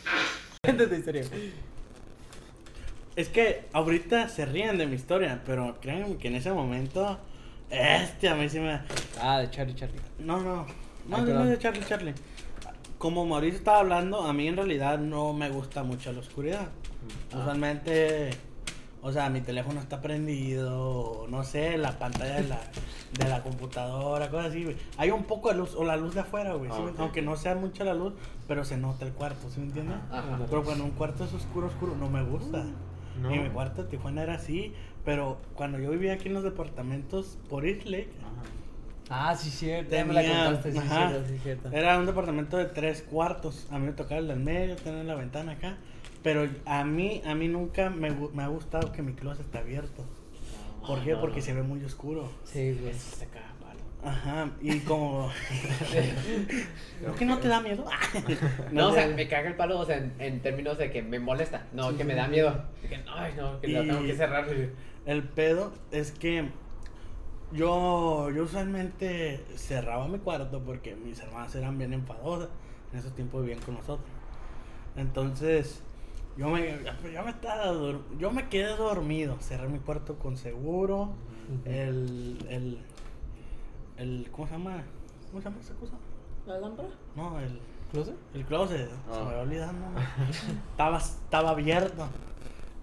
S1: Cuéntate tu historia.
S2: ah, Es que ahorita se ríen de mi historia, pero créanme que en ese momento. Este a mí sí me.
S1: Ah, de Charlie, Charlie.
S2: No, no. No,
S1: Ay,
S2: no,
S1: perdón.
S2: no, Charlie, Charlie. Como Mauricio estaba
S4: Mm.
S2: hablando, a mí en realidad no me gusta mucho la oscuridad. Usualmente, O sea, mi teléfono está prendido, o no sé, la pantalla de la, de la computadora, cosas así, güey. Hay un poco de luz, o la luz de afuera, güey.
S4: Ah,
S2: ¿sí me-
S4: ok.
S2: Aunque no sea mucha la luz, pero se nota el cuarto, ¿sí me entiendes?
S6: Ajá.
S2: Pero cuando un cuarto es oscuro, oscuro, no me gusta.
S4: No.
S2: Y mi cuarto de Tijuana era así, pero cuando yo vivía aquí en los departamentos por Islay,
S8: Ah, sí, cierto. Ya me la
S2: Tenía-
S8: contaste, sí,
S2: ajá.
S8: cierto, sí, cierto.
S2: Era un departamento de tres cuartos. A mí me tocaba el del medio, tener la ventana acá. Pero a mí, a mí nunca me, gu- me ha gustado que mi closet esté abierto.
S6: Ah,
S2: ¿Por qué? Porque se ve muy oscuro.
S8: Sí, güey.
S6: Se caga palo.
S2: Ajá, y como... ¿Por qué no te da miedo?
S6: No, o sea,
S2: sé.
S6: me caga el palo, o sea, en, en términos de que me molesta, no, que me da miedo. De que, ay, no, que lo
S2: Y-
S6: tengo que cerrar.
S2: El pedo es que yo, yo usualmente cerraba mi cuarto porque mis hermanas eran bien enfadosas. En esos tiempos vivían con nosotros. Entonces, yo me, yo me, estaba dur- yo me quedé dormido. Cerré mi cuarto con seguro. El, el, el- ¿Cómo se llama? ¿Cómo se llama esa cosa?
S3: ¿La lámpara?
S2: No, el,
S8: ¿Closet?
S2: el closet. Se
S4: Ah.
S2: me va olvidando. estaba, estaba abierto.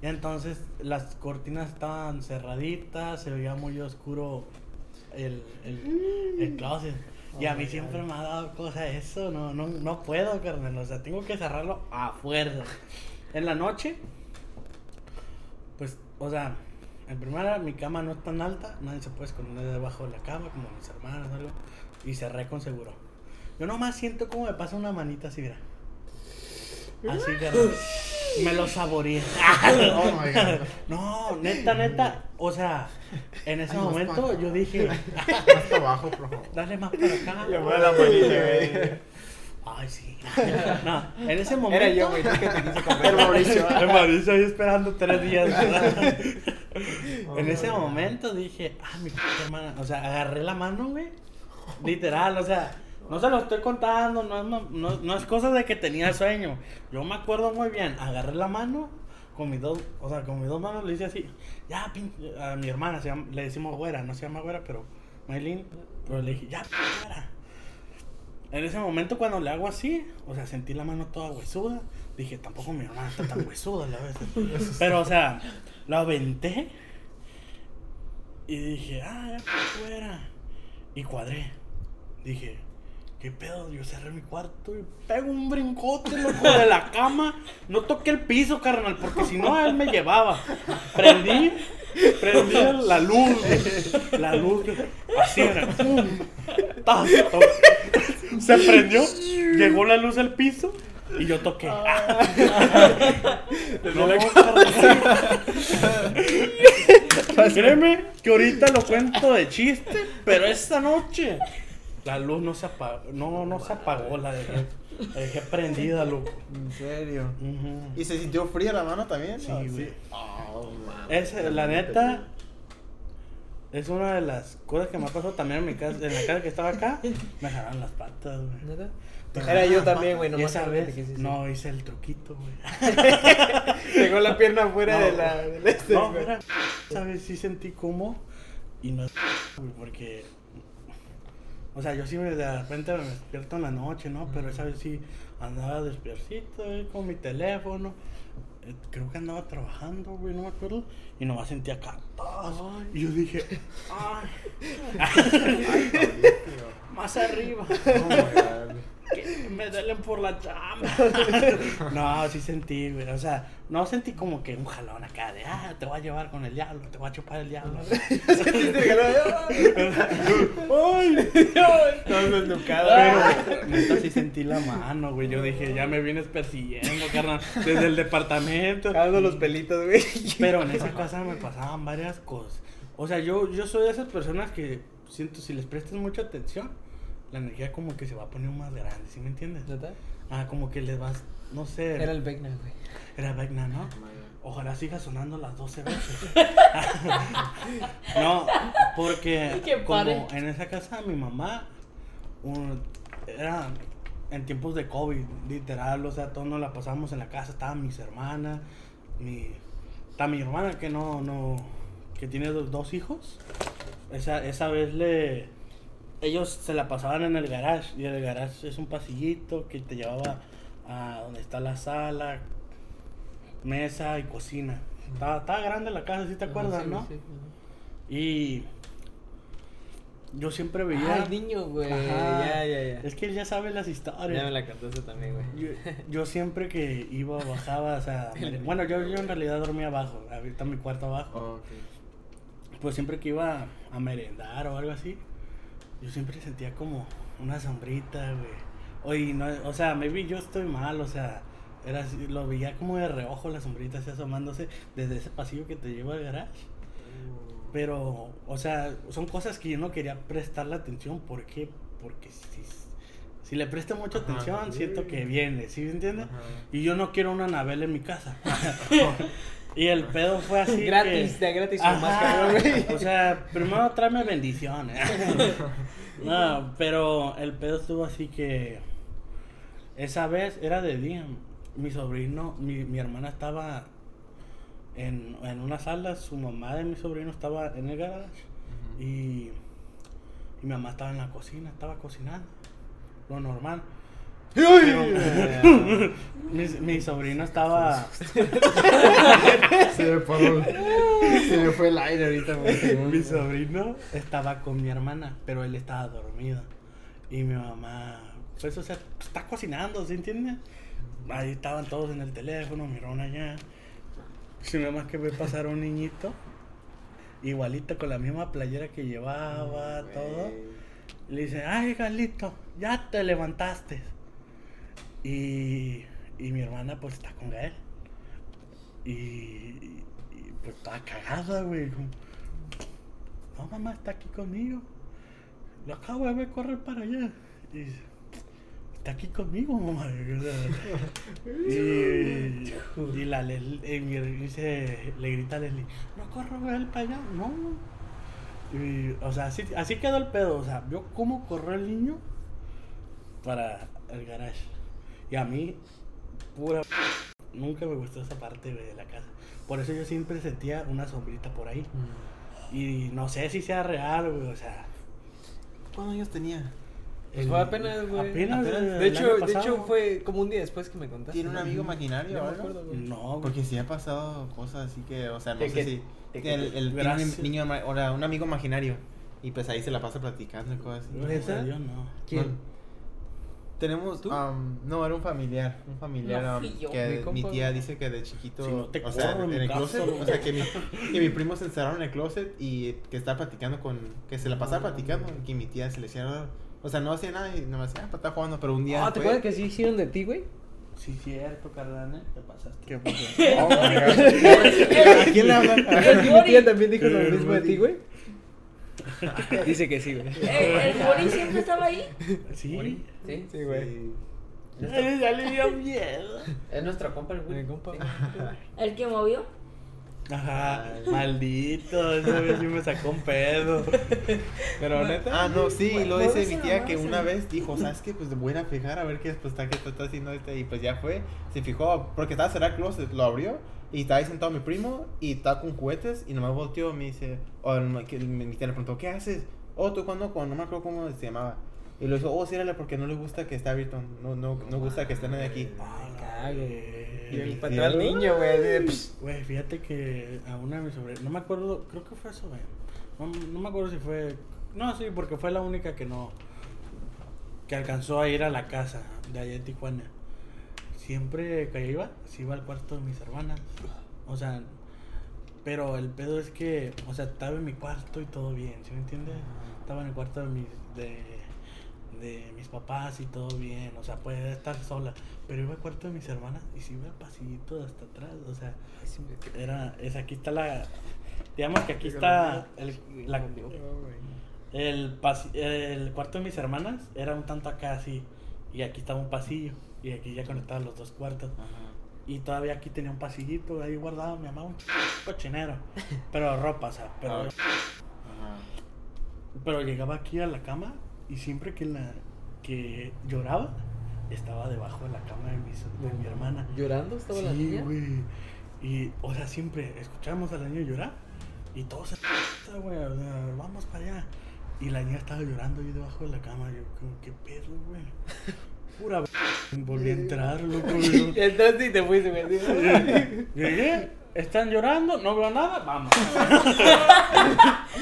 S2: Y entonces las cortinas estaban cerraditas, se veía muy oscuro el, el, el closet. Y
S4: Oh
S2: a mí siempre me ha dado cosa eso, no, no, no puedo, carnal. O sea, tengo que cerrarlo a fuerza. En la noche, pues, o sea, en primera mi cama no es tan alta, nadie se puede esconder debajo de la cama, como mis hermanas o algo. Y cerré con seguro. Yo nomás siento como me pasa una manita así, mira. Así, carnal. Me lo saboreé.
S4: *laughs* Oh my god.
S2: *laughs* No, neta, neta. O sea, en ese
S4: Ay, más
S2: momento
S4: para-
S2: yo dije,
S4: Más para abajo, por favor.
S2: dale más para
S8: *laughs*
S2: acá.
S4: la manita,
S2: Ay, sí. *laughs* No, en ese momento.
S8: Era yo, güey. que te quise comprar.
S2: *laughs* El Mauricio ahí esperando tres *laughs* días. ¿verdad? en ese momento dije, ah, mi puta hermana. O sea, agarré la mano, güey. Literal, o sea, no se lo estoy contando. No es, ma- no, no es cosa de que tenía sueño. Yo me acuerdo muy bien. Agarré la mano con mis dos, o sea, con mis dos manos le hice así. Ya, pin- a mi hermana se llama- le decimos güera, no se llama güera, pero Maylin. Pero le dije, ya, pin- güera. En ese momento cuando le hago así, o sea, sentí la mano toda huesuda. Dije, tampoco mi hermana está tan huesuda la vez. Pero, o sea, la aventé. Y dije, ah, ya por fuera. Y cuadré. Dije, ¿qué pedo? Yo cerré mi cuarto y pego un brincote, loco, de la cama. No toqué el piso, carnal, porque si no, él me llevaba. Prendí, prendí la luz, güey. la luz, güey. así era. pum, tas, to- Se prendió, llegó la luz al piso y yo toqué. *laughs* No, carnal. Créeme que ahorita lo cuento de chiste, pero esta noche la luz no se apagó, no, no se apagó, la dejé, la dejé prendida, loco.
S8: En serio.
S2: Ujú.
S4: ¿Y se sintió fría la mano también?
S2: Sí,
S4: Ah,
S2: güey.
S4: Oh, man.
S2: Es, la neta, es una de las cosas que me ha pasado también en mi casa, en la casa que estaba acá, me jalaron las patas, güey.
S8: ¿Neta?
S2: Pero-
S8: Era yo también, güey.
S2: Y
S8: Nomás
S2: esa
S8: ahorita
S2: vez,
S8: que hiciste.
S2: no, hice el
S8: *laughs*
S2: truquito, güey.
S8: Pegó la pierna afuera
S2: No.
S8: de la. del este,
S2: No,
S8: güey.
S2: mira, ¿sabes? Sí sentí como y no es güey, porque... O sea, yo sí me, de repente me despierto en la noche, ¿no? Pero esa vez sí andaba despiercito, güey, con mi teléfono. Eh, Creo que andaba trabajando, güey, no me acuerdo. Y nomás sentía acá. ¡tas! Y yo dije, ¡ay!
S8: *laughs*
S2: Más arriba.
S4: Oh my god.
S2: Que me duelen por la
S8: *laughs*
S2: chamba. no, sí sentí, güey. O sea, no sentí como que un jalón acá de, ah, te voy a llevar con el diablo, te voy a chupar
S8: *laughs*
S2: el diablo.
S8: *laughs* Todos educados.
S2: Pero, neta, sí sentí la mano, güey. Yo dije, ya me vienes persiguiendo, carnal, desde el departamento.
S8: Cagando los pelitos, güey.
S2: Pero en esa casa me pasaban varias cosas. O sea, yo, yo soy de esas personas que siento, si les prestas mucha atención, la energía como que se va a poner más grande, ¿sí me entiendes?
S8: ¿Neta?
S2: Ah, como que les vas, no sé.
S8: Era el Vecna, güey.
S2: Era Vecna, ¿no? Ojalá siga sonando las 12 veces. *laughs* no, porque
S3: Y que pare.
S2: como en esa casa mi mamá un- era en tiempos de COVID, literal, o sea, todos nos la pasamos en la casa, estaban mis hermanas, mi está mi hermana que no no que tiene dos, dos hijos. Esa esa vez le ellos se la pasaban en el garage y el garage es un pasillito que te llevaba a donde está la sala, mesa y cocina. Estaba, estaba grande la casa, si te acuerdas,
S6: Sí,
S2: ¿no?
S6: sí,
S2: Y yo siempre
S1: Ah,
S2: veía.
S1: el niño, güey.
S2: Ajá.
S1: Ya, ya, ya.
S2: Es que él ya sabe las historias.
S1: Ya me la contaste también, güey.
S2: Yo, yo siempre que iba, bajaba, o
S1: *laughs*
S2: sea, me- bueno, yo, yo en realidad dormía abajo, ahorita mi cuarto abajo. Pues siempre que iba a merendar o algo así, yo siempre sentía como una sombrita, güey. Oye, no, o sea, maybe yo estoy mal, o sea, era así, lo veía como de reojo la sombrita así asomándose desde ese pasillo que te lleva al garage. Pero, o sea, son cosas que yo no quería prestarle atención. ¿Por qué? Porque si, si le presto mucha
S4: Ajá.
S2: atención, siento que viene, ¿sí me entiendes? Y yo no quiero una Anabel en mi casa. *laughs* y el pedo fue así.
S1: Gratis,
S2: que-
S1: de gratis o
S2: Ajá.
S1: más cabrón, güey.
S2: O sea, primero tráeme bendiciones. no, pero el pedo estuvo así que. Esa vez era de día. Mi sobrino, mi, mi hermana estaba en, en una sala. Su mamá de mi sobrino estaba en el garage. Y. y mi mamá estaba en la cocina, estaba cocinando. Lo normal. Pero- mi, mi sobrino estaba.
S4: Se me paró. Se me fue el aire ahorita,
S2: Mi sobrino estaba con mi hermana, pero él estaba dormido. Y mi mamá, pues, o sea, está cocinando, ¿sí entiendes? Ahí estaban todos en el teléfono, miraron allá. Si mi mamá que ve pasar un niñito, igualito, con la misma playera que llevaba, todo. Y le dice, ay, Galito, ya te levantaste. Y, y mi hermana, pues, está con Gael. Y, y- y, pues, estaba cagada, güey. como, No, mamá, está aquí conmigo. Lo acabo de ver correr para allá. Y dice, está aquí conmigo, mamá. *laughs* O sea, y, y la Leslie- y mi- dice, le grita a Leslie, no corro Gael para allá. No, y, o sea, así, así quedó el pedo. O sea, vio cómo corrió el niño para el garage. Y a mí, pura. Nunca me gustó esa parte güey, de la casa. Por eso yo siempre sentía una sombrita por ahí. Y no sé si sea real, güey. O sea.
S4: ¿Cuántos años tenía?
S1: Pues *laughs*
S2: el-
S1: fue apenas, güey.
S2: Apenas,
S1: Apenas. eh,
S2: el
S1: De
S2: año
S1: hecho, de
S2: pasado.
S1: hecho fue como un día después que me contaste.
S4: ¿Tiene un
S1: ¿no?
S4: amigo
S1: Ya
S4: imaginario o
S1: me
S4: algo?
S1: acuerdo, güey.
S2: No, güey.
S4: Porque sí ha pasado cosas así que, o sea, no
S6: De
S4: sé
S6: que-
S4: si
S6: de
S4: que el, el- tiene
S2: Gracias.
S4: un niño, ima- o sea, un amigo imaginario y pues ahí se la pasa platicando y cosas así.
S2: Gracias a Dios, no.
S4: No. Tenemos, am, no, era un familiar, un familiar
S3: No
S4: am,
S3: fui yo.
S1: Mi
S4: que mi,
S1: compa,
S4: tía
S1: güey.
S4: dice que de chiquito,
S2: Si no te
S4: o sea,
S2: corro en mi
S4: en, el
S2: casa,
S4: closet,
S2: güey.
S4: o sea, que mi, que mi primo se encerraron en el closet y que estaba platicando con, que se la pasaba
S2: Ah.
S4: platicando y que mi tía se le hacía, o sea, no hacía nada y nomás decía, ah, pues está jugando, pero un día
S1: Ah, ¿te
S4: fue-
S1: acuerdas que sí hicieron de ti, güey?
S2: Sí, cierto,
S1: ¿eh?
S2: Cardane. Te pasaste. ¿Qué
S1: *laughs*
S6: Pues,
S1: ¿A
S3: *laughs*
S1: *laughs* quién le hablan? Mi tía también dijo lo
S2: Eh,
S1: mismo de
S2: Rodri.
S1: ti, güey. *laughs* Dice que sí, güey.
S3: Eh, ¿El Boris siempre estaba ahí?
S2: Sí.
S6: *laughs* Sí,
S1: Sí, güey.
S2: Ay, *laughs* Ya le dio miedo.
S6: Es nuestra compa el Willy.
S1: Mi compa.
S3: ¿El que movió?
S2: Ajá, maldito, esa vez sí me sacó un pedo.
S1: Pero neta.
S4: Ah, no, sí,
S3: Bueno,
S4: lo
S3: luego
S4: dice
S3: se
S4: mi
S3: la
S4: tía que
S3: vas a-
S4: una vez dijo, ¿sabes qué? Pues voy a ir a fijar a ver qué pues, está, qué está haciendo este. Y pues ya fue, se fijó, porque estaba cerrado el closet, lo abrió y estaba ahí sentado mi primo y estaba con juguetes y nomás volteó y me dice, o no, que mi mi tía le preguntó, ¿qué haces? Oh, tú cuando, cuando, no me acuerdo cómo se llamaba. Y le dijo, oh, ciérrale porque no le gusta que esté abierto, no, no, no gusta que esté nadie aquí.
S2: Ah, la
S1: Cague.
S2: verga.
S1: Y empató al niño, güey. así de, "Psh".
S2: Güey, fíjate que a una de mis sobrinas, no me acuerdo, creo que fue eso, güey. No, no me acuerdo si fue. No, sí, porque fue la única que no. que alcanzó a ir a la casa de allá en Tijuana. Siempre que iba, se iba al cuarto de mis hermanas. O sea, pero el pedo es que, o sea, estaba en mi cuarto y todo bien, ¿sí me entiendes? Estaba en el cuarto de mis, de, de mis papás y todo bien, o sea, puede estar sola. Pero iba al cuarto de mis hermanas y se iba al pasillito de hasta atrás, o sea, era, es aquí está la, digamos que aquí está el, la, el, pas- el cuarto de mis hermanas era un tanto acá así, y aquí estaba un pasillo, y aquí ya conectaban los dos cuartos. Y todavía aquí tenía un pasillito, ahí guardado mi mamá un cochinero. Pero ropa, o sea, pero,
S4: Ajá.
S2: pero llegaba aquí a la cama y siempre que la que lloraba, estaba debajo de la cama de, mis- de mi hermana.
S1: ¿Llorando estaba la
S2: Sí,
S1: niña?
S2: güey. Y, o sea, siempre escuchábamos al niño llorar y todos se güey, o sea, vamos para allá. Y la niña estaba llorando ahí debajo de la cama. Yo, como, ¿qué pedo, güey? pura b- Volví a entrar, loco. yo-
S1: Entraste y te fuiste, güey.
S2: Llegué, están llorando, no veo nada, vamos.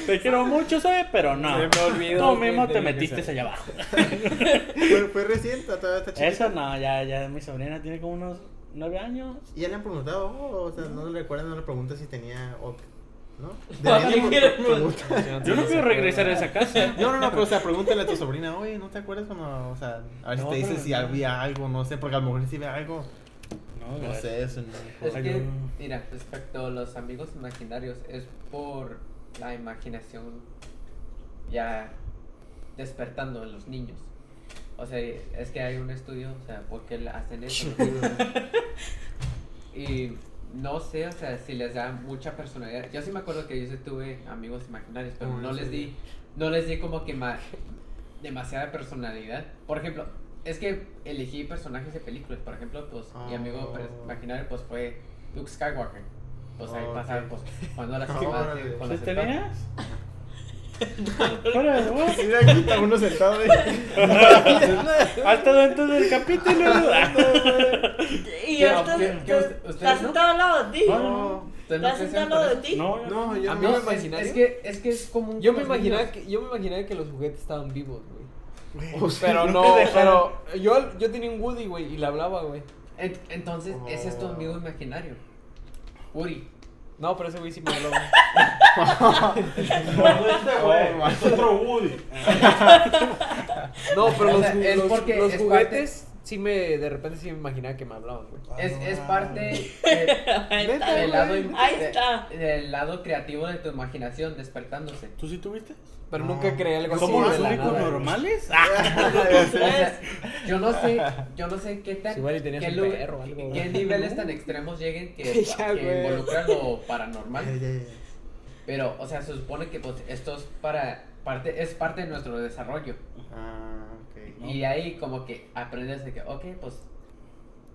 S2: te quiero mucho, ¿sabes? Pero no.
S1: Se me olvidó,
S2: Tú mismo
S1: gente,
S2: te
S1: lo que
S2: metiste
S1: sea.
S2: allá abajo.
S4: Fue, fue reciente, todavía está chiquita.
S2: Eso no, ya, ya mi sobrina tiene como unos nueve años.
S4: Y ya le han preguntado, oh, o sea, no le recuerdan, no le preguntan si tenía. O, *laughs* ¿No?
S3: Ah,
S4: Deberían
S3: le quieren
S4: preguntar.
S2: Yo no quiero regresar a esa casa.
S4: No, no, no, pero o sea, pregúntale a *laughs* tu sobrina, oye, ¿no te acuerdas cuando, o sea, a ver si
S2: No,
S4: te dice
S2: pero-
S4: si había algo, no sé, porque a lo mejor si ve algo,
S2: No,
S4: no sé, eso *laughs*
S6: Es
S2: Ay,
S6: que,
S2: no.
S6: mira, respecto a los amigos imaginarios, es por la imaginación ya despertando en los niños. O sea, es que hay un estudio, o sea, ¿por qué le hacen eso? y no sé, o sea, si les da mucha personalidad. Yo sí me acuerdo que yo sí tuve amigos imaginarios, pero
S4: Ah,
S6: no
S4: en
S6: les
S4: serio.
S6: di, no les di como que ma- demasiada personalidad. Por ejemplo, es que elegí personajes de películas, por ejemplo, pues mi amigo
S4: Oh.
S6: per- imaginario pues fue Luke Skywalker. Pues ahí
S4: Oh,
S6: pasaba,
S4: ok.
S6: pues, cuando las
S4: Órale.
S6: espadas, con
S2: ¿Sí
S6: las espadas.
S2: tenías? Fuera de vos.
S4: Mira, uno sentado
S2: Hasta dentro del capítulo. *laughs*
S3: Y
S6: ¿Qué-
S3: yo
S6: qué- qué usted-
S3: ¿Estás
S6: ustedes no?
S3: sentado al lado de ti?
S4: No,
S6: Ustedes no
S3: ¿Estás
S6: crecen
S3: sentado al lado
S6: con
S3: de
S6: eso.
S3: ti?
S2: No, no.
S4: no, yo
S1: Amigo
S4: no.
S6: No, es-
S1: imaginario.
S6: Es que, es que es como un-
S1: Yo
S6: como
S1: me
S6: los
S1: imaginaba que,
S6: niños.
S1: yo me imaginaba que los juguetes estaban vivos, güey.
S4: O sea,
S1: Pero no,
S2: te dejaron.
S1: pero yo, yo tenía un Woody, güey, y le hablaba, güey.
S6: En- Entonces, ese es tu amigo imaginario. Uri.
S1: No, pero ese güey sí me habló. güey.
S4: *laughs*
S2: Es otro Woody.
S1: No, pero
S6: O
S1: los,
S6: sea, es
S1: los-
S6: porque
S1: los
S6: es
S1: juguetes sí me, de repente sí me imaginaba que me hablaban, güey.
S6: Es, es parte de-
S3: Ahí está.
S6: del lado im-
S3: Ahí
S6: de-
S3: está.
S6: del lado creativo de tu imaginación despertándose.
S2: ¿Tú sí tuviste?
S1: Pero
S4: No.
S1: nunca creé algo así.
S2: ¿Como
S1: de
S2: los
S1: la
S2: únicos
S1: nada, güey.
S2: normales?
S3: Pues
S6: O sea, yo no sé, yo no sé qué tan-
S1: Si igual y tenías
S6: qué
S1: un
S6: lu-
S1: perro o algo,
S6: qué-
S1: güey.
S6: qué
S1: *laughs*
S6: niveles tan extremos lleguen
S3: *laughs*
S6: que,
S1: Que ya,
S6: que
S1: güey.
S6: involucran lo
S4: Ya,
S6: paranormal.
S4: ya, ya.
S6: Pero, o sea, se supone que pues, esto es para parte, es parte de nuestro desarrollo.
S4: Ah, ok.
S6: Y ahí como que aprendes de que, ok, pues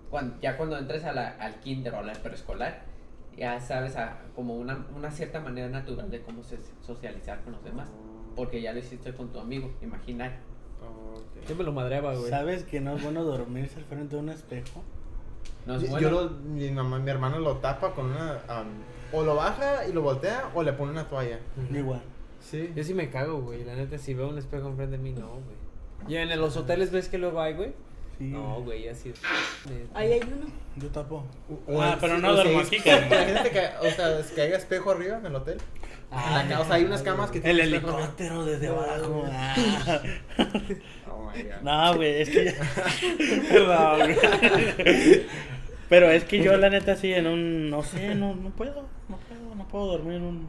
S6: cuan- ya cuando entres a la- al kinder o a la preescolar, ya sabes a- como una, una cierta manera natural de cómo se- socializar con los demás. Porque ya lo hiciste con tu amigo, imaginario.
S4: Ok.
S1: Yo me lo madreaba, güey.
S2: ¿Sabes que no es bueno dormirse al frente de un espejo?
S6: No es
S4: Yo-
S6: bueno.
S4: Yo lo, mi mamá, mi hermano lo tapa con una, am, o lo baja y lo voltea, o le pone una toalla.
S2: Igual.
S4: Sí.
S1: Yo sí me cago, güey. La neta, si veo un espejo enfrente de mí, no, güey. Y en los hoteles ves que luego hay, güey.
S2: Sí.
S1: No, güey, así. de-
S3: Ahí hay uno.
S2: Yo tapo.
S4: O-
S2: Ah,
S4: o-
S2: pero no
S4: o sea,
S2: duermo
S4: es-
S2: aquí, carnal.
S4: Imagínate que, o sea, es que haya espejo arriba en el hotel. En la ca- o sea, hay unas camas que
S2: El
S4: tienen espejo arriba.
S2: helicóptero desde
S4: No,
S2: abajo.
S4: güey.
S2: Ah.
S4: Oh my God.
S2: *laughs* No, güey, es que. *laughs* No, güey. Pero es que yo, la neta, sí, en un. No sé, no, no puedo. No puedo, no puedo dormir en un.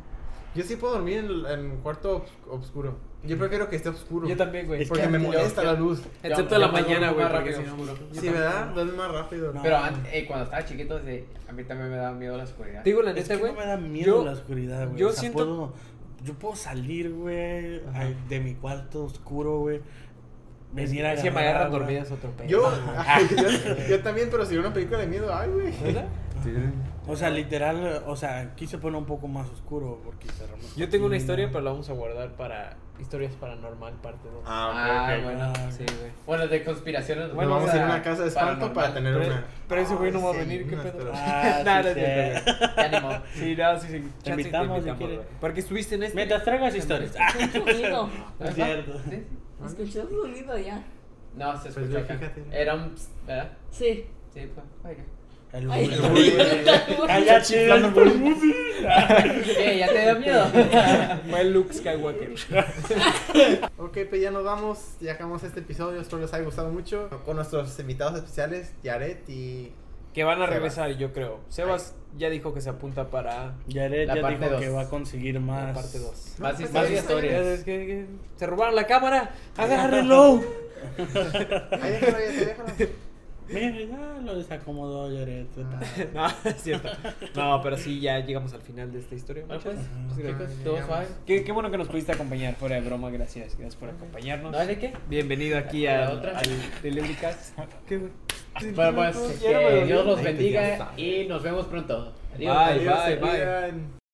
S4: Yo sí puedo dormir en en cuarto obs- oscuro. Yo prefiero que esté oscuro.
S1: Yo también, güey.
S2: Es
S4: Porque
S2: que
S4: me
S2: yo-
S4: molesta la luz.
S6: Yo-
S1: Excepto
S6: yo
S1: la
S6: me
S1: mañana,
S6: duermo
S1: güey,
S6: más
S1: porque
S6: rápido.
S1: si no, bro.
S4: Sí, ¿verdad? Duerme más rápido.
S2: No.
S6: Pero an- eh, cuando estaba chiquito, sí, a mí también me daba miedo la oscuridad.
S1: Te digo la
S2: Es
S1: neta,
S2: que
S1: güey.
S2: no me da miedo
S1: yo-
S2: la oscuridad, güey.
S1: yo
S2: O sea,
S1: siento-
S2: puedo- yo puedo salir, güey, ay, de mi cuarto oscuro, güey. Venir a
S1: Es que me
S2: agarrar
S1: agarran
S2: agua.
S1: dormidas otro pedo.
S4: Yo, *laughs* ay, yo, yo también, pero si veo una película de miedo, ay, güey.
S1: ¿Verdad?
S2: O sea, literal, o sea, aquí se pone un poco más oscuro porque cerramos.
S1: Yo tengo una
S2: cortina.
S1: historia, pero la vamos a guardar para historias paranormal parte 2.
S6: Ah, bueno.
S2: Ah,
S1: Sí, güey.
S6: Bueno, de conspiraciones.
S4: Bueno, vamos a ir a una casa de espanto para
S6: paranormal.
S4: tener
S1: Pero-
S4: una.
S1: pero ese güey no va a
S4: Ay,
S1: venir,
S4: sí,
S1: ¿qué
S4: una
S1: pedo?
S4: pero-
S1: *laughs*
S2: Ah,
S1: Nah,
S2: sí,
S1: no es cierto,
S2: sí.
S6: Ya
S4: *laughs*
S6: ni modo.
S1: Sí, no, sí, sí. chance te
S2: invitamos, si quieres.
S1: güey. Porque estuviste en este.
S2: *laughs* Mientras traigas historias.
S3: Escuché
S6: *laughs*
S3: sonido.
S2: Es cierto.
S6: Sí, sí.
S3: Escuché el sonido ya.
S6: No, se
S4: Pues,
S6: escuchó
S4: güey,
S6: acá.
S4: fíjate.
S6: Era un... pss, ¿Verdad?
S3: Sí.
S6: Sí, pues, oiga.
S2: Ah, El Ah,
S3: Ahí
S2: Woody.
S3: está.
S2: *laughs* Cállate, esto es Woody.
S6: ¿Qué? ¿Ya te dio
S4: *laughs*
S6: miedo?
S1: *laughs*
S4: Pues
S1: Fue Luke Skywalker.
S4: Ok, pues ya nos vamos, ya acabamos este episodio, espero les haya gustado mucho. Con nuestros invitados especiales, Yaret y...
S1: Que van a
S4: Sebas.
S1: regresar, yo creo. Sebas ya dijo que se apunta para
S2: Yaret
S6: La
S2: ya
S6: parte
S2: dijo
S6: dos.
S2: que va a conseguir más.
S1: la parte 2.
S6: Más
S4: pues,
S6: historias.
S4: ahí está,
S6: Historias.
S1: Es que, que- se robaron la cámara.
S2: *laughs*
S1: Agárrenlo.
S4: Ahí déjalo, ahí déjalo.
S2: Mira, ya lo desacomodó Yaret.
S1: No, *laughs* es cierto. No, pero sí, ya llegamos al final de esta historia.
S6: Bueno,
S1: muchachos.
S6: pues,
S1: Pues,
S4: ya,
S1: gracias.
S4: ya
S6: todo
S4: llegamos.
S6: suave.
S1: Qué, qué bueno que nos pudiste acompañar, fuera de broma, gracias, gracias por acompañarnos.
S6: ¿No hay de qué?
S1: Bienvenido aquí
S6: La
S1: a
S6: otra.
S1: al Delibricast. *laughs* Qué güey.
S6: Bueno, pues,
S1: Ya no me
S6: que
S1: dolió.
S6: Dios los
S4: Ahí te
S6: bendiga
S4: llamas.
S6: y nos vemos pronto.
S1: Bye,
S4: Adiós,
S1: bye,
S4: se
S1: bye.
S4: cuidan.